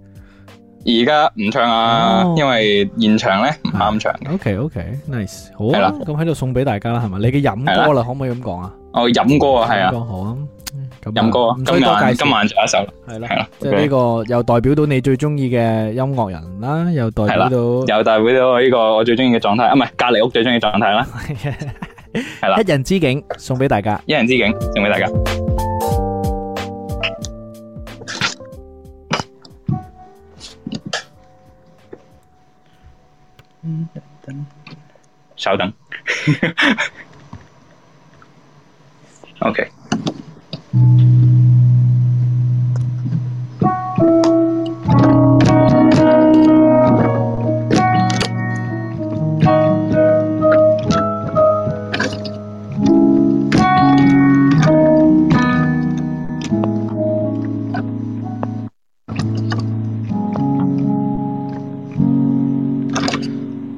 Speaker 6: 而家唔唱啊
Speaker 2: 哦，
Speaker 6: 因為現場咧唔啱唱。
Speaker 2: OK OK nice 好
Speaker 6: 係
Speaker 2: 啊
Speaker 6: 啦，
Speaker 2: 咁喺度送俾大家啦，係咪？你嘅飲歌啦，可唔可以咁講啊？
Speaker 6: 我飲歌啊，係
Speaker 2: 飲
Speaker 6: 啊，
Speaker 2: 歌好啊，嗯咁啊
Speaker 6: 飲歌啊
Speaker 2: 唔。需
Speaker 6: 今
Speaker 2: 多介
Speaker 6: 晚
Speaker 2: 紹
Speaker 6: 今晚仲有一首，
Speaker 2: 係啦
Speaker 6: 係啦，
Speaker 2: 即係呢個又代表到你最中意嘅音樂人啦，又代表到
Speaker 6: 又代表到呢個我最中意嘅狀態，啊唔係隔離屋最中意嘅狀態啦，係啦
Speaker 2: 一人之境送俾大家。
Speaker 6: 一人之境送俾大家。稍等 <laughs> ，OK。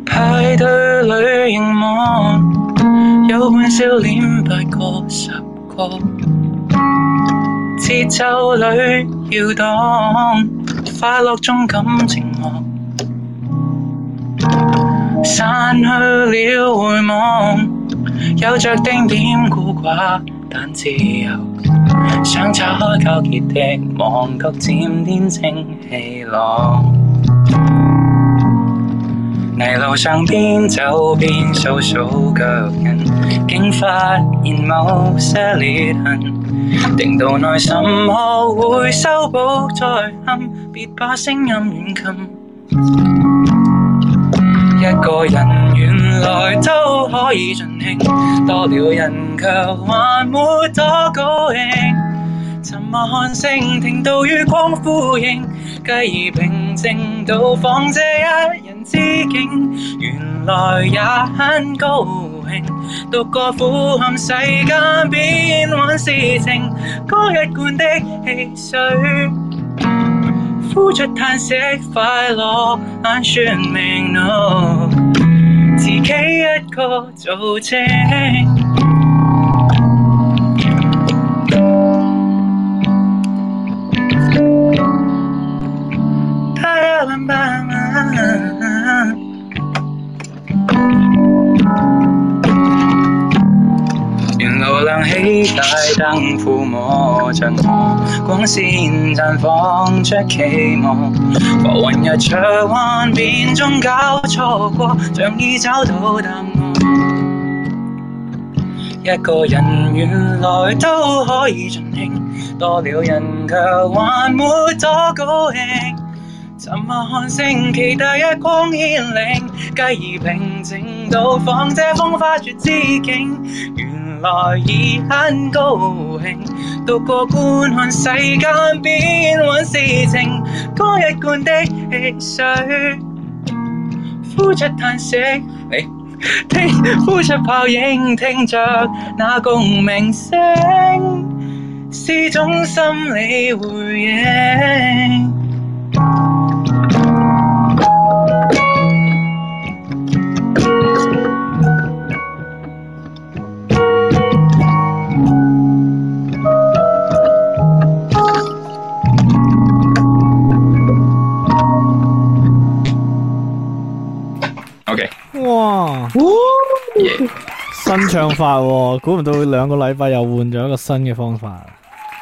Speaker 9: 派對裏凝望，有半笑臉八個十個，節奏裏搖蕩，快樂中感寂寞。散去了回望，有着丁點古怪，但自由。想拆開糾結的網，卻漸變清氣朗。泥路上邊走邊數數腳印，竟發現某些裂痕。定到內心學會修補再堪，別把聲音軟禁。一個人原來都可以盡興，多了人卻還沒多高興。沉默看星，聽到月光呼應，繼而平靜到放這一人之境。原來也很高興，獨個俯瞰世間變幻事情，嗰一罐的汽水。呼出嘆息，快樂眼說明 no，自己一個做精。沿路亮起大燈，撫摸着我，光線綻放出期望。浮雲日出幻變中搞錯過，像已找到答案。一個人原來都可以盡興，多了人卻還沒多高興。沉默看星，期待一光顯靈，繼而平靜到放這風花雪之境。原來已很高興，獨個觀看世間變幻事情，嗰一罐的汽水，呼出嘆息，你聽呼出泡影，聽着那共鳴聲，是種心理回應。
Speaker 6: OK，
Speaker 2: 哇！新唱法喎，估唔到兩個禮拜又換咗一個新嘅方法。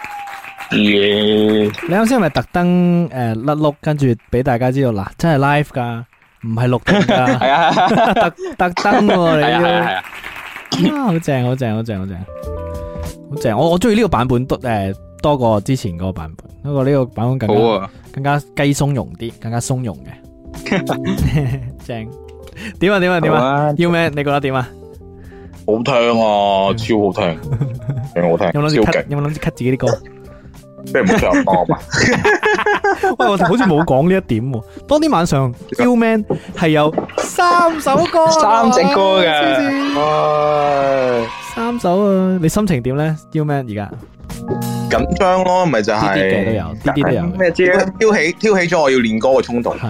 Speaker 6: <laughs>
Speaker 7: 耶！
Speaker 2: 你啱先係咪特登诶甩碌，跟住俾大家知道嗱，真係 live 噶，唔係錄定
Speaker 6: <laughs>
Speaker 7: 系
Speaker 2: 噶，
Speaker 7: 啊，系啊，
Speaker 2: <laughs> 特特登喎
Speaker 7: 系
Speaker 2: 你
Speaker 6: Dạ,
Speaker 7: 啊，
Speaker 2: 要
Speaker 7: 系。啊，
Speaker 2: 啊，好正，好正，好正，好正，好正！我我中意呢個版本多诶、多過之前嗰個版本，不過呢個版本更
Speaker 6: 好
Speaker 2: 加、
Speaker 6: 啊，
Speaker 2: 更加雞鬆茸啲，更加鬆茸嘅， <laughs> 正。點啊點啊點
Speaker 3: 好
Speaker 2: 啊！
Speaker 3: 啊，
Speaker 2: 要咩？你覺得點啊？
Speaker 3: 好聽啊，超好聽，勁
Speaker 2: 有
Speaker 3: 好
Speaker 2: 冇諗
Speaker 3: 聽，
Speaker 2: 住
Speaker 3: 超
Speaker 2: cut？
Speaker 3: 勁，
Speaker 2: 有冇諗住 cut 自己啲歌？
Speaker 3: 即係唔好再幫我嘛。
Speaker 2: 喂，我好似冇講呢一點喎。當天晚上 U Man 係有三首歌，啊
Speaker 6: 三隻歌㗎
Speaker 2: 黐線
Speaker 3: 唉，
Speaker 2: 三首啊！你心情點咧？U Man 而家
Speaker 3: 緊張咯，咪就
Speaker 2: 啲啲嘅都
Speaker 3: 係
Speaker 2: 有，啲啲都有嘅。
Speaker 6: 咩招？
Speaker 3: 挑起挑起咗我要練歌嘅衝動。
Speaker 2: <laughs> 系，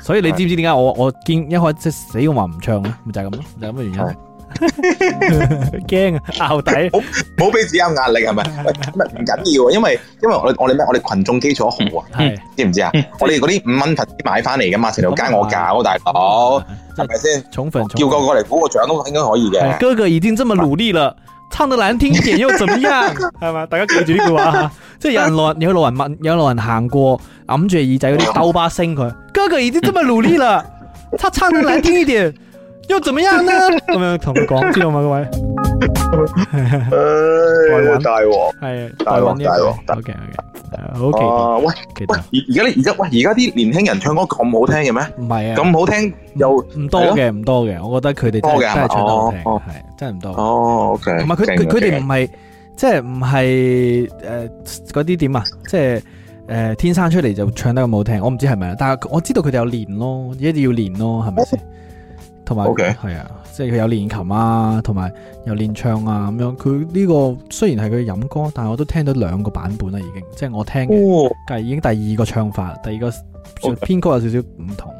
Speaker 2: 所以你知唔知點解我我见一開即係死我話唔唱咧？咪就係咁咯，就係咁嘅原 <laughs> 因。驚啊，拗底
Speaker 3: 唔好俾自己有壓力
Speaker 2: <laughs>
Speaker 3: 係咪？喂咁啊唔緊要啊，因為因為我哋我哋咩？我哋群眾基礎好啊，
Speaker 2: 係
Speaker 3: 知唔知啊？
Speaker 2: 嗯
Speaker 3: 我哋嗰啲五蚊粉買翻嚟噶嘛，成條街我搞，大佬係咪先？
Speaker 2: 宠粉
Speaker 3: 叫
Speaker 2: 宠
Speaker 3: 個過嚟估個獎都應該可以
Speaker 2: <laughs> 粉。
Speaker 3: 嘅。
Speaker 2: 哥哥已經這麼努力了，唱得難聽一點又怎麼 <laughs> 樣？係嘛？大家記住呢句話啊， <laughs> 即係有人落有老人問，有老人行過揞住耳仔嗰啲兜巴聲佢，哥哥已經這麼努力
Speaker 3: <laughs>
Speaker 2: 了，他唱得難聽一點又怎麼樣呢？咁樣同佢講，知道嘛？各位
Speaker 3: 唉大王
Speaker 2: 係
Speaker 3: 大王大王大
Speaker 2: O K O K，好
Speaker 3: 啊！喂
Speaker 2: 期待期
Speaker 3: 喂，
Speaker 2: 待。
Speaker 3: 而而家你而家喂而家啲年輕人唱歌咁好聽嘅咩？
Speaker 2: 唔係啊，
Speaker 3: 咁好聽又
Speaker 2: 唔多嘅，唔多嘅，我覺得佢哋真
Speaker 3: 多
Speaker 2: 係真係
Speaker 3: 嘅係嘛
Speaker 2: 唱得好聽，
Speaker 3: 哦
Speaker 2: 係真係唔多。
Speaker 3: 哦，OK，
Speaker 2: 同埋佢佢佢哋
Speaker 3: 啊
Speaker 2: 唔係即係唔係誒嗰啲點啊，即係誒天生出嚟就唱得咁好聽，我唔知係咪啊，但係我知道佢哋有練咯，一定要練咯，係咪先？同埋
Speaker 3: 哦 OK
Speaker 2: 係啊，即係佢有練琴啊，同埋有練唱啊咁樣。佢呢個雖然係佢飲歌，但係我都聽到兩個版本啦，已經即係我聽嘅，
Speaker 3: 哦，
Speaker 2: 但係已經第二個唱法，第二個
Speaker 3: OK
Speaker 2: 編曲有少少唔同。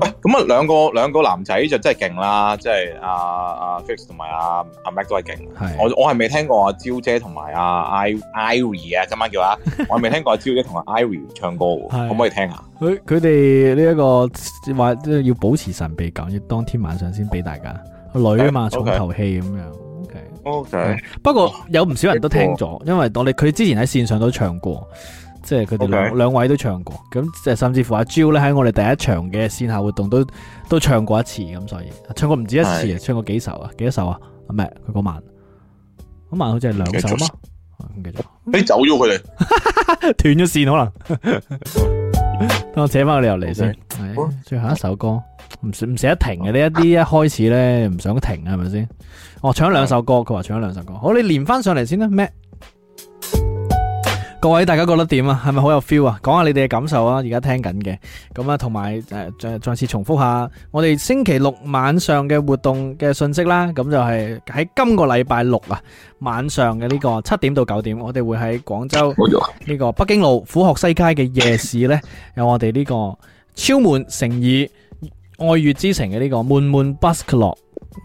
Speaker 3: 喂，咁啊兩個兩個男仔就真係勁啦，即係阿阿 Fix 同埋阿阿 Mac 都係勁。
Speaker 2: 係
Speaker 3: 我我係未聽過阿蕉姐同埋阿 I Irie 啊，今晚叫啊，我係未聽過阿蕉姐同阿 Irie 唱歌喎，
Speaker 2: 係
Speaker 3: 可唔可以啊聽下？
Speaker 2: 佢佢哋呢一個話即係要保持神秘感，要當天晚上先俾大家女啊嘛，
Speaker 3: Okay.
Speaker 2: 重頭戲咁樣。OK，
Speaker 3: OK，
Speaker 2: 不過有唔少人都聽咗，因為我哋佢之前喺線上都唱過，即係佢哋兩
Speaker 3: Okay.
Speaker 2: 兩位都唱過。咁即係甚至乎阿 Jo 咧喺我哋第一場嘅線下活動都都唱過一次，咁所以唱過唔止一次啊，唱過幾首啊，幾多首啊？唔係佢嗰晚，嗰晚好似係兩首
Speaker 3: 繼
Speaker 2: 嗎
Speaker 3: 續？
Speaker 2: 唔記得咗。
Speaker 3: 你走咗佢哋，
Speaker 2: 断咗线可能。等我扯翻個理由嚟先。係最後一首歌，唔捨唔捨得停嘅呢一啲一開始咧唔想停係咪先？哦，唱咗兩首歌，佢話唱咗兩首歌。好，你連翻上嚟先啦，咩？各位大家覺得點啊？係咪好有 feel 啊？講下你哋嘅感受啊！而家聽緊嘅咁啊，同埋誒再再次重複下我哋星期六晚上嘅活動嘅信息啦。咁就係喺今個禮拜六啊晚上嘅呢個七點到九點，我哋會喺廣州。
Speaker 7: 冇咗。
Speaker 2: 呢個北京路虎學西街嘅夜市呢，有我哋呢個超滿誠意愛粵之城嘅呢個滿滿 b u s k l o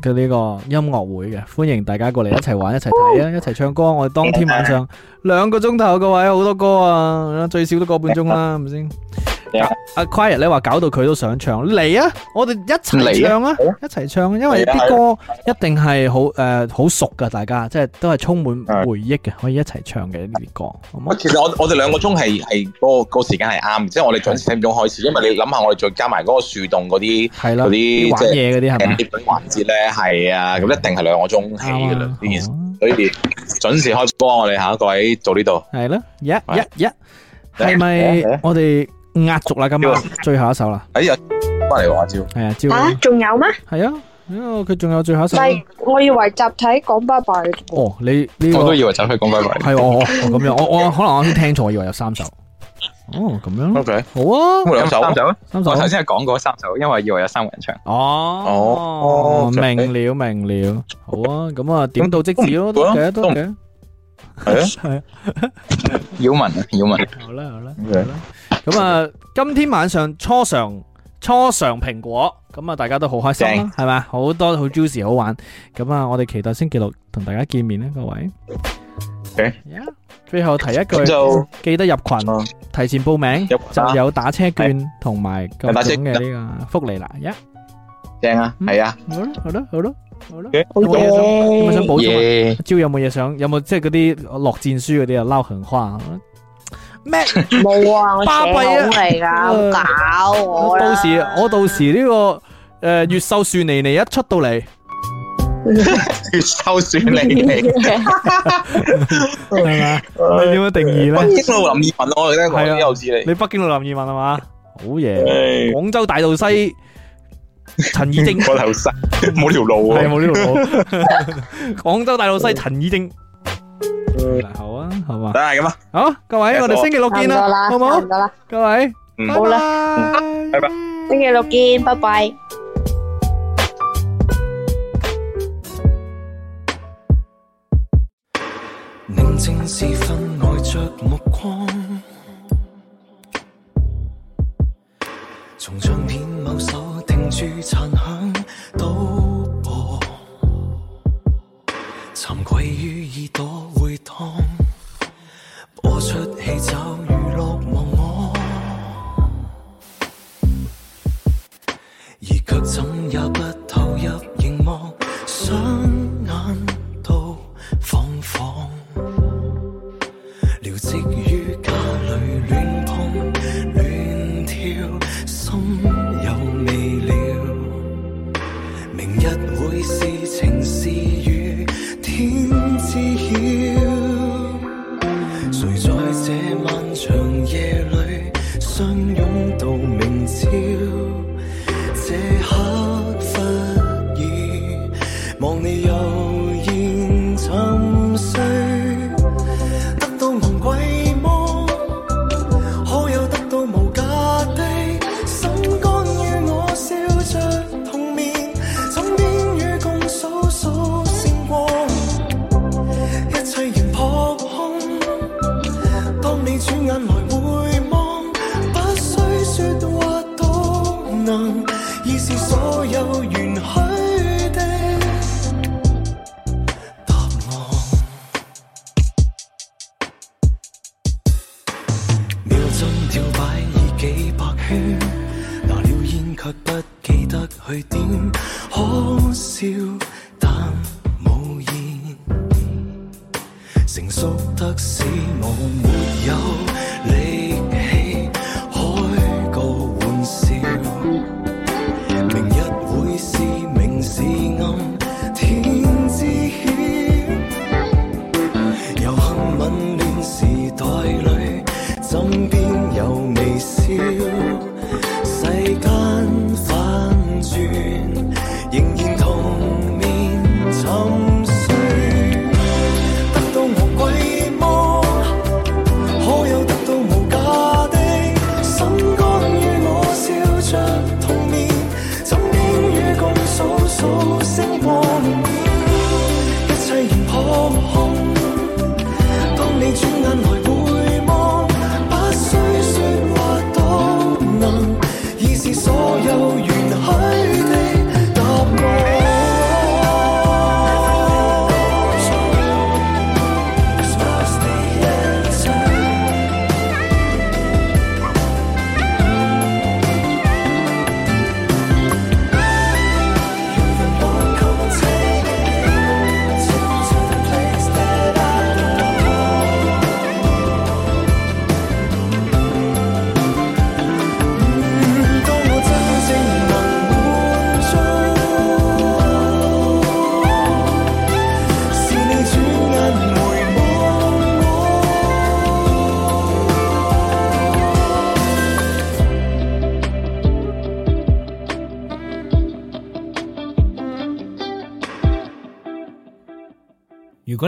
Speaker 2: 嘅呢個音樂會嘅，歡迎大家過嚟一齊玩、一齊睇啊、一齊唱歌。我哋當天晚上兩個鐘頭，各位好多歌啊，最少都個半鐘啦，係咪先？
Speaker 3: Yeah
Speaker 2: 阿 Quiet 咧話搞到佢都想唱，嚟啊！我哋一齊
Speaker 7: 嚟啊
Speaker 2: 唱啊，一齊唱啊，因為
Speaker 3: 嚟啊
Speaker 2: 啲歌一定係好誒好熟噶，大家即係都係充滿
Speaker 3: 係
Speaker 2: 回憶嘅，可以一齊唱嘅呢啲歌，好唔好
Speaker 3: 喂，？啊其實我我哋兩個鐘係係嗰個嗰個時間係啱，即係我哋準時四點鐘開始，因為你諗下我哋再加埋嗰個樹洞嗰啲
Speaker 2: 系啦，
Speaker 3: 嗰
Speaker 2: 啲
Speaker 3: 啲
Speaker 2: 玩
Speaker 3: 即係
Speaker 2: 嘢嗰啲係咪
Speaker 3: 誒？基本環節咧，係啊，咁一定係兩個鐘起
Speaker 2: À,
Speaker 3: 㗎啦，呢件事，
Speaker 2: 啱啊
Speaker 3: 所以準時開波，我哋嚇各位做呢度。
Speaker 2: 啊係啦，一
Speaker 3: 係
Speaker 2: 一一，係咪我哋壓軸啦？今
Speaker 3: 要
Speaker 2: 日最後一首啦，
Speaker 3: 哎呀，翻嚟喎阿蕉，
Speaker 2: 係啊，招
Speaker 5: 吓，仲有咩？
Speaker 2: 係啊，因為佢仲有最後一首。
Speaker 5: 咪我以為集體講拜拜嘅啫。
Speaker 2: 哦，你呢
Speaker 7: 我
Speaker 2: 個
Speaker 7: 都以為走去講拜拜。
Speaker 2: 係我我我咁樣，我我可能我先聽錯，我以為有三首。哦，咁樣咯
Speaker 3: OK，
Speaker 2: 好啊，
Speaker 3: 咁兩首
Speaker 7: 三首啊，
Speaker 2: 三
Speaker 7: 我頭
Speaker 2: 首。
Speaker 7: 先係講過三首，因為以為有三個人唱。
Speaker 2: 哦
Speaker 3: 哦，
Speaker 2: 明了明了，好啊，咁啊，點到即止咯，
Speaker 3: 都
Speaker 2: 都
Speaker 3: 唔
Speaker 2: 嘅
Speaker 3: 都
Speaker 2: 都
Speaker 3: 唔
Speaker 2: 嘅，
Speaker 3: 係啊。
Speaker 2: 係啊。
Speaker 7: 擾民啊，擾民。
Speaker 2: 好啦好啦，
Speaker 3: Okay
Speaker 2: 好啦咁啊，今天晚上初上初上蘋果，咁啊，大家都好開心啦，係咪？好多好 juicy 好玩，咁啊，我哋期待星期六同大家見面啦，各位。
Speaker 3: Okay
Speaker 2: Yeah，最後提一
Speaker 3: 咁
Speaker 2: 句，
Speaker 3: 就
Speaker 2: 記得入群
Speaker 3: 啊，
Speaker 2: 提前報名
Speaker 3: 入群啊
Speaker 2: 就有打車券同埋各
Speaker 3: 有打車
Speaker 2: 種嘅呢個福利啦。Yeah，à?
Speaker 3: 正啊，係啊，
Speaker 2: 好啦好啦好啦，系咯。
Speaker 3: 嘅
Speaker 2: 有冇嘢想有冇想補充啊？
Speaker 6: 耶！
Speaker 2: 招有冇嘢想？有冇即係嗰啲落戰書嗰啲啊？撈狠花咩？
Speaker 5: 冇啊，我
Speaker 2: 巴
Speaker 5: 社
Speaker 2: 閉啊
Speaker 5: 恐
Speaker 2: <laughs>
Speaker 5: 嚟噶，搞我啦。
Speaker 2: 到時我到時呢、個诶、呃越秀樹妮妮一出到嚟，
Speaker 3: 越秀樹你嚟，
Speaker 2: 係咪？你點樣定義咧？
Speaker 3: 北京路林二汶，我哋咧講
Speaker 2: 係啊
Speaker 3: 啲幼稚
Speaker 2: 你北京路林二汶係嘛？好嘢！
Speaker 3: 嚟，
Speaker 2: 廣州大道西陳以 <laughs> 正
Speaker 3: 我頭細冇條路
Speaker 2: 係
Speaker 3: 啊，
Speaker 2: 冇呢度 <laughs> 冇。廣州大道西陳以正，好啊，好嘛
Speaker 3: 得，係咁啊，
Speaker 2: 好，各位，我哋星期六
Speaker 5: 差唔
Speaker 2: 見
Speaker 5: 多
Speaker 2: 啦，
Speaker 5: 啦，
Speaker 2: 好唔
Speaker 5: 差
Speaker 2: 好
Speaker 5: 唔？多啦，
Speaker 2: 各位，
Speaker 10: 嗯
Speaker 2: 拜
Speaker 5: 好啦
Speaker 2: 拜，
Speaker 10: 拜拜
Speaker 5: 星期六見，拜拜。
Speaker 11: 寧靜時分呆着目光，從唱片某首停住殘響賭博，慚愧於耳朵回蕩，播出戲找娛樂忘我，而卻怎也不投入熒幕，雙眼都放放。聊職於家裏亂碰亂跳，心有未了。明日會是晴是雨，天知曉。誰在這漫長夜裏相擁到明朝？這刻忽已望你悠然沉睡，得到昂貴麼？可有得到無價的？心肝與我笑着同眠，枕邊與共數數閃光。一切如撲空。當你轉眼來回望，不需説話都能，已是所有原許的答案。秒針跳擺已幾百圈，拿了煙卻不記得去點，可笑但無言。成熟得使我沒有力氣開個玩笑。明日會是明是暗，天知曉。遊行紊亂時代裏，枕邊有微笑。世間反轉，仍然童年沉睡。得到昂貴麼？可有得到無價的？心肝與我笑着同眠，枕邊與共數數星光，一切如破空。當你轉眼來回望，不需説話都能，已是所有原許的答案。Christmas Day answer. You're the one who will take me to to the place that I belong. 當我真正能滿足，是你轉眼回望我。
Speaker 12: 如果